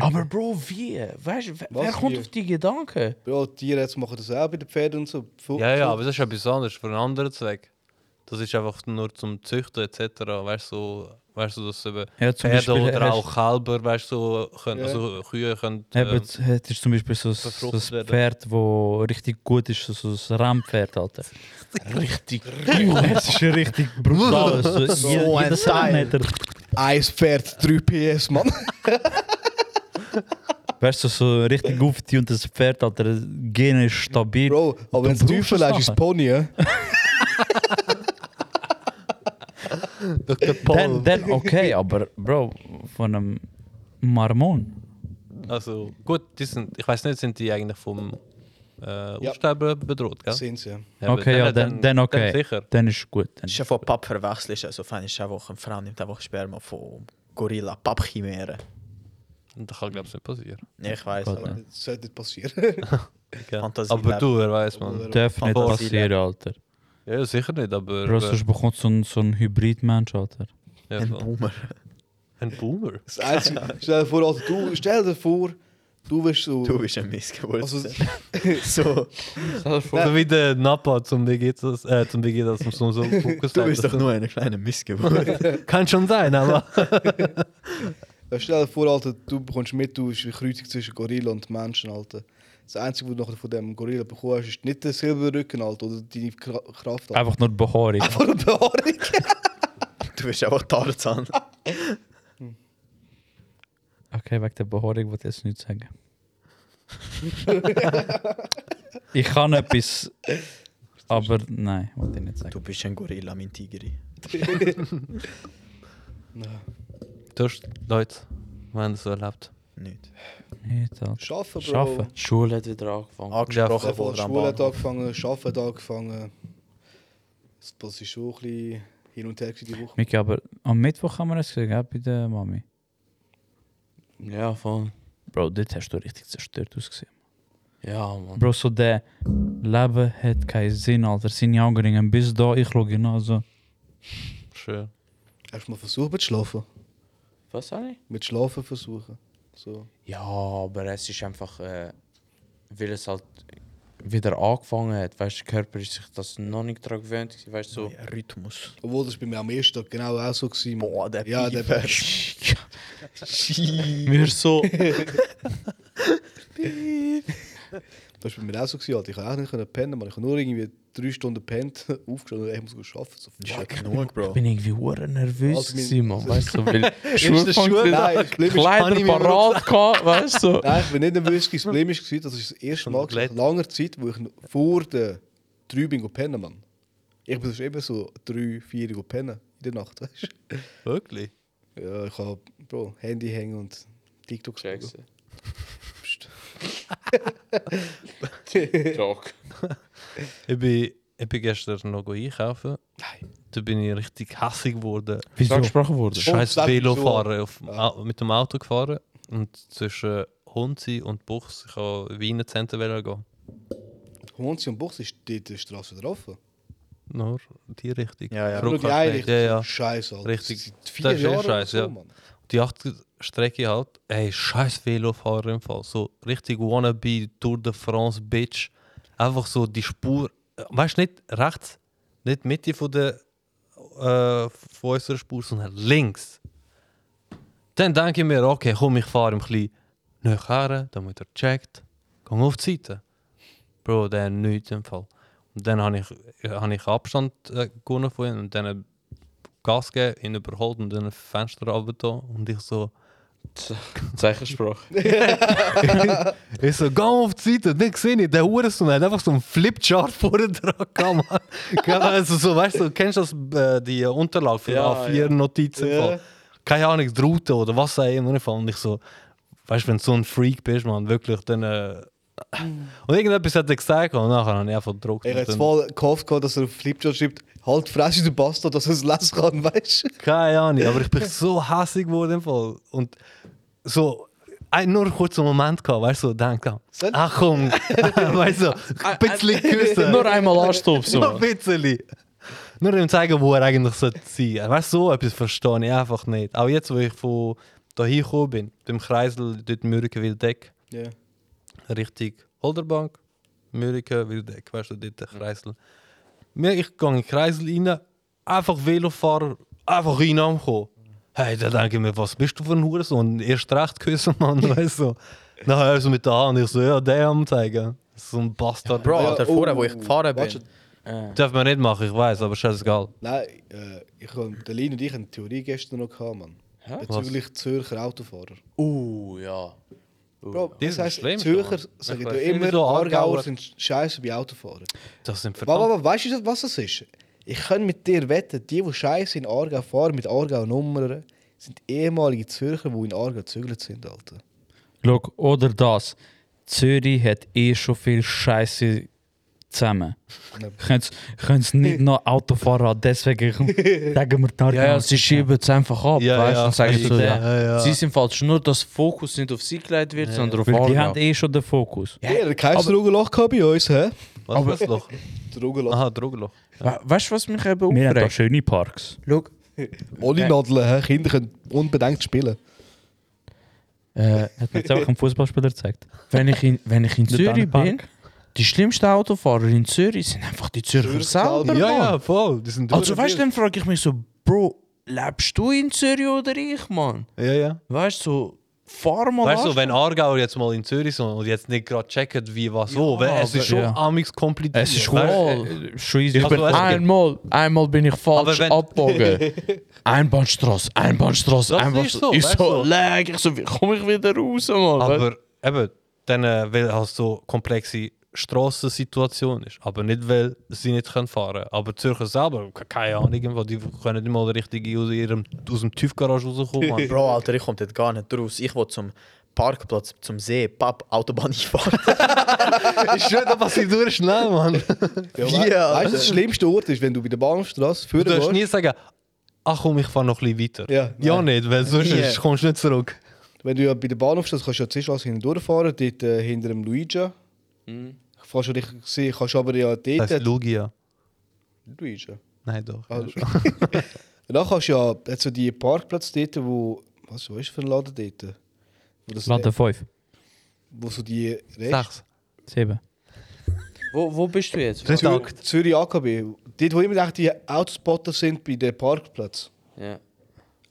[SPEAKER 6] Aber Bro, wie? Weißt, du, wer, wer
[SPEAKER 4] Was
[SPEAKER 6] kommt
[SPEAKER 4] wie?
[SPEAKER 6] auf die Gedanken?
[SPEAKER 4] Ja, Tiere jetzt machen das auch bei den Pferden und so. Pf-
[SPEAKER 2] Ja, ja,
[SPEAKER 4] Pf-
[SPEAKER 2] aber das ist etwas anderes, für einen anderen Zweck. Das ist einfach nur zum Züchten etc. Weißt du, so- weißt du, dass eben
[SPEAKER 5] Ja, zum
[SPEAKER 2] Pferde
[SPEAKER 5] Beispiel
[SPEAKER 2] oder
[SPEAKER 5] hast-
[SPEAKER 2] auch Kälber, weißt du, so können,
[SPEAKER 4] Ja.
[SPEAKER 2] also Kühe können.
[SPEAKER 5] Eben,
[SPEAKER 2] Ähm,
[SPEAKER 5] jetzt- jetzt ist zum Beispiel so, so so
[SPEAKER 2] befruchtet
[SPEAKER 5] ein
[SPEAKER 2] werden.
[SPEAKER 5] Pferd, das richtig gut ist, so- so ein Rammpferd, Alter.
[SPEAKER 6] Richtig.
[SPEAKER 5] Es ist richtig brutal. So, so
[SPEAKER 1] ein
[SPEAKER 5] jeder Zentimeter.
[SPEAKER 4] Eins Pferd, 3 PS, Mann.
[SPEAKER 5] Weißt du, so richtig aufgetunt, das Pferd, Alter, das Gene ist stabil.
[SPEAKER 4] Bro, aber wenn es
[SPEAKER 5] brauchst
[SPEAKER 4] Teufel
[SPEAKER 5] es
[SPEAKER 4] hast, ist es
[SPEAKER 5] nachher.
[SPEAKER 4] Pony, ja?
[SPEAKER 2] Dr.
[SPEAKER 5] Dann, dann okay, aber Bro, von einem Marmon.
[SPEAKER 2] Also gut, die sind, ich weiß nicht, sind die eigentlich vom äh, Aussterben bedroht, gell?
[SPEAKER 4] Sind's, ja.
[SPEAKER 2] Ja, aber
[SPEAKER 5] okay, ja, dann, dann okay.
[SPEAKER 2] sicher.
[SPEAKER 5] Dann, ist gut. Dann.
[SPEAKER 1] Das ist einfach Papp verwechselst. Also, Fan ist einfach, eine Frau nimmt einfach Sperma von Gorilla, Pappchimäre.
[SPEAKER 2] Und das kann glaube ich nicht passieren.
[SPEAKER 1] Nee, ich weiß,
[SPEAKER 5] Gott,
[SPEAKER 1] aber
[SPEAKER 5] ja.
[SPEAKER 4] Das sollte nicht passieren.
[SPEAKER 2] Gell?
[SPEAKER 1] Fantasie
[SPEAKER 2] Aber
[SPEAKER 1] lebt.
[SPEAKER 2] du, wer weiß man.
[SPEAKER 5] Darf nicht
[SPEAKER 1] Fantasie,
[SPEAKER 5] passieren, Alter.
[SPEAKER 2] Ja, sicher nicht, aber
[SPEAKER 5] Bro, dus
[SPEAKER 2] äh,
[SPEAKER 5] sonst bekommt so ein, so ein Hybrid-Mensch, Alter.
[SPEAKER 2] ja,
[SPEAKER 1] ein
[SPEAKER 2] voll.
[SPEAKER 1] Boomer.
[SPEAKER 2] ein Boomer.
[SPEAKER 4] Das Einzige, stell dir vor, also du, stell dir vor, du wirst so.
[SPEAKER 1] Du bist ein Missgeburt.
[SPEAKER 4] also,
[SPEAKER 1] so,
[SPEAKER 2] So wie der Napa zum Vegetas, äh, zum Vegetas, zum, zum, zum Fokus.
[SPEAKER 1] du bist doch nur eine kleine Missgeburt.
[SPEAKER 2] Kann schon sein, aber.
[SPEAKER 4] Äh, stell dir vor, Alter, du bekommst mit, du bist eine Kreuzung zwischen Gorilla und Menschen, Alter. Das Einzige, was du nachher von dem Gorilla bekommst, ist nicht der Silberrücken, Alter, oder deine Kra- Kraft, Alter.
[SPEAKER 5] Einfach nur Behaarung.
[SPEAKER 4] Einfach eine Behaarung.
[SPEAKER 1] du bist einfach Tarzan.
[SPEAKER 5] Okay, wegen der Behaarung wollte ich jetzt nichts sagen. ich kann etwas, aber nein, wollte ich nicht sagen.
[SPEAKER 1] Du bist ein Gorilla, mein Tigri.
[SPEAKER 2] Tust, Leute, wir haben das so erlebt.
[SPEAKER 1] Nicht.
[SPEAKER 5] Nicht, Alter.
[SPEAKER 4] Schaffen, Bro.
[SPEAKER 5] Schaffen.
[SPEAKER 6] Schule hat wieder angefangen.
[SPEAKER 1] Angesprochen
[SPEAKER 4] Ich habe
[SPEAKER 1] worden am
[SPEAKER 4] Schule hat
[SPEAKER 1] Bahnhof.
[SPEAKER 4] angefangen, Arbeiten hat angefangen. Das ist schon ein bisschen hin und her gewesen die Woche.
[SPEAKER 5] Miki, aber am Mittwoch haben wir es gesehen, gell, bei der Mami.
[SPEAKER 6] Ja, voll.
[SPEAKER 5] Bro, dort hast du richtig zerstört ausgesehen.
[SPEAKER 6] Ja, Mann.
[SPEAKER 5] Bro, so der Leben hat keinen Sinn, Alter. Seine Augen ringen bis da, ich schaue ihn an, so.
[SPEAKER 2] Schön.
[SPEAKER 4] Hast du mal versucht mit Schlafen?
[SPEAKER 6] Was soll ich?
[SPEAKER 4] Mit Schlafen versuchen. So.
[SPEAKER 6] Ja, aber es ist einfach, äh, weil es halt wieder angefangen hat. Weißt du, der Körper ist sich das noch nicht daran gewöhnt. gewesen, Weißt du, so.
[SPEAKER 1] Ja, Rhythmus.
[SPEAKER 4] Obwohl, das war bei mir am ersten Tag genau auch so. Gewesen.
[SPEAKER 1] Boah, der
[SPEAKER 4] Ja, der
[SPEAKER 1] Pieper.
[SPEAKER 6] Wir so.
[SPEAKER 4] Das war bei mir auch so. Gewesen, Alter. Ich konnte auch nicht können pennen, man. Ich habe nur irgendwie drei Stunden pennt, aufgestanden und ich muss arbeiten. So,
[SPEAKER 1] Das ist ja
[SPEAKER 4] fuck.
[SPEAKER 1] genug, Bro.
[SPEAKER 6] bin irgendwie hure nervös
[SPEAKER 4] Alter, Also mein-
[SPEAKER 6] gewesen, Mann. Weißt du, weil
[SPEAKER 1] Erster
[SPEAKER 6] Schulfunk
[SPEAKER 1] Schultag.
[SPEAKER 4] Nein, das Problem ist,
[SPEAKER 6] Kleider parat gehabt, weißt du.
[SPEAKER 4] Nein, ich bin nicht nervös. gewesen. Das Problem ist, gewesen, das ist das erste Mal nach langer Zeit, wo ich noch vor der 3 bin go pennen Mann. Ich bin sonst eben so 3, 4 go pennen in der Nacht, weißt
[SPEAKER 2] Wirklich?
[SPEAKER 4] du? Ja, ich habe Bro, Handy hängen und TikTok schauen. Psst.
[SPEAKER 6] Talk.
[SPEAKER 2] Ich bin, ich bin gestern noch go einkaufen. Da bin ich richtig hassig geworden.
[SPEAKER 5] Wieso?
[SPEAKER 6] gesprochen
[SPEAKER 2] Das
[SPEAKER 6] wurde.
[SPEAKER 2] scheiß
[SPEAKER 4] sag wieso.
[SPEAKER 2] Velofahren auf, dem Au- mit dem Auto gefahren und zwischen Hunzi und Buchs ich habe Wiener Zentrum wollen gehen.
[SPEAKER 4] Honzi und Buchs ist dort die Straße wieder offen.
[SPEAKER 2] Nur die Richtung.
[SPEAKER 1] Ja, ja.
[SPEAKER 4] Nur die eine Richtung.
[SPEAKER 2] ja, ja.
[SPEAKER 4] Scheiße, Alter.
[SPEAKER 2] Richtig.
[SPEAKER 4] Seit
[SPEAKER 2] Das
[SPEAKER 4] vier
[SPEAKER 2] ist eh
[SPEAKER 4] Jahren oder
[SPEAKER 2] scheiße,
[SPEAKER 4] so,
[SPEAKER 2] ja.
[SPEAKER 4] Mann.
[SPEAKER 2] Die 80 Strecke halt, ey, scheiß Velofahrer im Fall. So richtig wannabe Tour de France, Bitch. Einfach so die Spur, weißt du, nicht rechts, nicht Mitte von der äh, von unserer Spur, sondern links. Dann denke ich mir, okay, komm, ich fahre ein bisschen nachher, damit er checkt. Geh auf die Seite. Bro, der nichts im Fall. Und dann habe ich, habe ich Abstand äh, gewonnen von ihm und dann Gas gegeben, ihn überholt und dann ein Fenster runter und ich so,
[SPEAKER 6] Zeichensprache.
[SPEAKER 2] ich so, geh auf die Seite, dann sehe ich, der Hurensohn hat einfach so einen Flipchart vorne dran gehabt, Mann. also so, weißt du, kennst du das, äh, die Unterlage für
[SPEAKER 6] Ja,
[SPEAKER 2] A4-Notizen?
[SPEAKER 4] ja.
[SPEAKER 2] Keine Ahnung, die Route oder was auch immer. Und ich so, weißt du, wenn du so ein Freak bist, man, wirklich, dann... Äh,
[SPEAKER 4] Mhm.
[SPEAKER 2] und irgendetwas hat er gesagt und nachher habe ich einfach gedruckt.
[SPEAKER 4] Ich
[SPEAKER 2] und
[SPEAKER 4] habe jetzt
[SPEAKER 2] dann-
[SPEAKER 4] voll gehofft, gehabt, dass er auf Flipchart schreibt, halt die Fresse, du Bastard, dass er es lesen kann, weißt du?
[SPEAKER 2] Keine Ahnung, aber ich bin so hässig geworden. im Fall. Und so, ein, nur einen kurzen Moment gehabt, weißt du, so, denke
[SPEAKER 4] Soll-
[SPEAKER 2] ach komm, weißt du, ein bisschen küssen.
[SPEAKER 6] Nur einmal anstupsen.
[SPEAKER 2] nur ein
[SPEAKER 6] Mann.
[SPEAKER 2] bisschen. Nur ihm zeigen, wo er eigentlich sollte sein sollte. Weißt du, so etwas verstehe ich einfach nicht. Auch jetzt, wo ich von hier gekommen bin, beim Kreisel, dort Mürkenwildeck,
[SPEAKER 4] Ja.
[SPEAKER 2] Richtung Holderbank, Mürkenwildeck, weißt du, dort der
[SPEAKER 1] Mhm.
[SPEAKER 2] Kreisel. Mir, ich gehe in den Kreisel rein, einfach Velofahrer, einfach rein ankommen. Hey, da denke ich mir, was bist du für ein Hurensohn? Erst recht küssen, Mann, weißt du. Dann hörst du mit der Hand, ich so, ja, den anzeigen. So ein Bastard.
[SPEAKER 1] Bro,
[SPEAKER 4] Ja,
[SPEAKER 1] Alter, vorher, wo
[SPEAKER 4] oh,
[SPEAKER 1] ich gefahren bin.
[SPEAKER 4] warte.
[SPEAKER 2] Darf man nicht machen, ich weiß, aber scheißegal.
[SPEAKER 4] Nein, äh, ich hab, der Lin und ich haben die Theorie gestern noch gehabt, Mann. Bezüglich Zürcher Autofahrer.
[SPEAKER 6] Uh, ja.
[SPEAKER 4] Bro,
[SPEAKER 2] Die
[SPEAKER 4] das
[SPEAKER 2] sind
[SPEAKER 4] heißt,
[SPEAKER 2] Oh. schlimm,
[SPEAKER 4] Zürcher
[SPEAKER 2] Mann. Ich
[SPEAKER 4] sagen
[SPEAKER 2] weiß
[SPEAKER 4] ja
[SPEAKER 2] nicht,
[SPEAKER 4] immer,
[SPEAKER 2] wieso Aargauer-
[SPEAKER 4] Aargauer sind scheiße bei Autofahren.
[SPEAKER 2] Das sind
[SPEAKER 4] Aber,
[SPEAKER 2] verdammt.
[SPEAKER 4] aber weißt du, was das ist? Ich kann mit dir wetten, die, die scheiße in Aargau fahren, mit Aargau-Nummern, sind ehemalige Zürcher, die in Aargau gezögert sind, Alter.
[SPEAKER 5] Schau, oder das. Zürich hat eh schon viel Scheiße zusammen. Können es nicht noch Auto fahren, deswegen sagen wir die
[SPEAKER 6] Ja, ja, sie schieben es einfach ab.
[SPEAKER 2] Ja,
[SPEAKER 6] weißt du,
[SPEAKER 2] ja,
[SPEAKER 6] und sagen
[SPEAKER 2] richtig,
[SPEAKER 6] so,
[SPEAKER 2] ja,
[SPEAKER 6] ja,
[SPEAKER 2] ja, ja.
[SPEAKER 6] Sie sind falsch. Nur, dass Fokus nicht auf sie gelegt wird, sondern auf
[SPEAKER 5] Weil die haben
[SPEAKER 6] Aargau.
[SPEAKER 5] eh schon den Fokus.
[SPEAKER 4] Ja, ihr kein Drogenloch gehabt bei uns, hä?
[SPEAKER 2] Was aber, Loch?
[SPEAKER 4] Drogenloch.
[SPEAKER 2] Aha, Drogenloch.
[SPEAKER 6] We weißt du, was mich eben
[SPEAKER 5] Wir haben da
[SPEAKER 6] aufregt?
[SPEAKER 5] schöne Parks.
[SPEAKER 6] Schau,
[SPEAKER 4] Alle Ah, Nadeln, hä? Kinder können unbedenkt spielen.
[SPEAKER 6] äh,
[SPEAKER 5] Hat mir jetzt auch ein Fußballspieler gezeigt.
[SPEAKER 6] wenn, ich in, wenn ich in
[SPEAKER 5] Der Dani
[SPEAKER 6] Zürich bin,
[SPEAKER 5] Park.
[SPEAKER 6] die schlimmsten Autofahrer in Zürich sind einfach die Zürcher
[SPEAKER 4] Zürcher
[SPEAKER 6] selber.
[SPEAKER 4] selber.
[SPEAKER 2] Ja,
[SPEAKER 6] Mann.
[SPEAKER 2] ja, voll. Die sind
[SPEAKER 6] Also, weißt du, dann frage ich mich so, Bro, lebst du in Zürich oder ich, Mann?
[SPEAKER 2] Ja, ja.
[SPEAKER 6] Weißt du, so, fahr mal
[SPEAKER 2] Weißt du,
[SPEAKER 6] an.
[SPEAKER 2] wenn Aargauer jetzt mal in Zürich sind und jetzt nicht gerade checken, wie, was, wo, weil es
[SPEAKER 5] aber-
[SPEAKER 2] ist schon
[SPEAKER 5] ja.
[SPEAKER 2] amix
[SPEAKER 7] Eh,
[SPEAKER 2] kompliziert.
[SPEAKER 5] Es ist
[SPEAKER 2] weißt du?
[SPEAKER 6] Voll.
[SPEAKER 5] äh, schon easy.
[SPEAKER 2] Also, weißt du,
[SPEAKER 6] Einmal, einmal bin ich
[SPEAKER 2] Aber
[SPEAKER 6] falsch
[SPEAKER 2] wenn-
[SPEAKER 6] abgebogen. Einbahnstraße, Einbahnstraße,
[SPEAKER 2] Das ist
[SPEAKER 6] Einbahnstraße.
[SPEAKER 2] so,
[SPEAKER 6] ich
[SPEAKER 2] weißt
[SPEAKER 6] so,
[SPEAKER 2] du?
[SPEAKER 6] lag, ich so, wie komme ich wieder raus, Mann?
[SPEAKER 2] Aber eben, dann, äh, weil halt so komplexe Strassensituation ist. Aber nicht, weil sie nicht können fahren können. Aber die Zürcher selber, ke- keine Ahnung, irgendwo, die können nicht mal richtig aus, ihrem, aus dem TÜV-Garage rauskommen. Mann.
[SPEAKER 1] Bro, Alter, ich komme dort gar nicht raus. Ich will zum Parkplatz zum See, Papp, Autobahn, ich fahre.
[SPEAKER 2] Ich schwöre, da passiert nur schnell, Mann.
[SPEAKER 4] Ja, we
[SPEAKER 1] Ja,
[SPEAKER 4] weißt du, das schlimmste Ort ist, wenn du bei der Bahnhofstraße
[SPEAKER 2] Du
[SPEAKER 4] führen
[SPEAKER 2] darfst
[SPEAKER 4] gehst.
[SPEAKER 2] nie sagen, ach komm, ich fahre noch ein bisschen weiter.
[SPEAKER 4] Ja,
[SPEAKER 2] ja
[SPEAKER 4] nein.
[SPEAKER 2] nicht, weil sonst
[SPEAKER 1] Nie.
[SPEAKER 2] kommst du nicht zurück.
[SPEAKER 4] Wenn du ja bei der Bahnhofstraße kannst du ja zuerst alles hinten durchfahren, dort äh, hinter dem Luigi.
[SPEAKER 2] Mhm.
[SPEAKER 4] Ich fahre schon richtig gesehen, kannst aber ja dort. äh,
[SPEAKER 2] Das heißt Lugia.
[SPEAKER 4] Luigi.
[SPEAKER 2] Nein, doch.
[SPEAKER 4] Ah, Danach kannst du ja hat so die Parkplätze dort, wo. Was wo ist für ein Laden dort? Wo, das,
[SPEAKER 5] Laden 5,
[SPEAKER 4] wo so die Rest.
[SPEAKER 2] Sechs.
[SPEAKER 5] 7.
[SPEAKER 7] Wo, wo bist du jetzt?
[SPEAKER 4] Zür Zürich AKB. Dort, wo immer echt die Autospotter sind bei den Parkplätzen.
[SPEAKER 7] Ja.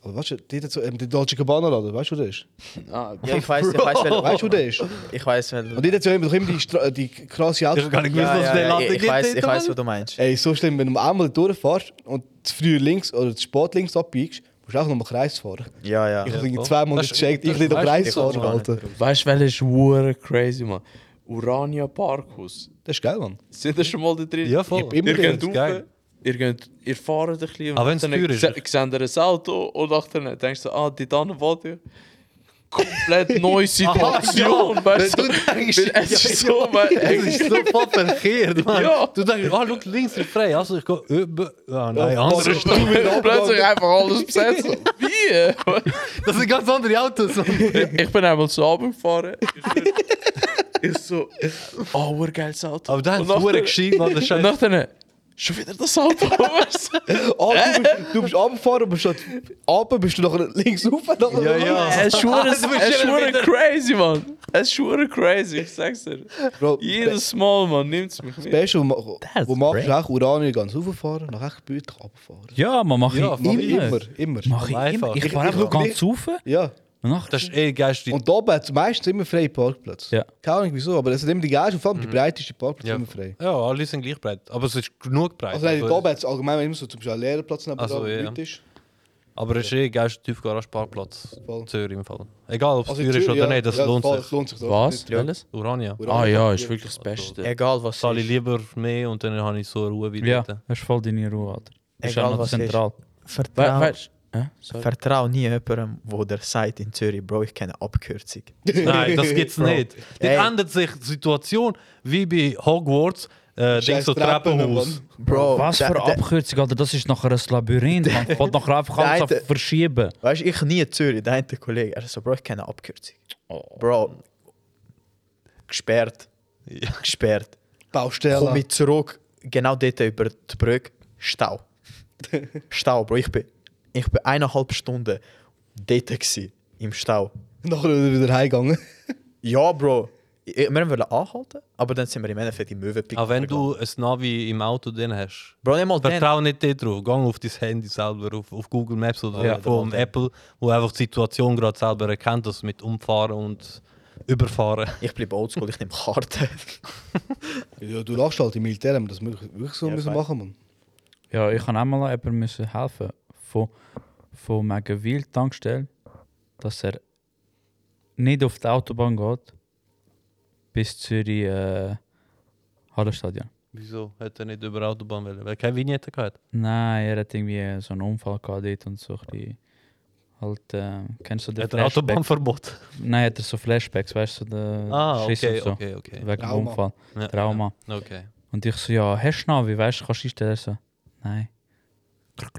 [SPEAKER 4] Aber weißt du, dort hat so, ähm, der Dolce Gabbana Laden, weißt du, wo der ist?
[SPEAKER 7] Ah,
[SPEAKER 1] Ja, ich weiß, ich weiß, wel-
[SPEAKER 4] Weißt du, wo der ist?
[SPEAKER 1] ich weiß, wel-
[SPEAKER 4] Und dort hat ja immer, doch immer die, Stra die krasse Autos.
[SPEAKER 2] Ich kann nicht wissen,
[SPEAKER 1] ja,
[SPEAKER 2] dass
[SPEAKER 1] ja,
[SPEAKER 2] der
[SPEAKER 1] ja,
[SPEAKER 2] Latte
[SPEAKER 1] ich
[SPEAKER 2] gibt.
[SPEAKER 1] weiß, ich
[SPEAKER 2] dort,
[SPEAKER 1] weiß,
[SPEAKER 2] Mann.
[SPEAKER 1] was du meinst.
[SPEAKER 4] Ey, so schlimm, wenn du einmal durchfährst und zu früh links oder zu spät links abbiegst, musst du auch noch mal Kreis fahren.
[SPEAKER 1] Ja, ja.
[SPEAKER 4] Ich habe irgendwie
[SPEAKER 2] voll.
[SPEAKER 4] zwei Monate
[SPEAKER 2] Das-
[SPEAKER 4] gecheckt, ich
[SPEAKER 2] das
[SPEAKER 4] will noch
[SPEAKER 2] weißt du,
[SPEAKER 4] Kreis
[SPEAKER 2] ich kann's
[SPEAKER 4] fahren,
[SPEAKER 1] gar nicht.
[SPEAKER 4] Alter.
[SPEAKER 7] Weißt du, welches Hure crazy, Mann? Urania Parkhaus.
[SPEAKER 4] Das ist geil, Mann.
[SPEAKER 7] Sind ihr schon mal da drin?
[SPEAKER 2] Ja, voll.
[SPEAKER 4] Ich bin-
[SPEAKER 7] Ihr
[SPEAKER 4] Immer
[SPEAKER 7] geht
[SPEAKER 2] drin,
[SPEAKER 7] rauf,
[SPEAKER 2] geil.
[SPEAKER 7] ihr, geht, ihr fahrt ein bisschen.
[SPEAKER 2] Ah, wenn's teuer ist.
[SPEAKER 7] Seht ihr ein Auto und nachher denkst du, ah, die Tanne wollte Komplett
[SPEAKER 2] Ah,
[SPEAKER 7] neue Situation. weißt du? Es ist so,
[SPEAKER 2] Es
[SPEAKER 7] weil-
[SPEAKER 2] ist so voll verkehrt, Mann.
[SPEAKER 7] Ja.
[SPEAKER 2] Du denkst, ah, schau, links ist frei. Also ich gehe über... Ah, nein, andere Stu-
[SPEAKER 7] plötzlich einfach alles besetzt. Wie? eh?
[SPEAKER 2] Das sind ganz andere Autos. Mann.
[SPEAKER 7] Ich bin einmal zu Abend gefahren. Ich so, oh, urgeiles Auto.
[SPEAKER 2] Aber da
[SPEAKER 7] Und
[SPEAKER 2] ist
[SPEAKER 7] nachher-
[SPEAKER 2] es gescheit, Mann. Das ist
[SPEAKER 7] Und
[SPEAKER 2] scheiße.
[SPEAKER 7] nachher, schon wieder das Auto. weißt du?
[SPEAKER 4] Ah, du bist, du bist runtergefahren, aber statt runter bist du nachher links rauf. nachher
[SPEAKER 2] Ja,
[SPEAKER 4] wieder
[SPEAKER 2] ja.
[SPEAKER 7] Es ist schon
[SPEAKER 2] Du bist schon wieder-
[SPEAKER 7] crazy, Mann. Es ist schon crazy, ich sag's dir.
[SPEAKER 4] runter. Bro,
[SPEAKER 7] Jedes Mal, Mann, nimmt's mich mit.
[SPEAKER 4] Beste, wo ma- wo machst du auch Uranien ganz rauffahren, nach echt Bütig runterfahren.
[SPEAKER 5] Ja, man mache
[SPEAKER 2] Ja,
[SPEAKER 5] ich
[SPEAKER 2] mach
[SPEAKER 4] Immer,
[SPEAKER 5] immer.
[SPEAKER 4] immer, immer.
[SPEAKER 5] Mach ich
[SPEAKER 2] Am
[SPEAKER 5] immer.
[SPEAKER 2] einfachsten.
[SPEAKER 5] Ich fahre
[SPEAKER 4] Ich- ich
[SPEAKER 5] einfach
[SPEAKER 4] schau
[SPEAKER 5] ganz rauf und
[SPEAKER 4] Ja.
[SPEAKER 5] nachher...
[SPEAKER 2] Das ist eh geistig.
[SPEAKER 4] Und da hat es meistens immer freie Parkplätze.
[SPEAKER 5] Ja.
[SPEAKER 4] Keine Ahnung wieso, aber es sind immer die geilsten, vor allem die breiteste Parkplätze immer frei.
[SPEAKER 2] Mhm. Ja, alle sind gleich breit. Aber es ist genug breit.
[SPEAKER 4] Also nein, da hat es allgemein immer so zum Beispiel einen Lehrerplatz neben
[SPEAKER 2] Also,
[SPEAKER 4] dran,
[SPEAKER 2] Ah, ja.
[SPEAKER 4] Leute ist.
[SPEAKER 2] aber es ist eh geilst Tiefgarage-Parkplatz.
[SPEAKER 4] Voll.
[SPEAKER 2] Zürich im Fall. Egal, ob es
[SPEAKER 4] Also
[SPEAKER 2] teuer ist
[SPEAKER 4] Zürich,
[SPEAKER 2] oder nicht, das
[SPEAKER 4] ja,
[SPEAKER 2] lohnt
[SPEAKER 4] voll,
[SPEAKER 2] sich.
[SPEAKER 4] lohnt sich das
[SPEAKER 7] Was?
[SPEAKER 4] nicht.
[SPEAKER 7] Welches?
[SPEAKER 2] Urania.
[SPEAKER 7] Ah ja, ist wirklich das Beste.
[SPEAKER 1] Egal was
[SPEAKER 2] Zahle ich
[SPEAKER 1] ist.
[SPEAKER 2] lieber mehr und dann habe ich so Ruhe wie
[SPEAKER 5] Ja,
[SPEAKER 2] dort.
[SPEAKER 5] das ist voll deine Ruhe, Alter. Das ist
[SPEAKER 1] Egal,
[SPEAKER 5] auch noch
[SPEAKER 1] was ist.
[SPEAKER 5] zentral.
[SPEAKER 7] We
[SPEAKER 1] Vertrau,
[SPEAKER 7] weißt du? Hä? Sorry.
[SPEAKER 1] vertrau nie jemandem, wo der sagt in Zürich, Bro, ich kenne Abkürzung.
[SPEAKER 2] Nein, das gibt's nicht. Dort
[SPEAKER 1] Ey.
[SPEAKER 2] ändert sich die Situation wie bei Hogwarts. Äh, denkst so
[SPEAKER 4] Treppen,
[SPEAKER 2] Treppenhaus.
[SPEAKER 4] Mann.
[SPEAKER 1] Bro,
[SPEAKER 5] Was
[SPEAKER 1] der-
[SPEAKER 5] für
[SPEAKER 1] der-
[SPEAKER 5] Abkürzung, Alter. Das ist nachher ein Labyrinth. Man kann nachher einfach alles
[SPEAKER 1] Nein, der-
[SPEAKER 5] auf- verschieben.
[SPEAKER 1] Weißt du, ich nie in Zürich, der eine Kollege, er so, Bro, ich kenne Abkürzung. Bro, gesperrt. Gesperrt. Komm
[SPEAKER 4] Baustelle.
[SPEAKER 1] ich zurück, genau dort über die Brücke, Stau. Stau, Bro, ich bin, ich bin eineinhalb Stunden dort gewesen, im Stau.
[SPEAKER 4] Nachher wieder heimgegangen.
[SPEAKER 1] Ja, Bro, ich- wir wollten anhalten, aber dann sind wir im Endeffekt im Möwenpick.
[SPEAKER 2] Auch Ah, wenn du ein Navi im Auto drin hast.
[SPEAKER 1] Bro, nicht mal dann.
[SPEAKER 2] Vertrau nicht dort drauf. Geh auf dein Handy selber, auf, auf Google Maps oder
[SPEAKER 1] Ja.
[SPEAKER 2] vom Apple, wo einfach die Situation gerade selber erkennt, das mit Umfahren und Überfahren.
[SPEAKER 1] Ich bleibe oldschool, ich nehme Karten.
[SPEAKER 4] Ja, du lachst halt im Militär, haben wir das wirklich wirklich so müssen machen, Mann.
[SPEAKER 5] Ja, ich kann auch mal jemandem müssen helfen von, von Megenwil Tankstelle, dass er nicht auf die Autobahn geht bis Zürich äh, Hallenstadion.
[SPEAKER 2] Wieso? Hätte er nicht über Autobahn wollen? Weil er keine Vignette gehabt.
[SPEAKER 5] Nein, er hat irgendwie so einen Unfall gehabt dort und so ein bisschen, halt, äh, kennst du den
[SPEAKER 2] Hat er
[SPEAKER 5] Flashback?
[SPEAKER 2] Autobahnverbot?
[SPEAKER 5] Nein, hat er so Flashbacks, weißt du, so den
[SPEAKER 2] Ah,
[SPEAKER 5] Schiss
[SPEAKER 2] okay,
[SPEAKER 5] und so,
[SPEAKER 2] okay, okay.
[SPEAKER 5] wegen dem
[SPEAKER 4] Trauma.
[SPEAKER 5] Unfall,
[SPEAKER 2] Ja,
[SPEAKER 5] Trauma.
[SPEAKER 2] ja. Okay.
[SPEAKER 5] Und ich so, ja, hast du Navi, weißt du, kannst du einstellen? Er so, nein.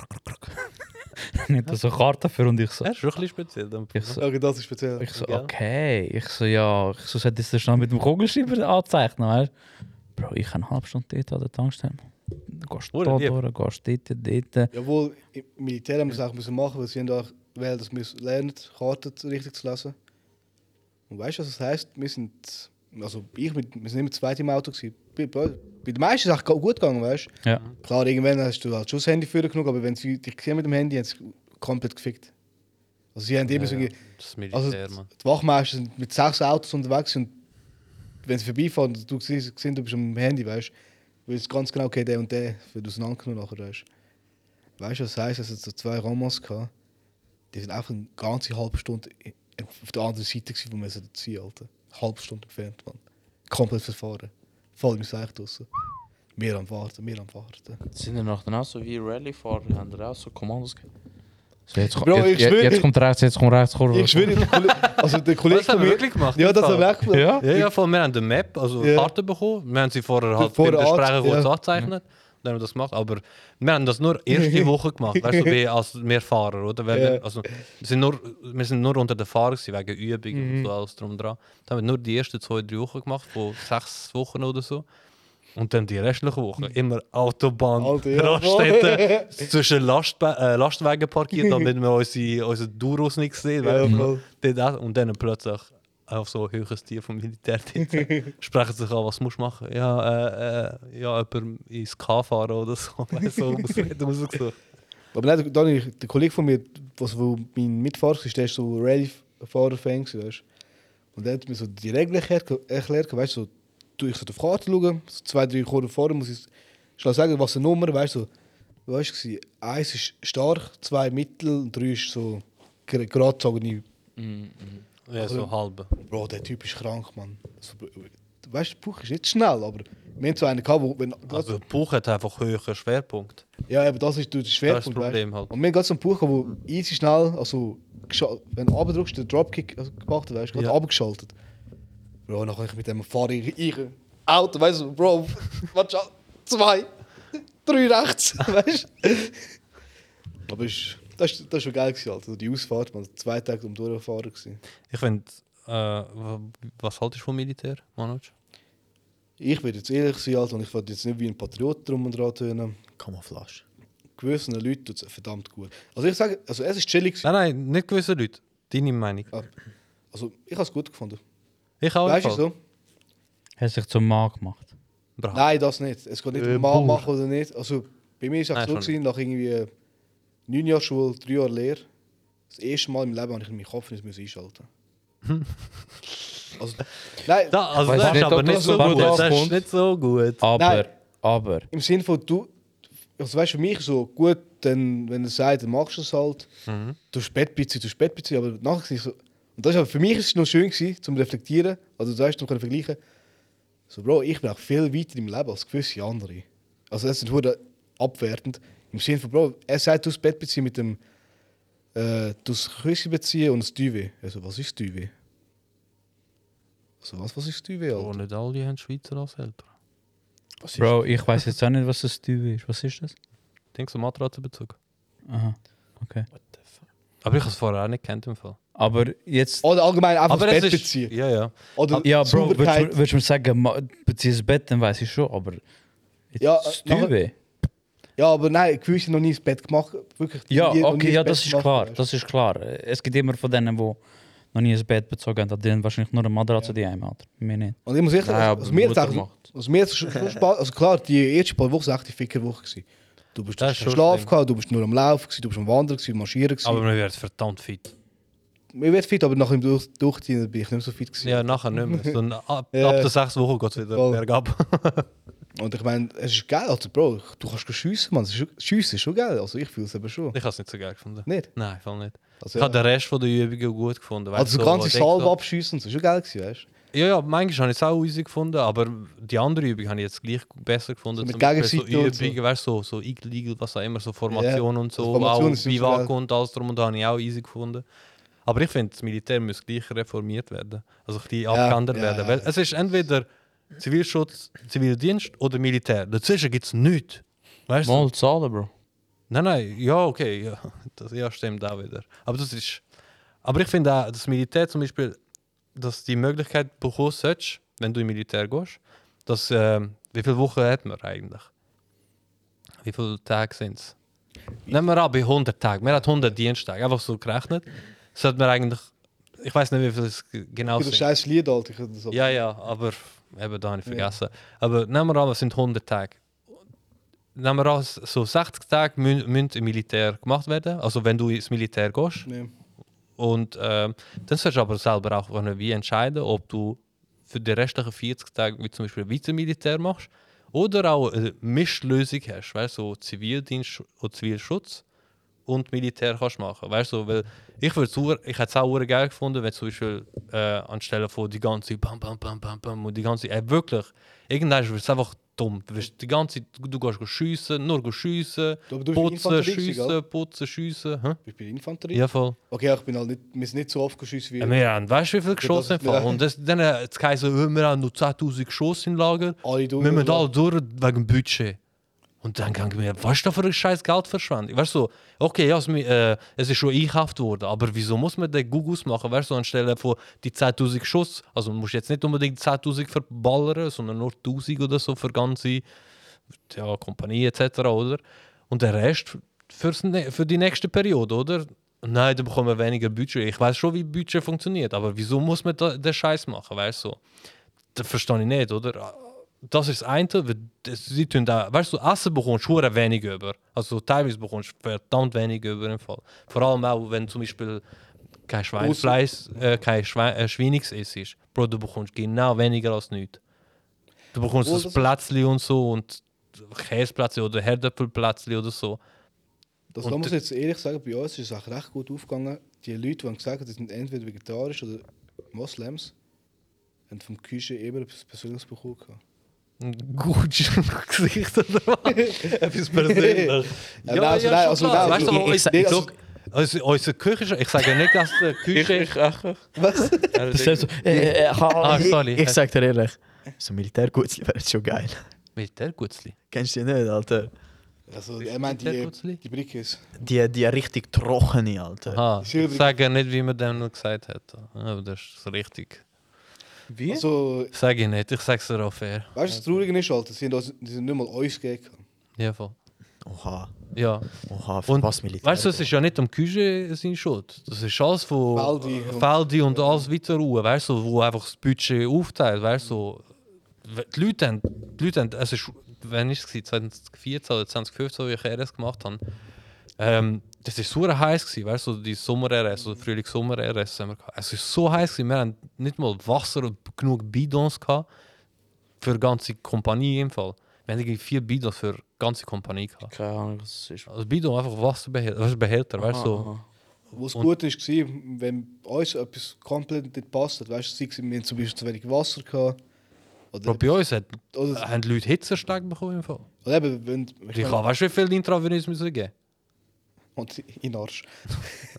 [SPEAKER 5] Nimmt er so Karte für und ich so,
[SPEAKER 2] Das ist schon ein bisschen speziell. dann.
[SPEAKER 5] ich so,
[SPEAKER 4] Ja, das ist speziell.
[SPEAKER 5] ich so
[SPEAKER 2] Ja.
[SPEAKER 5] okay. Ich so, ja, ich so, sollte ich das schnell mit dem Kugelschreiber anzeichnen, weißt du? Bro, ich habe eine halbe Stunde dort an der Tankstelle. Du gehst da
[SPEAKER 2] Hure
[SPEAKER 5] durch,
[SPEAKER 2] lieb.
[SPEAKER 5] gehst dort, dort.
[SPEAKER 4] Jawohl, im Militär haben wir es auch müssen machen, weil sie haben auch wählen, dass wir es lernen, Karten zu- richtig zu lesen. Und weißt du, was das heisst? Wir sind, also ich, mit, wir sind immer zweit im Auto gewesen. Bei, bei, bei den meisten ist es auch gut gegangen, weißt du?
[SPEAKER 5] Ja.
[SPEAKER 4] Klar, irgendwann hast du halt schon das Handy führen genug, aber wenn sie dich gesehen mit dem Handy, haben sie komplett gefickt. Also sie haben immer so,
[SPEAKER 2] Ja, ja.
[SPEAKER 4] die
[SPEAKER 2] Das
[SPEAKER 4] also
[SPEAKER 2] Militär, Mann.
[SPEAKER 4] die Wachmeister sind mit sechs Autos unterwegs und wenn sie vorbeifahren und du siehst, siehst, du bist am Handy, weißt du, weißt du ganz genau, okay, der und der wird auseinandergenommen nachher, weißt du. Weißt du, was heisst, es hat so zwei Romans gehabt, die sind einfach eine ganze halbe Stunde i- auf der anderen Seite gewesen, wo wir sie ziehen, Alter. Eine halbe Stunde entfernt, Mann. Komplett verfahren. Voll im Seich draussen. Wir am Warten, wir am Warten.
[SPEAKER 7] Sind er noch danach so wie Rallye-Fahrer? Haben er auch so Kommandos gegeben? So, jetzt,
[SPEAKER 4] Bro,
[SPEAKER 7] jetzt,
[SPEAKER 4] ich schwöre-
[SPEAKER 7] jetzt kommt rechts, jetzt kommt rechts. Kurve.
[SPEAKER 4] Ich schwöre, der Kolle- also der Kollege
[SPEAKER 2] Das haben
[SPEAKER 4] von
[SPEAKER 2] wir
[SPEAKER 4] mir.
[SPEAKER 2] wirklich gemacht.
[SPEAKER 4] Ja, das haben
[SPEAKER 2] Fall.
[SPEAKER 4] wir auch gemacht.
[SPEAKER 7] Ja?
[SPEAKER 2] Ja, ja, voll, wir haben eine Map, also
[SPEAKER 4] Ja.
[SPEAKER 2] Karten bekommen. Wir haben sie vorher halt
[SPEAKER 4] Vorher
[SPEAKER 2] beim Besprechen
[SPEAKER 4] ange-
[SPEAKER 2] kurz
[SPEAKER 4] ja.
[SPEAKER 2] angezeichnet. Dann haben wir das gemacht. Aber wir haben das nur erste Woche gemacht, weißt du, wie als mehr Fahrer, oder? Weil
[SPEAKER 4] Ja.
[SPEAKER 2] wir, also, wir, sind nur, wir sind nur unter den Fahrern gewesen, wegen Übungen
[SPEAKER 4] Mhm.
[SPEAKER 2] und so alles drum und dran. Dann haben wir nur die ersten zwei, drei Wochen gemacht, von sechs Wochen oder so. Und dann die restlichen Wochen immer Autobahn,
[SPEAKER 4] Alter, Mhm. ja.
[SPEAKER 2] Raststätten, zwischen Lastbe äh, Lastwagen parkiert, damit wir unsere, unsere Duros nicht sehen.
[SPEAKER 4] Ja,
[SPEAKER 2] weißt du?
[SPEAKER 4] voll.
[SPEAKER 2] Dort auch. Und dann plötzlich auf so ein höheres Tier vom Militär dort sprechen sich an, was musst du machen? Ja, äh, äh, ja jemand ins K fahren oder so. Weißt du, so muss man rausgesucht.
[SPEAKER 4] Aber nein, dann, der Kollege von mir, was wo mein Mitfahrer war, der ist so Rallye-Fahrer-Fan, gewesen, weißt du. Und der hat mir so die Regeln erklärt- erklärt, weißt du, so, tu ich so auf die Karte schauen, so zwei, drei Kurven vorne muss ich schnell sagen, was eine Nummer, weißt du, so, weißt du, gewesen, eins ist stark, zwei mittel und drei ist so ger- geradezogene.
[SPEAKER 2] Ja, so halb.
[SPEAKER 4] Bro, der Typ ist krank, Mann. So, weißt du, der Buch ist nicht schnell, aber wir haben so einen gehabt, wo, wenn,
[SPEAKER 2] Also, der Bauch hat einfach höheren Schwerpunkt.
[SPEAKER 4] Ja, aber das ist der Schwerpunkt.
[SPEAKER 2] Das ist das Problem
[SPEAKER 4] weißt?
[SPEAKER 2] halt.
[SPEAKER 4] Und wir haben gerade so einen Buch, wo easy schnell, also gescha- wenn du runterdrückst, den Dropkick also, gemacht hat, weißt du,
[SPEAKER 2] Ja.
[SPEAKER 4] gerade abgeschaltet. Bro, dann kann ich mit dem Fahrer ihre Auto, weißt du, Bro, was scha- zwei, drei rechts, weißt du. Aber ist, das, ist, das ist schon geil gewesen, Alter. Die Ausfahrt, man, zwei Tage um durchfahren gewesen.
[SPEAKER 2] Ich finde, äh, wa- was haltest du vom Militär, Manoj?
[SPEAKER 4] Ich will jetzt ehrlich sein, Alter, und ich will jetzt nicht wie ein Patriot drum und dran tönen.
[SPEAKER 1] Camouflage.
[SPEAKER 4] Gewissen Leuten tut es verdammt gut. Also ich sage, also es ist chillig gewesen.
[SPEAKER 2] Nein, nein, nicht gewisse Leute. Deine Meinung.
[SPEAKER 4] Also ich habe es gut gefunden.
[SPEAKER 2] Ich auch.
[SPEAKER 4] Weißt du
[SPEAKER 2] im Fall.
[SPEAKER 4] so?
[SPEAKER 5] Hat sich zum Mann gemacht.
[SPEAKER 2] Bra.
[SPEAKER 4] Nein, das nicht. Es geht nicht um Mann machen oder nicht. Also bei mir ist es
[SPEAKER 2] Nein,
[SPEAKER 4] so
[SPEAKER 2] schon
[SPEAKER 4] gewesen, nach irgendwie neun Jahren Schule, drei Jahre Lehre. Das erste Mal im Leben habe ich meinen Kopf nicht müssen einschalten. also, nein,
[SPEAKER 2] Da, also,
[SPEAKER 5] weiss
[SPEAKER 2] das ist
[SPEAKER 5] nicht,
[SPEAKER 2] aber
[SPEAKER 5] ob
[SPEAKER 2] nicht
[SPEAKER 5] das
[SPEAKER 2] so
[SPEAKER 5] so
[SPEAKER 2] gut.
[SPEAKER 5] gut
[SPEAKER 2] Das ist
[SPEAKER 5] ankommt.
[SPEAKER 2] nicht so gut.
[SPEAKER 5] Aber,
[SPEAKER 4] Nein.
[SPEAKER 5] aber.
[SPEAKER 4] im Sinne von du, also weißt du, für mich so gut, dann, wenn er sagt, dann machst du es halt.
[SPEAKER 2] Mhm.
[SPEAKER 4] Du Spätpizza, du Spätpizza, aber nachher ist es so. Und das ist aber für mich ist es noch schön gewesen, zum Reflektieren. Also du weißt, du kannst vergleichen. So, Bro, ich bin auch viel weiter im Leben als gewisse andere. Also das ist wurde abwertend. Im Sinne von, Bro, er sagt, du das Bett beziehen mit dem äh, du das Küsse beziehen und das Duvet. Also was ist Duvet? Also was, was ist Duvet,
[SPEAKER 2] Oh,
[SPEAKER 4] Alter?
[SPEAKER 2] nicht alle haben Schweizer als Eltern.
[SPEAKER 5] Bro, ich weiß jetzt auch nicht, was das Tüwe ist. Was ist das?
[SPEAKER 2] Denkst du Matratzenbezug?
[SPEAKER 5] Aha, okay.
[SPEAKER 2] Aber ich habe es vorher auch nicht kennt im Fall.
[SPEAKER 5] Aber jetzt.
[SPEAKER 4] Oder allgemein einfach
[SPEAKER 2] Aber
[SPEAKER 4] das
[SPEAKER 2] es
[SPEAKER 4] Bett
[SPEAKER 2] ist.
[SPEAKER 4] beziehen.
[SPEAKER 2] Ja, ja.
[SPEAKER 4] Oder
[SPEAKER 5] ja, Bro,
[SPEAKER 4] Sauberkeit.
[SPEAKER 5] würdest du- würdest du mir sagen, ma- bezieh das Bett, dann weiß ich schon, aber.
[SPEAKER 4] Ja, äh,
[SPEAKER 5] das
[SPEAKER 4] nachher-
[SPEAKER 5] Tüwe.
[SPEAKER 4] Ja, aber nein, gewisse haben noch nie ins Bett gemacht. Wirklich, die
[SPEAKER 5] Ja,
[SPEAKER 4] haben noch nie
[SPEAKER 5] okay,
[SPEAKER 4] ins
[SPEAKER 5] ja,
[SPEAKER 4] Bett
[SPEAKER 5] das ist
[SPEAKER 4] gemacht,
[SPEAKER 5] klar.
[SPEAKER 4] weißt du.
[SPEAKER 5] Das ist klar. Es gibt immer von denen, die noch nie ein Bett bezogen haben, die haben wahrscheinlich nur eine Matratze die einem hat. Mir nicht.
[SPEAKER 4] Und ich muss ehrlich
[SPEAKER 7] Nein,
[SPEAKER 4] sagen,
[SPEAKER 7] aber
[SPEAKER 4] also mir
[SPEAKER 7] Mutter
[SPEAKER 4] hat
[SPEAKER 7] macht.
[SPEAKER 4] also mir hat's schon, schon Spaß. Also klar, die ersten paar Wochen war echt die Fickerwoche. gewesen. Du bist du
[SPEAKER 2] Das
[SPEAKER 4] hast
[SPEAKER 2] ist
[SPEAKER 4] keinen
[SPEAKER 2] schon
[SPEAKER 4] Schlaf
[SPEAKER 2] schlimm.
[SPEAKER 4] gehabt, du bist nur am Laufen, gewesen, du bist am Wandern, gewesen, am Marschieren. Gewesen.
[SPEAKER 2] Aber man wird verdammt fit.
[SPEAKER 4] ich werde fit, aber nach dem Durch Durchziehen bin ich nicht mehr so fit. Gewesen.
[SPEAKER 2] Ja, nachher nicht mehr. So, ab, ab
[SPEAKER 4] Ja.
[SPEAKER 2] der sechs Wochen geht es wieder
[SPEAKER 4] Voll.
[SPEAKER 2] bergab.
[SPEAKER 4] Und ich meine, es ist geil, also Bro, du kannst schiessen, man. Schiessen ist schon geil, also ich fühle es eben schon.
[SPEAKER 2] Ich habe es nicht so geil gefunden.
[SPEAKER 4] Nicht?
[SPEAKER 2] Nein, voll nicht.
[SPEAKER 4] Also,
[SPEAKER 2] Ich
[SPEAKER 4] ja.
[SPEAKER 2] habe den Rest von der Übungen gut gefunden. weißt
[SPEAKER 4] also
[SPEAKER 2] du, so,
[SPEAKER 4] so ganze
[SPEAKER 2] wo ich denke,
[SPEAKER 4] Salve abschiessen, das ist schon geil gewesen, weißt du.
[SPEAKER 2] Ja, ja, manchmal habe ich es auch easy gefunden, aber die andere Übung habe ich jetzt gleich besser gefunden.
[SPEAKER 4] So mit
[SPEAKER 2] Zum Beispiel
[SPEAKER 4] Gegenseite und so.
[SPEAKER 2] so Übungen, weißt du, so, so Eagle, Eagle, was auch immer, so Formation und so,
[SPEAKER 4] also Formation ist
[SPEAKER 2] auch
[SPEAKER 4] nicht so
[SPEAKER 2] Biwak
[SPEAKER 4] geil.
[SPEAKER 2] und alles drum und da habe ich auch easy gefunden. Aber ich finde, das Militär muss gleich reformiert werden, also ein bisschen abgeändert
[SPEAKER 4] ja,
[SPEAKER 2] werden,
[SPEAKER 4] ja,
[SPEAKER 2] weil
[SPEAKER 4] ja.
[SPEAKER 2] es ist entweder Zivilschutz, Zivildienst oder Militär. Dazwischen gibt es nichts. Weißt du?
[SPEAKER 7] Mal zahlen, Bro.
[SPEAKER 2] Nein, nein, ja, okay, ja, das, ja stimmt auch wieder. Aber das ist. Aber ich finde auch, das Militär zum Beispiel, dass die Möglichkeit bekommst, sollst, wenn du im Militär gehst, dass ähm, wie viele Wochen hat man eigentlich? Wie viele Tage sind es? Nehmen wir an, bei 100 Tagen. Man hat 100 Diensttage, einfach so gerechnet. Sollte man eigentlich, ich weiß nicht, wie viel es g- genau
[SPEAKER 4] Ich das
[SPEAKER 2] sind.
[SPEAKER 4] scheiß Lied, Alter. Ich, das
[SPEAKER 2] Ja, ja, aber eben, da habe ich vergessen. Aber nehmen wir an, es sind 100 Tage. Nehmen wir an, so 60 Tage mü- müssen im Militär gemacht werden. Also wenn du ins Militär gehst.
[SPEAKER 4] Nee.
[SPEAKER 2] Und ähm, dann sollst du aber selber auch können, wie entscheiden, ob du für die restlichen 40 Tage wie zum Beispiel Vize-Militär machst oder auch eine Mischlösung hast, weißt du, so Zivildienst und Zivilschutz und Militär kannst machen, weißt du, weil ich würde ich hätte es auch hure geil gefunden, wenn zum Beispiel äh, anstelle von die ganze Bam Bam Bam Bam Bam und die ganze, äh, wirklich, irgendwann würde es einfach dumm. Du wirst die ganze Zeit, du gehst schiessen, nur schiessen,
[SPEAKER 4] Aber du bist bei
[SPEAKER 2] putzen,
[SPEAKER 4] Infanterie, gewesen, gell?
[SPEAKER 2] schiessen, putzen, schiessen. Hä?
[SPEAKER 4] Du bist bei der Infanterie.
[SPEAKER 2] Ja, voll.
[SPEAKER 4] Okay, ja, ich bin halt nicht, wir sind nicht so oft geschossen wie
[SPEAKER 2] Ja. Wir haben, weißt du, wie viel geschossen
[SPEAKER 4] das-
[SPEAKER 2] haben?
[SPEAKER 4] ja.
[SPEAKER 2] Und das, dann hat es geheißen, oh, wir haben nur 10.000 Geschosse im Lager.
[SPEAKER 4] alle durch.
[SPEAKER 2] Wir müssen alle durch wegen dem Budget. Und dann denke ich mir, was ist das für eine scheiß Geldverschwendung? Weißt du, so, okay, ja, es, mi- äh, es ist schon einkauft worden, aber wieso muss man den Gugus machen? Weißt du, anstelle von die 10.000 Schuss, also man muss jetzt nicht unbedingt 10.000 verballern, sondern nur 1.000 oder so für ganze ja, Kompanie etc. Oder? Und der Rest für's, ne- für die nächste Periode, oder? Nein, dann bekommen wir weniger Budget. Ich weiß schon, wie Budget funktioniert, aber wieso muss man da, den Scheiß machen? Weißt du, so? das verstehe ich nicht, oder? Das ist das eine, weil das- sie tun da, weißt du, Essen bekommst du sehr wenig über. Also teilweise bekommst du verdammt wenig über im Fall. Vor allem auch, wenn zum Beispiel kein Schweinefleisch, äh, kein Schwein, äh, Schweinigsess ist. Bro, du bekommst genau weniger als nichts. Du bekommst
[SPEAKER 4] Oh,
[SPEAKER 2] das
[SPEAKER 4] das-
[SPEAKER 2] Plätzchen und so und Käseplätzchen oder Herdöpfelplätzchen oder so.
[SPEAKER 4] Das
[SPEAKER 2] Und
[SPEAKER 4] kann man
[SPEAKER 2] d-
[SPEAKER 4] jetzt ehrlich sagen, bei uns ist es auch recht gut aufgegangen. Die Leute, die haben gesagt haben, sie sind entweder vegetarisch oder Moslems, haben vom Küche eben etwas Persönliches bekommen. gehabt.
[SPEAKER 2] Gut im Gesicht oder was? Etwas persönlich.
[SPEAKER 4] Ja, nein, also nein, also
[SPEAKER 2] klar.
[SPEAKER 4] nein,
[SPEAKER 2] weißt du,
[SPEAKER 4] also-
[SPEAKER 2] ich,
[SPEAKER 4] nee,
[SPEAKER 2] ich,
[SPEAKER 4] also-
[SPEAKER 2] also, also, unsere Küche ist, ich sage nicht, dass die Küche ist.
[SPEAKER 4] Was?
[SPEAKER 2] Dus
[SPEAKER 5] Das ist so, äh, äh,
[SPEAKER 2] Ah, sorry.
[SPEAKER 1] Ich, ich sag dir ehrlich, so Militärgutzli wäre schon geil.
[SPEAKER 2] Mit der Gutzli.
[SPEAKER 1] Kennst du die nicht, Alter?
[SPEAKER 4] Also, er meint
[SPEAKER 2] der
[SPEAKER 4] die,
[SPEAKER 2] Gutzli?
[SPEAKER 4] die Brikis.
[SPEAKER 1] Die, die richtig trockene, Alter.
[SPEAKER 2] Aha,
[SPEAKER 4] Die
[SPEAKER 2] ich
[SPEAKER 4] silbrige-
[SPEAKER 2] sage nicht, wie man dem noch gesagt hat. Aber das ist richtig.
[SPEAKER 7] Wie?
[SPEAKER 4] Also,
[SPEAKER 2] Sage ich nicht, ich sage es dir auch fair.
[SPEAKER 4] weißt du, was das Traurige ist, Alter? Sie haben uns- die sind nicht mal uns gegeben.
[SPEAKER 2] Ja, voll.
[SPEAKER 1] Oha,
[SPEAKER 2] Ja.
[SPEAKER 1] oha, für
[SPEAKER 2] Und
[SPEAKER 1] was Militär?
[SPEAKER 2] weißt du, es ist ja nicht am Küche seine Schuld. Das ist alles von
[SPEAKER 4] Faldi und-
[SPEAKER 2] Äh, Faldi und alles weiter ruhen, weißt du, wo einfach das Budget aufteilt, weißt du. Die Leute haben, die Leute haben, es ist, wenn ich es war, 2014 oder 2015, wie ich RS gemacht habe, ähm, das war so heiß, gewesen, weißt du, die Sommer-RS oder Frühlings-Sommer-RS. haben wir gehabt. Es war so heiß, gewesen, wir haben nicht mal Wasser und genug Bidons gehabt für die ganze Kompanie im Fall. Wir haben irgendwie vier Bidons für die ganze Kompanie gehabt.
[SPEAKER 7] Keine Ahnung, was ist.
[SPEAKER 2] Also Bidon einfach Wasserbehälter, also Behälter, weißt du? so.
[SPEAKER 4] Was gut ist, gewesen, wenn uns etwas komplett nicht passt hat, weißt du, sei es, wir haben zum Beispiel zu wenig Wasser gehabt. Oder,
[SPEAKER 2] Aber bei uns hat,
[SPEAKER 4] oder,
[SPEAKER 2] Äh, haben die Leute Hitzerschläge bekommen. Im Fall.
[SPEAKER 4] oder eben, wenn. ich
[SPEAKER 2] Ich
[SPEAKER 4] meine-
[SPEAKER 2] kann, weißt du, wie viel Intravenös müssen geben?
[SPEAKER 4] Und in den Arsch.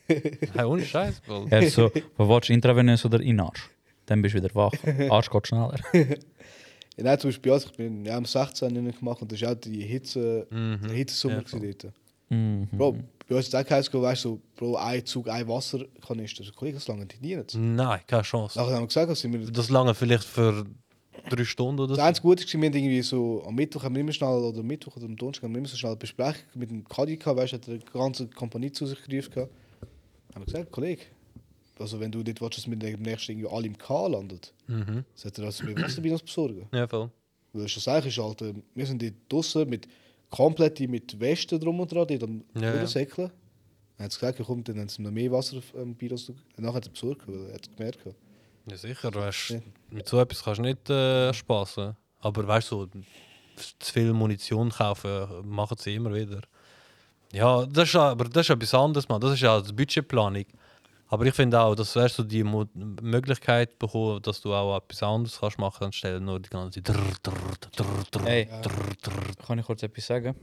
[SPEAKER 2] Hey, ohne Scheiß. Bro.
[SPEAKER 5] Er ist so, was willst du, intravenös oder in Arsch? Dann bist du wieder wach. Arsch geht schneller.
[SPEAKER 4] Ja, nein, zum Beispiel bei uns, ich bin ja am 16 nicht gemacht und das war auch die Hitze, der
[SPEAKER 2] Mhm.
[SPEAKER 4] Hitzesommer
[SPEAKER 2] Ja,
[SPEAKER 4] ja, dort. Bro, bei uns ist auch heiß gewesen, weißt du, so, Bro, ein Zug, ein Wasserkanister. So, Kollege, das lange die nie nicht.
[SPEAKER 2] Nein, keine Chance.
[SPEAKER 4] Nachher haben wir gesagt, dass wir,
[SPEAKER 2] Das lange vielleicht für drei Stunden oder
[SPEAKER 4] das
[SPEAKER 2] so.
[SPEAKER 4] einzige Gute war, wir haben irgendwie so, am Mittwoch haben wir immer schnell, oder am Mittwoch oder am Donnerstag haben wir immer so schnell eine Besprechung mit dem Kadi gehabt, weißt du, hat die ganze Kompanie zu sich gerufen. gehabt. Haben wir gesagt, Kollege, also wenn du nicht willst, dass wir am nächsten irgendwie alle im K landet,
[SPEAKER 2] Mhm.
[SPEAKER 4] sollten wir also mehr Wasser bei uns besorgen.
[SPEAKER 2] Ja, voll.
[SPEAKER 4] Weil schlussendlich ist halt, äh, wir sind dort draussen mit komplett mit Westen drum und dran, die dann
[SPEAKER 2] Ja, ja.
[SPEAKER 4] durchsäckeln. Dann hat es gesagt, komm, dann haben sie noch mehr Wasser auf ähm, Bier. Nachher hat er besorgt, weil er hat es gemerkt. gehabt.
[SPEAKER 2] Ja, sicher. Weißt,
[SPEAKER 4] Ja.
[SPEAKER 2] Mit so etwas kannst du nicht äh, spassen. Aber weißt du, so, zu viel Munition kaufen machen sie immer wieder. Ja, das ist, aber das ist etwas anderes, man. Das ist ja die Budgetplanung. Aber ich finde auch, dass wärst du die Mo Möglichkeit bekommen, dass du auch etwas anderes kannst machen anstelle nur die ganze Zeit. drrr, drrr, drrr, drrr,
[SPEAKER 5] Ey.
[SPEAKER 2] drrr, drrr.
[SPEAKER 5] Kann ich kurz etwas sagen?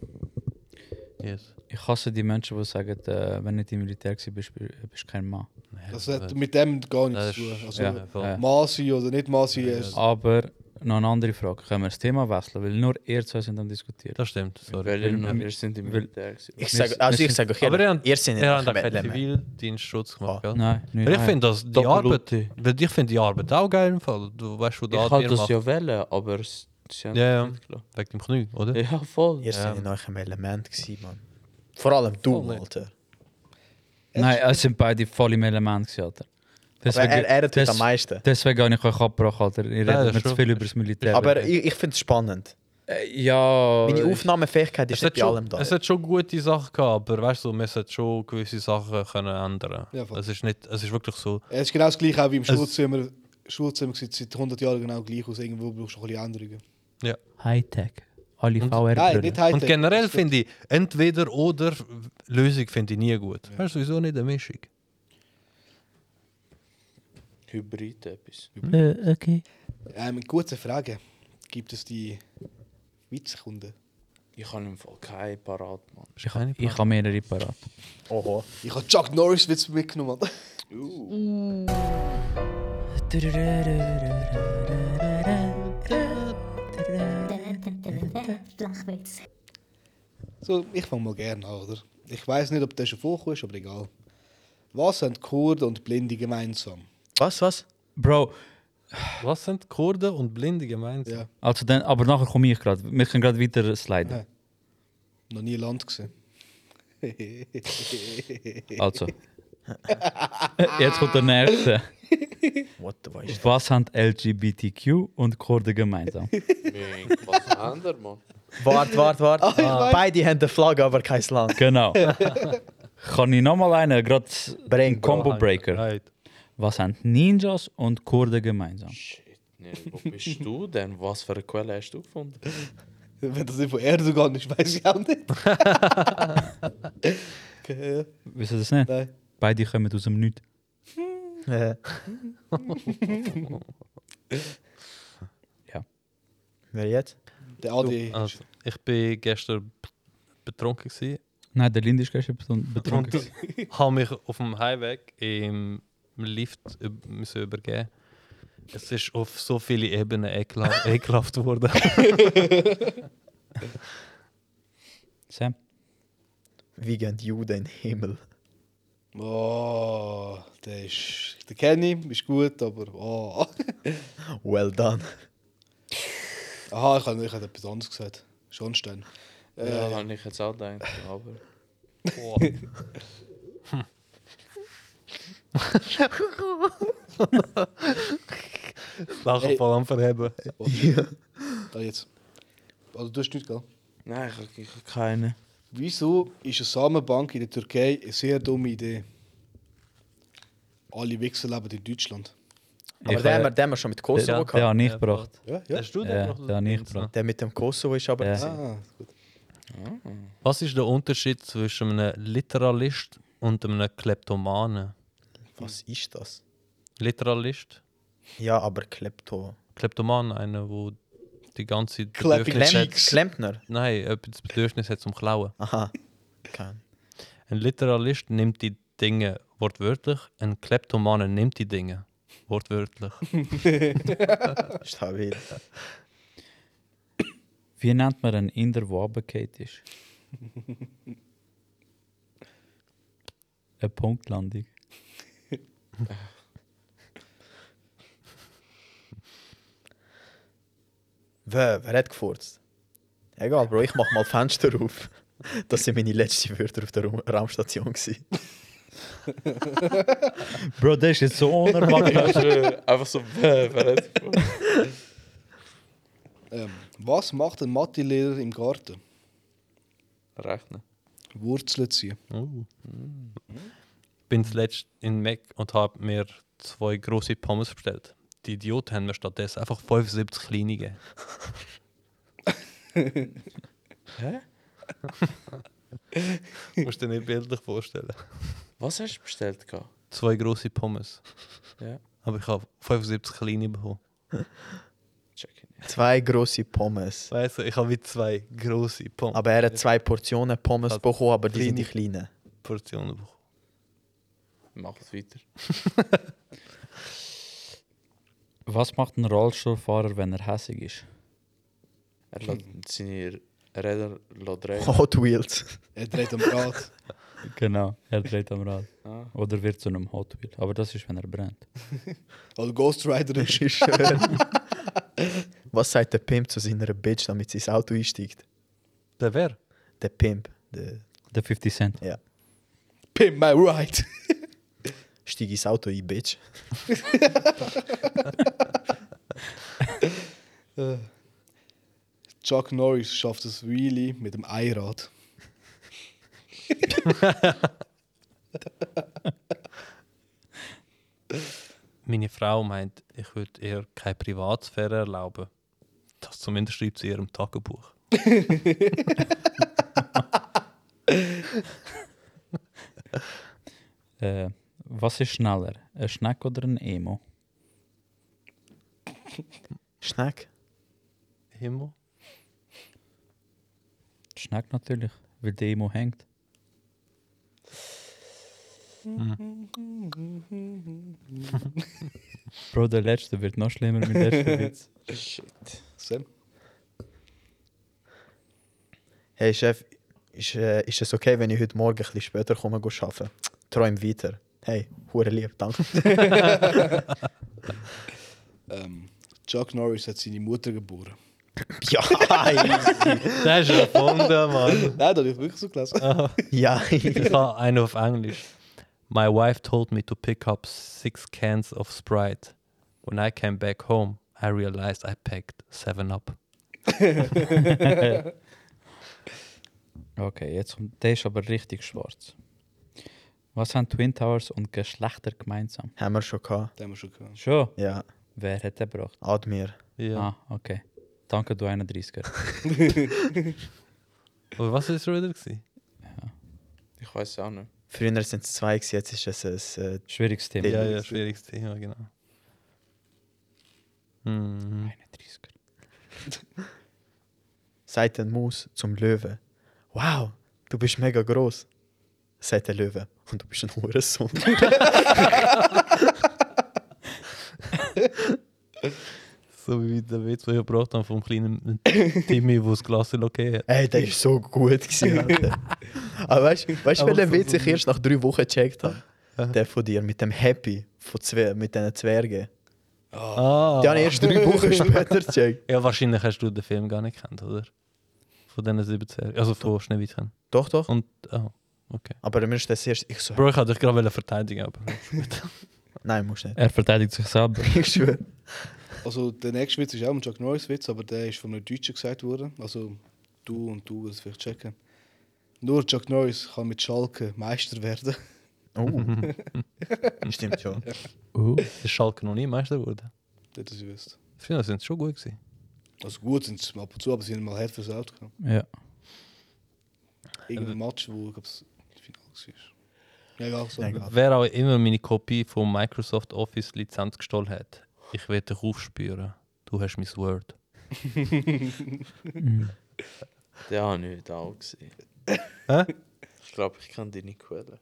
[SPEAKER 2] Yes.
[SPEAKER 5] Ich hasse die Menschen, die sagen, äh, wenn du nicht im Militär warst, bist du bist du kein Mann.
[SPEAKER 4] Das Also hat mit dem gar
[SPEAKER 2] Das
[SPEAKER 4] nichts
[SPEAKER 2] ist-
[SPEAKER 4] zu tun. Also,
[SPEAKER 2] ja,
[SPEAKER 4] ja.
[SPEAKER 2] voll.
[SPEAKER 5] ja.
[SPEAKER 4] oder nicht Masi. Ja,
[SPEAKER 5] Aber noch eine andere Frage. Können wir das Thema wechseln? Weil nur ihr zwei sind am diskutieren.
[SPEAKER 2] Das stimmt, sorry.
[SPEAKER 7] Weil wir- wir sind im
[SPEAKER 5] Weil-
[SPEAKER 7] Militär. gewesen.
[SPEAKER 1] Ich sag, also ich sage euch
[SPEAKER 2] Aber ihr
[SPEAKER 1] ehrlich,
[SPEAKER 2] habt-
[SPEAKER 1] ihr seid nicht
[SPEAKER 2] Er hat auch
[SPEAKER 1] Ahmed
[SPEAKER 2] keinen
[SPEAKER 1] Lemmer.
[SPEAKER 2] Zivildienstschutz gemacht, gell?
[SPEAKER 5] Nein, nicht.
[SPEAKER 2] Weil Ich finde das- die Arbeit,
[SPEAKER 7] Doppelroute.
[SPEAKER 2] weil ich finde die Arbeit auch geil im Fall. Du weißt, wo
[SPEAKER 7] Ich
[SPEAKER 2] da
[SPEAKER 7] hatte das ja wählen, aber es sie haben
[SPEAKER 2] Ja, ja.
[SPEAKER 7] nicht gelassen.
[SPEAKER 2] Wegen dem Knie, oder?
[SPEAKER 7] Ja, voll.
[SPEAKER 1] ihr seid in eurem Element gewesen, Mann. Vor allem du,
[SPEAKER 2] Voll.
[SPEAKER 1] Alter.
[SPEAKER 5] Nein, es sind beide voll im Element. gewesen, Alter.
[SPEAKER 1] Aber er, er hat heute
[SPEAKER 5] des-
[SPEAKER 1] am meisten.
[SPEAKER 5] deswegen habe ich euch abgebrochen, Alter. Ihr
[SPEAKER 2] das
[SPEAKER 5] redet
[SPEAKER 2] ist
[SPEAKER 5] mir zu
[SPEAKER 2] schon-
[SPEAKER 5] viel über das Militär.
[SPEAKER 1] Aber ich, ich finde es spannend.
[SPEAKER 5] Äh, ja.
[SPEAKER 1] Meine
[SPEAKER 5] ich-
[SPEAKER 1] Aufnahmefähigkeit ist
[SPEAKER 2] Es
[SPEAKER 1] nicht
[SPEAKER 2] hat,
[SPEAKER 1] bei allem
[SPEAKER 2] schon,
[SPEAKER 1] da.
[SPEAKER 2] es hat schon gute Sachen gehabt, aber weißt du, man hat schon gewisse Sachen können ändern.
[SPEAKER 4] Ja, voll.
[SPEAKER 2] es ist nicht, es ist wirklich so.
[SPEAKER 4] Es ist genau das gleiche auch wie im
[SPEAKER 2] Es-
[SPEAKER 4] Schulzimmer. Schulzimmer sieht seit 100 Jahren genau gleich aus. Irgendwo brauchst du ein bisschen Änderungen.
[SPEAKER 5] Hightech. Alle
[SPEAKER 4] Nein,
[SPEAKER 5] VR-Brillen.
[SPEAKER 4] nicht heute.
[SPEAKER 2] Und generell finde ich entweder oder Lösung finde ich nie gut. Weißt du, wieso nicht eine Mischung?
[SPEAKER 7] Hybrid etwas.
[SPEAKER 5] Äh, okay.
[SPEAKER 4] Ähm, gute Frage. Gibt es die Witzkunden.
[SPEAKER 6] Ich habe im Fall keinen parat, Mann.
[SPEAKER 5] Ich, ha- ich habe mehrere parat.
[SPEAKER 1] Oho.
[SPEAKER 4] Ich habe Chuck Norris Witz mitgenommen.
[SPEAKER 9] Flachwitz.
[SPEAKER 4] So, ich fange mal gerne an, oder? Ich weiß nicht, ob das schon vorkommt, aber egal. Was haben Kurden und Blinde gemeinsam?
[SPEAKER 1] Was, was?
[SPEAKER 5] Bro,
[SPEAKER 2] Was sind Kurden und Blinde gemeinsam?
[SPEAKER 4] Ja.
[SPEAKER 5] also dann, aber nachher komme ich gerade. Wir können gerade weiter sliden.
[SPEAKER 4] Noch nie Land gesehen.
[SPEAKER 5] Also. Äh, Jetzt kommt der nächste.
[SPEAKER 1] What the fuck?
[SPEAKER 5] Was haben LGBTQ und Kurden gemeinsam?
[SPEAKER 6] Ming, was haben wir, Mann?
[SPEAKER 1] Wart, wart, wart. Ah. Beide haben die Flagge, aber kein Land.
[SPEAKER 5] Genau. Kann ich nochmal einen, gerade
[SPEAKER 1] Bring, Bro.
[SPEAKER 5] Combo Breaker.
[SPEAKER 2] Right.
[SPEAKER 5] Was haben Ninjas und Kurden gemeinsam?
[SPEAKER 6] Shit, nee, wo bist du denn? Was für eine Quelle hast du gefunden?
[SPEAKER 4] Wenn das nicht von Erdogan ist, weiß ich auch nicht. okay, ja,
[SPEAKER 5] Wisst ihr das nicht?
[SPEAKER 4] nein.
[SPEAKER 5] Beide kommen aus dem Nichts.
[SPEAKER 1] Ja.
[SPEAKER 5] Ja.
[SPEAKER 1] Wer jetzt?
[SPEAKER 4] Der Adi.
[SPEAKER 2] Also, ich bin gestern b- betrunken gewesen.
[SPEAKER 5] Nein, der Lind ist gestern betrun- betrunken. gewesen.
[SPEAKER 2] habe mich auf dem Highway im Lift üb- müssen übergeben. Es ist auf so viele Ebenen ekla- ekelhaft worden.
[SPEAKER 5] Sam?
[SPEAKER 1] Wie gehen die Juden in den Himmel?
[SPEAKER 4] Oh, der ist. Den kenne ich, ist gut, aber. Oh.
[SPEAKER 1] Well done.
[SPEAKER 4] Aha, ich habe ich hab etwas anderes gesagt. Schornstein.
[SPEAKER 6] Ja, habe ich jetzt auch gedacht, aber...
[SPEAKER 2] Lachen
[SPEAKER 4] Hey.
[SPEAKER 2] voll am Verheben.
[SPEAKER 4] Da Ah, jetzt. Also, du hast nichts, gell?
[SPEAKER 6] Nein, ich habe- ich habe keine.
[SPEAKER 4] Wieso ist eine Samenbank in der Türkei eine sehr dumme Idee? Alle Wichser leben in Deutschland.
[SPEAKER 1] Aber
[SPEAKER 5] Ich,
[SPEAKER 1] den haben, wir,
[SPEAKER 5] äh,
[SPEAKER 1] den haben wir schon mit Kosovo
[SPEAKER 5] der,
[SPEAKER 1] gehabt.
[SPEAKER 5] der hat nicht gebracht.
[SPEAKER 4] Ja,
[SPEAKER 2] Hast du
[SPEAKER 5] Ja,
[SPEAKER 2] den noch? ne?
[SPEAKER 5] der hat nicht gebracht.
[SPEAKER 1] Der mit dem Kosovo ist aber.
[SPEAKER 5] Ja.
[SPEAKER 1] gewesen.
[SPEAKER 4] Ah, gut.
[SPEAKER 2] Was ist der Unterschied zwischen einem Literalist und einem Kleptomanen?
[SPEAKER 1] Was ist das?
[SPEAKER 2] Literalist?
[SPEAKER 1] Ja, aber Klepto.
[SPEAKER 2] Kleptoman, einer, wo die ganze
[SPEAKER 4] Clapping
[SPEAKER 2] Bedürfnis
[SPEAKER 1] Klem
[SPEAKER 2] hat,
[SPEAKER 4] Cheeks.
[SPEAKER 1] Klempner.
[SPEAKER 2] nein, jemand das Bedürfnis hat zum Klauen.
[SPEAKER 1] Aha. Kein.
[SPEAKER 2] Ein Literalist nimmt die Dinge wortwörtlich, ein Kleptoman nimmt die Dinge wortwörtlich.
[SPEAKER 1] Stabil.
[SPEAKER 5] Wie nennt man einen Inder, der runtergefallen ist? Eine Punktlandung.
[SPEAKER 1] Wer, wer hat gefurzt? Egal, Bro, ich mach mal Fenster auf. Das sind meine letzten Wörter auf der Ra- Raumstation. gewesen.
[SPEAKER 5] Bro, das ist jetzt so unerwartet.
[SPEAKER 6] Einfach so... äh, verrät.
[SPEAKER 4] Ähm, was macht ein Mathelehrer im Garten?
[SPEAKER 6] Rechnen.
[SPEAKER 4] Wurzeln ziehen.
[SPEAKER 2] Oh. bin zuletzt in Mac und habe mir zwei große Pommes bestellt. Die Idioten haben mir stattdessen einfach 75 kleine gegeben. Hä? Musst du dir nicht bildlich vorstellen.
[SPEAKER 6] Was hast du bestellt? gehabt?
[SPEAKER 2] Zwei große Pommes.
[SPEAKER 6] Ja.
[SPEAKER 2] Aber ich habe 75 kleine bekommen.
[SPEAKER 6] Check it.
[SPEAKER 1] Zwei große Pommes.
[SPEAKER 2] Weißt du, ich habe wie zwei große Pommes
[SPEAKER 1] Aber er hat zwei Portionen Pommes
[SPEAKER 2] Also,
[SPEAKER 1] bekommen, aber die sind die kleinen.
[SPEAKER 2] Portionen bekommen.
[SPEAKER 6] Mach es weiter.
[SPEAKER 5] Was macht ein Rollstuhlfahrer, wenn er hässig ist?
[SPEAKER 6] Er lässt seine Räder lässt drehen.
[SPEAKER 1] Hot Wheels.
[SPEAKER 4] Er dreht am Rad.
[SPEAKER 5] Genau, er dreht am Rad.
[SPEAKER 6] Ah.
[SPEAKER 5] Oder wird zu einem Hot Wheel. Aber das ist, wenn er brennt.
[SPEAKER 4] Oder Also, Ghost Rider ist.
[SPEAKER 1] Ist schön. Was sagt der Pimp zu seiner Bitch, damit sie ins Auto einsteigt?
[SPEAKER 2] Der wer?
[SPEAKER 1] Der Pimp. Der
[SPEAKER 5] Der 50 Cent.
[SPEAKER 4] Pimp my ride.
[SPEAKER 1] steig ins Auto ein, Bitch.
[SPEAKER 4] Chuck Norris schafft das Wheelie mit dem Eirad.
[SPEAKER 2] Meine Frau meint, ich würde ihr keine Privatsphäre erlauben. Das zumindest schreibt sie in ihrem Tagebuch.
[SPEAKER 5] Äh, was ist schneller? Ein Schneck oder ein Emo?
[SPEAKER 1] Schneck.
[SPEAKER 2] Himmel?
[SPEAKER 5] Schneck natürlich, weil der Emo hängt. Bro, der letzte wird noch schlimmer mit dem letzten Witz.
[SPEAKER 4] Sam?
[SPEAKER 1] Hey Chef, ist, äh, ist es okay, wenn ich heute Morgen ein bisschen später komme go arbeiten? Träum weiter. Hey, hure lieb, danke.
[SPEAKER 4] Ähm, Chuck Norris hat seine Mutter geboren.
[SPEAKER 1] ja,
[SPEAKER 2] Der ist erfunden, Mann.
[SPEAKER 4] Nein, da habe ich wirklich so gelesen.
[SPEAKER 1] ja.
[SPEAKER 2] Ich habe eine auf Englisch. My wife told me to pick up six cans of Sprite. When I came back home, I realized I packed seven up.
[SPEAKER 5] Okay, jetzt kommt. Der ist aber richtig schwarz. Was haben Twin Towers und Geschlechter gemeinsam?
[SPEAKER 1] Haben wir schon gehabt.
[SPEAKER 4] Den haben wir schon gehört.
[SPEAKER 5] Schon?
[SPEAKER 1] Ja,
[SPEAKER 5] Wer hat den gebracht?
[SPEAKER 1] Admir.
[SPEAKER 2] Ja.
[SPEAKER 5] Ah, okay. Danke, du 31er.
[SPEAKER 2] Aber was ist Riddle gewesen?
[SPEAKER 7] Ich weiß es auch nicht.
[SPEAKER 1] Früher sind es zwei, gewesen, jetzt ist es ein. Äh,
[SPEAKER 5] Schwieriges Thema.
[SPEAKER 2] Ja, ja, schwieriges Thema, genau. Hm.
[SPEAKER 5] 31er.
[SPEAKER 1] sagt ein Maus zum Löwe. Wow, du bist mega groß. Sagt der Löwe. Und du bist ein Hurensohn.
[SPEAKER 2] So wie der Witz, den ich gebraucht habe vom kleinen Timmy, wo das Glas okay hat.
[SPEAKER 1] Ey, der ist so gut gewesen, Alter. Aber weißt du, weißt,
[SPEAKER 2] Aber
[SPEAKER 1] welchen
[SPEAKER 2] so-
[SPEAKER 1] Witz ich erst nach drei Wochen gecheckt habe? Der von dir mit dem Happy, von Zwer mit diesen Zwergen.
[SPEAKER 2] Ah.
[SPEAKER 1] Die habe ich erst drei Wochen später gecheckt.
[SPEAKER 2] Ja, wahrscheinlich hast du den Film gar nicht kennt, oder? Von diesen 17 Also von Schneewittchen.
[SPEAKER 1] Doch, doch.
[SPEAKER 2] Und, oh, okay.
[SPEAKER 1] Aber mir ist das erst. Ich so,
[SPEAKER 2] Bro, ich wollte dich gerade verteidigen, aber...
[SPEAKER 1] nein, musst nicht.
[SPEAKER 5] Er verteidigt sich selber.
[SPEAKER 1] Ich schwöre.
[SPEAKER 4] Also, der nächste Witz ist auch ein Chuck Norris-Witz, aber der ist von einem Deutschen gesagt worden. Also, du und du wirst es vielleicht checken. Nur Chuck Norris kann mit Schalke Meister werden.
[SPEAKER 1] Oh. Stimmt schon.
[SPEAKER 2] Ist Schalke noch nie Meister geworden?
[SPEAKER 4] Nicht, dass ich wüsste.
[SPEAKER 2] Ich finde, das sind schon gut gewesen.
[SPEAKER 4] Also, gut sind sie ab und zu, aber sie haben mal hart versaut. gehabt.
[SPEAKER 5] Ja.
[SPEAKER 4] Irgendein Match, wo ich es das Finale war. Ja, egal, so.
[SPEAKER 1] Egal.
[SPEAKER 2] Wer auch immer meine Kopie von Microsoft Office Lizenz gestohlen hat, ich werde dich aufspüren. Du hast mein Word.
[SPEAKER 7] Den habe ich heute auch gesehen.
[SPEAKER 2] Hä?
[SPEAKER 7] Ich glaube, ich kann deine Quelle.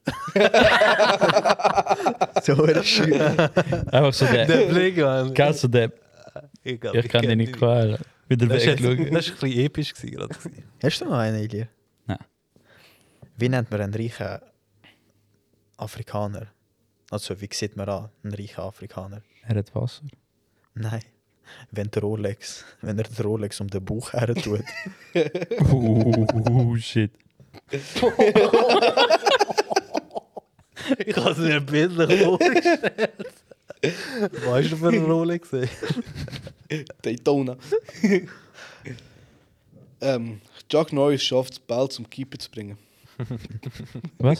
[SPEAKER 1] So eine Schüler.
[SPEAKER 5] Einfach so der.
[SPEAKER 2] Der Blick, Mann.
[SPEAKER 5] Gell, so der.
[SPEAKER 2] Ich, glaub,
[SPEAKER 5] Ich kann
[SPEAKER 2] kenn
[SPEAKER 5] dich nicht quälen. Wieder
[SPEAKER 2] Das war ein
[SPEAKER 5] wegschauen.
[SPEAKER 2] bisschen episch gewesen gerade. gewesen.
[SPEAKER 1] Hast du noch einen, Ilir?
[SPEAKER 5] Nein.
[SPEAKER 1] Wie nennt man einen reichen Afrikaner? Also, wie sieht man an, einen reichen Afrikaner?
[SPEAKER 5] Er hat Wasser.
[SPEAKER 1] Nein. Wenn der Rolex, wenn er den Rolex um den Bauch her tut.
[SPEAKER 5] Oh, shit.
[SPEAKER 2] Ich habe es mir bildlich vorgestellt. Weißt du, für eine Rolex? ey?
[SPEAKER 4] Daytona. ähm, Chuck Norris schafft es, Ball zum Keeper zu bringen.
[SPEAKER 5] Was?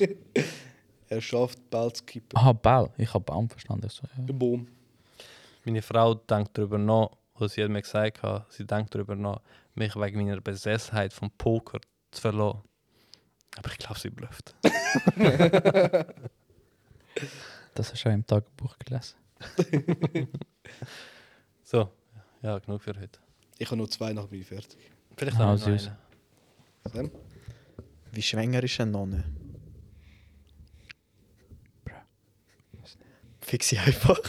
[SPEAKER 4] Er schafft Ball zu Keeper.
[SPEAKER 5] Ah, Ball. Ich habe Baum verstanden. Ich So, ja.
[SPEAKER 4] Boom.
[SPEAKER 2] Meine Frau denkt darüber nach, was sie hat mir gesagt hat, sie denkt darüber nach, mich wegen meiner Besessenheit vom Poker zu verlassen. Aber ich glaube, sie blufft.
[SPEAKER 5] Das hast du auch im Tagebuch gelesen.
[SPEAKER 2] So, ja, genug für heute.
[SPEAKER 4] Ich habe noch zwei nach mir fertig.
[SPEAKER 2] Vielleicht
[SPEAKER 5] Ah,
[SPEAKER 2] haben wir noch
[SPEAKER 5] süß.
[SPEAKER 2] einen.
[SPEAKER 4] Sam?
[SPEAKER 1] wie schwanger ist eine Nonne? Fix sie einfach.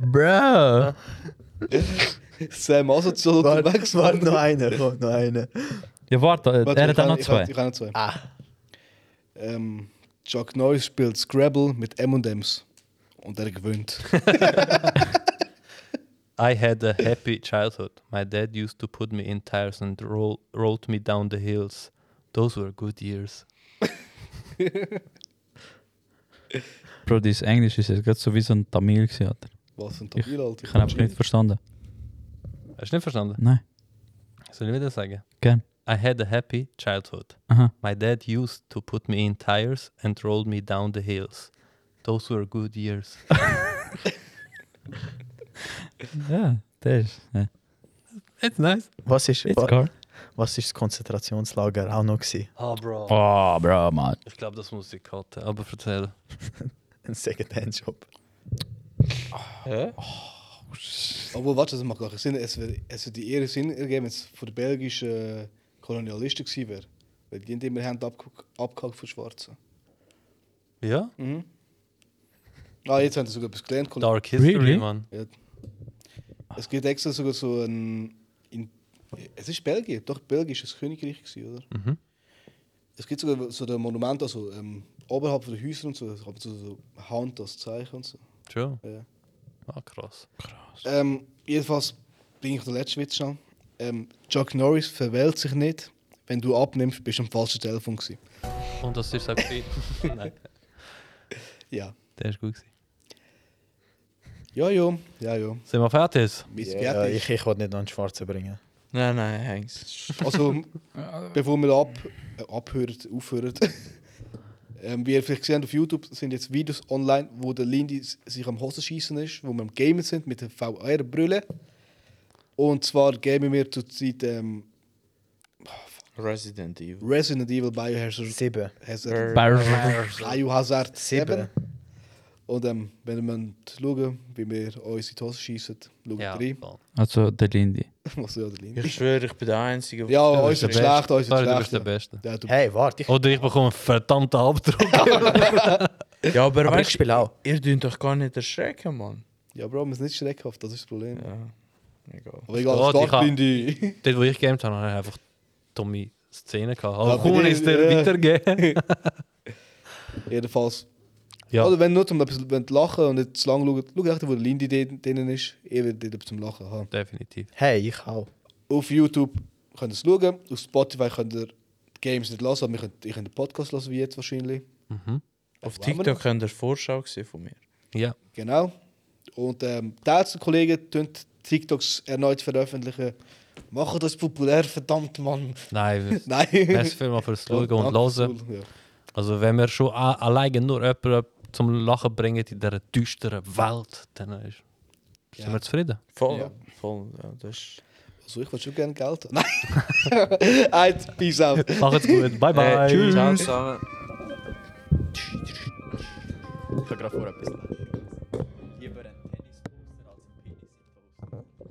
[SPEAKER 5] Bro!
[SPEAKER 4] Sam, also zu unterwegs
[SPEAKER 1] Warte, warte, noch einer, komm, noch einer.
[SPEAKER 5] Ja, warte, äh,
[SPEAKER 4] Warte,
[SPEAKER 5] er
[SPEAKER 4] ich
[SPEAKER 5] hat auch
[SPEAKER 4] habe-
[SPEAKER 5] noch
[SPEAKER 4] ich habe-
[SPEAKER 5] zwei.
[SPEAKER 4] Ich habe noch zwei.
[SPEAKER 1] Ah.
[SPEAKER 4] Ähm, Chuck Norris spielt Scrabble mit M&M's. Und er gewinnt.
[SPEAKER 2] I had a happy childhood. My dad used to put me in tires and roll, rolled me down the hills. Those were good years.
[SPEAKER 5] Bro, dein Englisch ist jetzt gerade so wie so ein Tamil gewesen, Alter.
[SPEAKER 4] Was für ein Tabelle, Alter.
[SPEAKER 5] Ich habe einfach nicht verstanden.
[SPEAKER 2] Hast du nicht verstanden?
[SPEAKER 5] Nein,
[SPEAKER 2] Soll ich wieder sagen?
[SPEAKER 5] gern.
[SPEAKER 2] I had a happy childhood.
[SPEAKER 5] Aha.
[SPEAKER 2] My dad used to put me in tires and rolled me down the hills. Those were good years.
[SPEAKER 5] Ja, der ist. Ja.
[SPEAKER 2] It's nice.
[SPEAKER 1] Was ist,
[SPEAKER 5] It's
[SPEAKER 1] wa,
[SPEAKER 5] gar.
[SPEAKER 1] was ist das Konzentrationslager auch noch? Gewesen?
[SPEAKER 2] Oh, bro.
[SPEAKER 5] Oh, Bro, Mann.
[SPEAKER 2] Ich glaube, das muss ich cutten, aber erzähl.
[SPEAKER 1] Ein Secondhand-Job.
[SPEAKER 5] Oh, shit.
[SPEAKER 4] Obwohl, warte, das macht gar keinen Sinn. Es würde es würde eher Sinn ergeben, wenn es von den belgischen äh, Kolonialisten gewesen wäre. Weil die haben immer Hände abgehack- abgehackt von Schwarzen.
[SPEAKER 2] Ja?
[SPEAKER 4] Ah, jetzt haben sie sogar etwas gelernt. Kol-
[SPEAKER 2] Mm. Dark History,
[SPEAKER 5] Really?
[SPEAKER 2] Mann.
[SPEAKER 4] Ja. Es gibt extra sogar so ein. In, es ist Belgien, doch Belgisch ist Königreich gewesen, oder?
[SPEAKER 1] Mhm.
[SPEAKER 4] Es gibt sogar so ein Monument, also ähm, oberhalb von den Häusern und so, da hat man so, so Hand als Zeichen und so.
[SPEAKER 2] True.
[SPEAKER 4] Ja.
[SPEAKER 2] Ah, krass.
[SPEAKER 4] Ähm, jedenfalls bin ich der letzte Witz schon. Ähm, Chuck Norris verwählt sich nicht. Wenn du abnimmst, bist du am falschen Telefon gewesen.
[SPEAKER 2] Und das ist auch Nein,
[SPEAKER 4] Ja.
[SPEAKER 2] der ist gut gewesen.
[SPEAKER 4] Ja, ja, ja, ja.
[SPEAKER 2] Sind wir fertig?
[SPEAKER 4] Mit
[SPEAKER 1] Ja,
[SPEAKER 4] fertig.
[SPEAKER 1] ich ich wollte nicht noch einen Schwarzen bringen.
[SPEAKER 7] Nein, nein, Hengst.
[SPEAKER 4] Also, bevor wir ab, äh, abhört, aufhört. ähm, wie ihr vielleicht gesehen habt auf YouTube, sind jetzt Videos online, wo der Lindy s- sich am Hosen schießen ist, wo wir am Gamen sind mit der VR-Brille. Und zwar gamen wir zurzeit ähm,
[SPEAKER 7] Resident Evil.
[SPEAKER 4] Resident Evil Biohazard
[SPEAKER 1] Sieben.
[SPEAKER 4] Hazard- Biohazard 7.
[SPEAKER 1] Sieben.
[SPEAKER 4] Und ähm, wenn ihr mögt schauen wie wir uns in die Hose schießen, schaut
[SPEAKER 2] Ja.
[SPEAKER 4] rein.
[SPEAKER 2] voll.
[SPEAKER 5] Also der Lindy.
[SPEAKER 4] Was ja, der Lindy.
[SPEAKER 7] Ich schwöre, ich bin der Einzige.
[SPEAKER 4] Ja, uns ist
[SPEAKER 2] der Beste.
[SPEAKER 4] schlecht, uns
[SPEAKER 2] Sorry, du bist
[SPEAKER 4] ist
[SPEAKER 2] der
[SPEAKER 4] schlecht.
[SPEAKER 2] Beste.
[SPEAKER 4] Ja, du
[SPEAKER 1] Hey, warte, ich,
[SPEAKER 2] Oder ich bekomme einen verdammten Abdruck.
[SPEAKER 7] ja aber,
[SPEAKER 1] aber ich
[SPEAKER 7] weißt
[SPEAKER 1] spiele auch.
[SPEAKER 7] ihr dürft doch gar nicht erschrecken, Mann.
[SPEAKER 4] Ja, Bro, wir sind nicht schreckhaft, das ist das Problem.
[SPEAKER 7] Ja. Egal.
[SPEAKER 4] Aber egal,
[SPEAKER 2] Oh,
[SPEAKER 4] oh,
[SPEAKER 2] die
[SPEAKER 4] stark
[SPEAKER 2] kann-
[SPEAKER 4] bin ich.
[SPEAKER 2] Dort, wo ich gegamed habe, habe ich einfach dumme Szenen gehabt. Aber
[SPEAKER 4] Aber
[SPEAKER 2] komm,
[SPEAKER 4] die-
[SPEAKER 2] ist der
[SPEAKER 4] ja. eh,
[SPEAKER 2] weitergehen.
[SPEAKER 4] Jedenfalls.
[SPEAKER 2] Ja.
[SPEAKER 4] Oder wenn nur zum bisschen wenn die lachen und nicht zu lange schauen, schau echt, wo der Lindy dort drinnen ist, ihr werdet dort etwas zum Lachen haben.
[SPEAKER 2] Definitiv.
[SPEAKER 1] Hey, ich auch.
[SPEAKER 4] Auf YouTube könnt ihr es schauen, auf Spotify könnt ihr die Games nicht lassen, aber ihr könnt, ihr könnt den Podcast lassen, wie jetzt wahrscheinlich.
[SPEAKER 7] Auf
[SPEAKER 4] Wollen wir
[SPEAKER 7] TikTok könnt ihr Vorschau sehen von mir.
[SPEAKER 2] Ja.
[SPEAKER 4] Genau. Und ähm, die Kollegen tun TikToks erneut veröffentlichen. Machen das populär, verdammt Mann.
[SPEAKER 2] Nein,
[SPEAKER 4] Nein.
[SPEAKER 2] merci vielmals fürs
[SPEAKER 4] Ja,
[SPEAKER 2] Schauen und
[SPEAKER 4] danke,
[SPEAKER 2] Hören.
[SPEAKER 4] cool, ja.
[SPEAKER 2] Also wenn wir schon a- alleine nur jemanden zum Lachen bringen in dieser düsteren Welt, dann ist, sind
[SPEAKER 4] Ja.
[SPEAKER 2] wir zufrieden.
[SPEAKER 7] Voll.
[SPEAKER 4] Ja.
[SPEAKER 7] Voll. Ja, das ist...
[SPEAKER 4] Also ich würde schon gerne Geld haben. Nein. Eins, peace out.
[SPEAKER 2] Macht's gut.
[SPEAKER 4] Eh,
[SPEAKER 2] Bye bye.
[SPEAKER 7] Ciao zusammen.
[SPEAKER 1] Ich habe gerade vor etwas.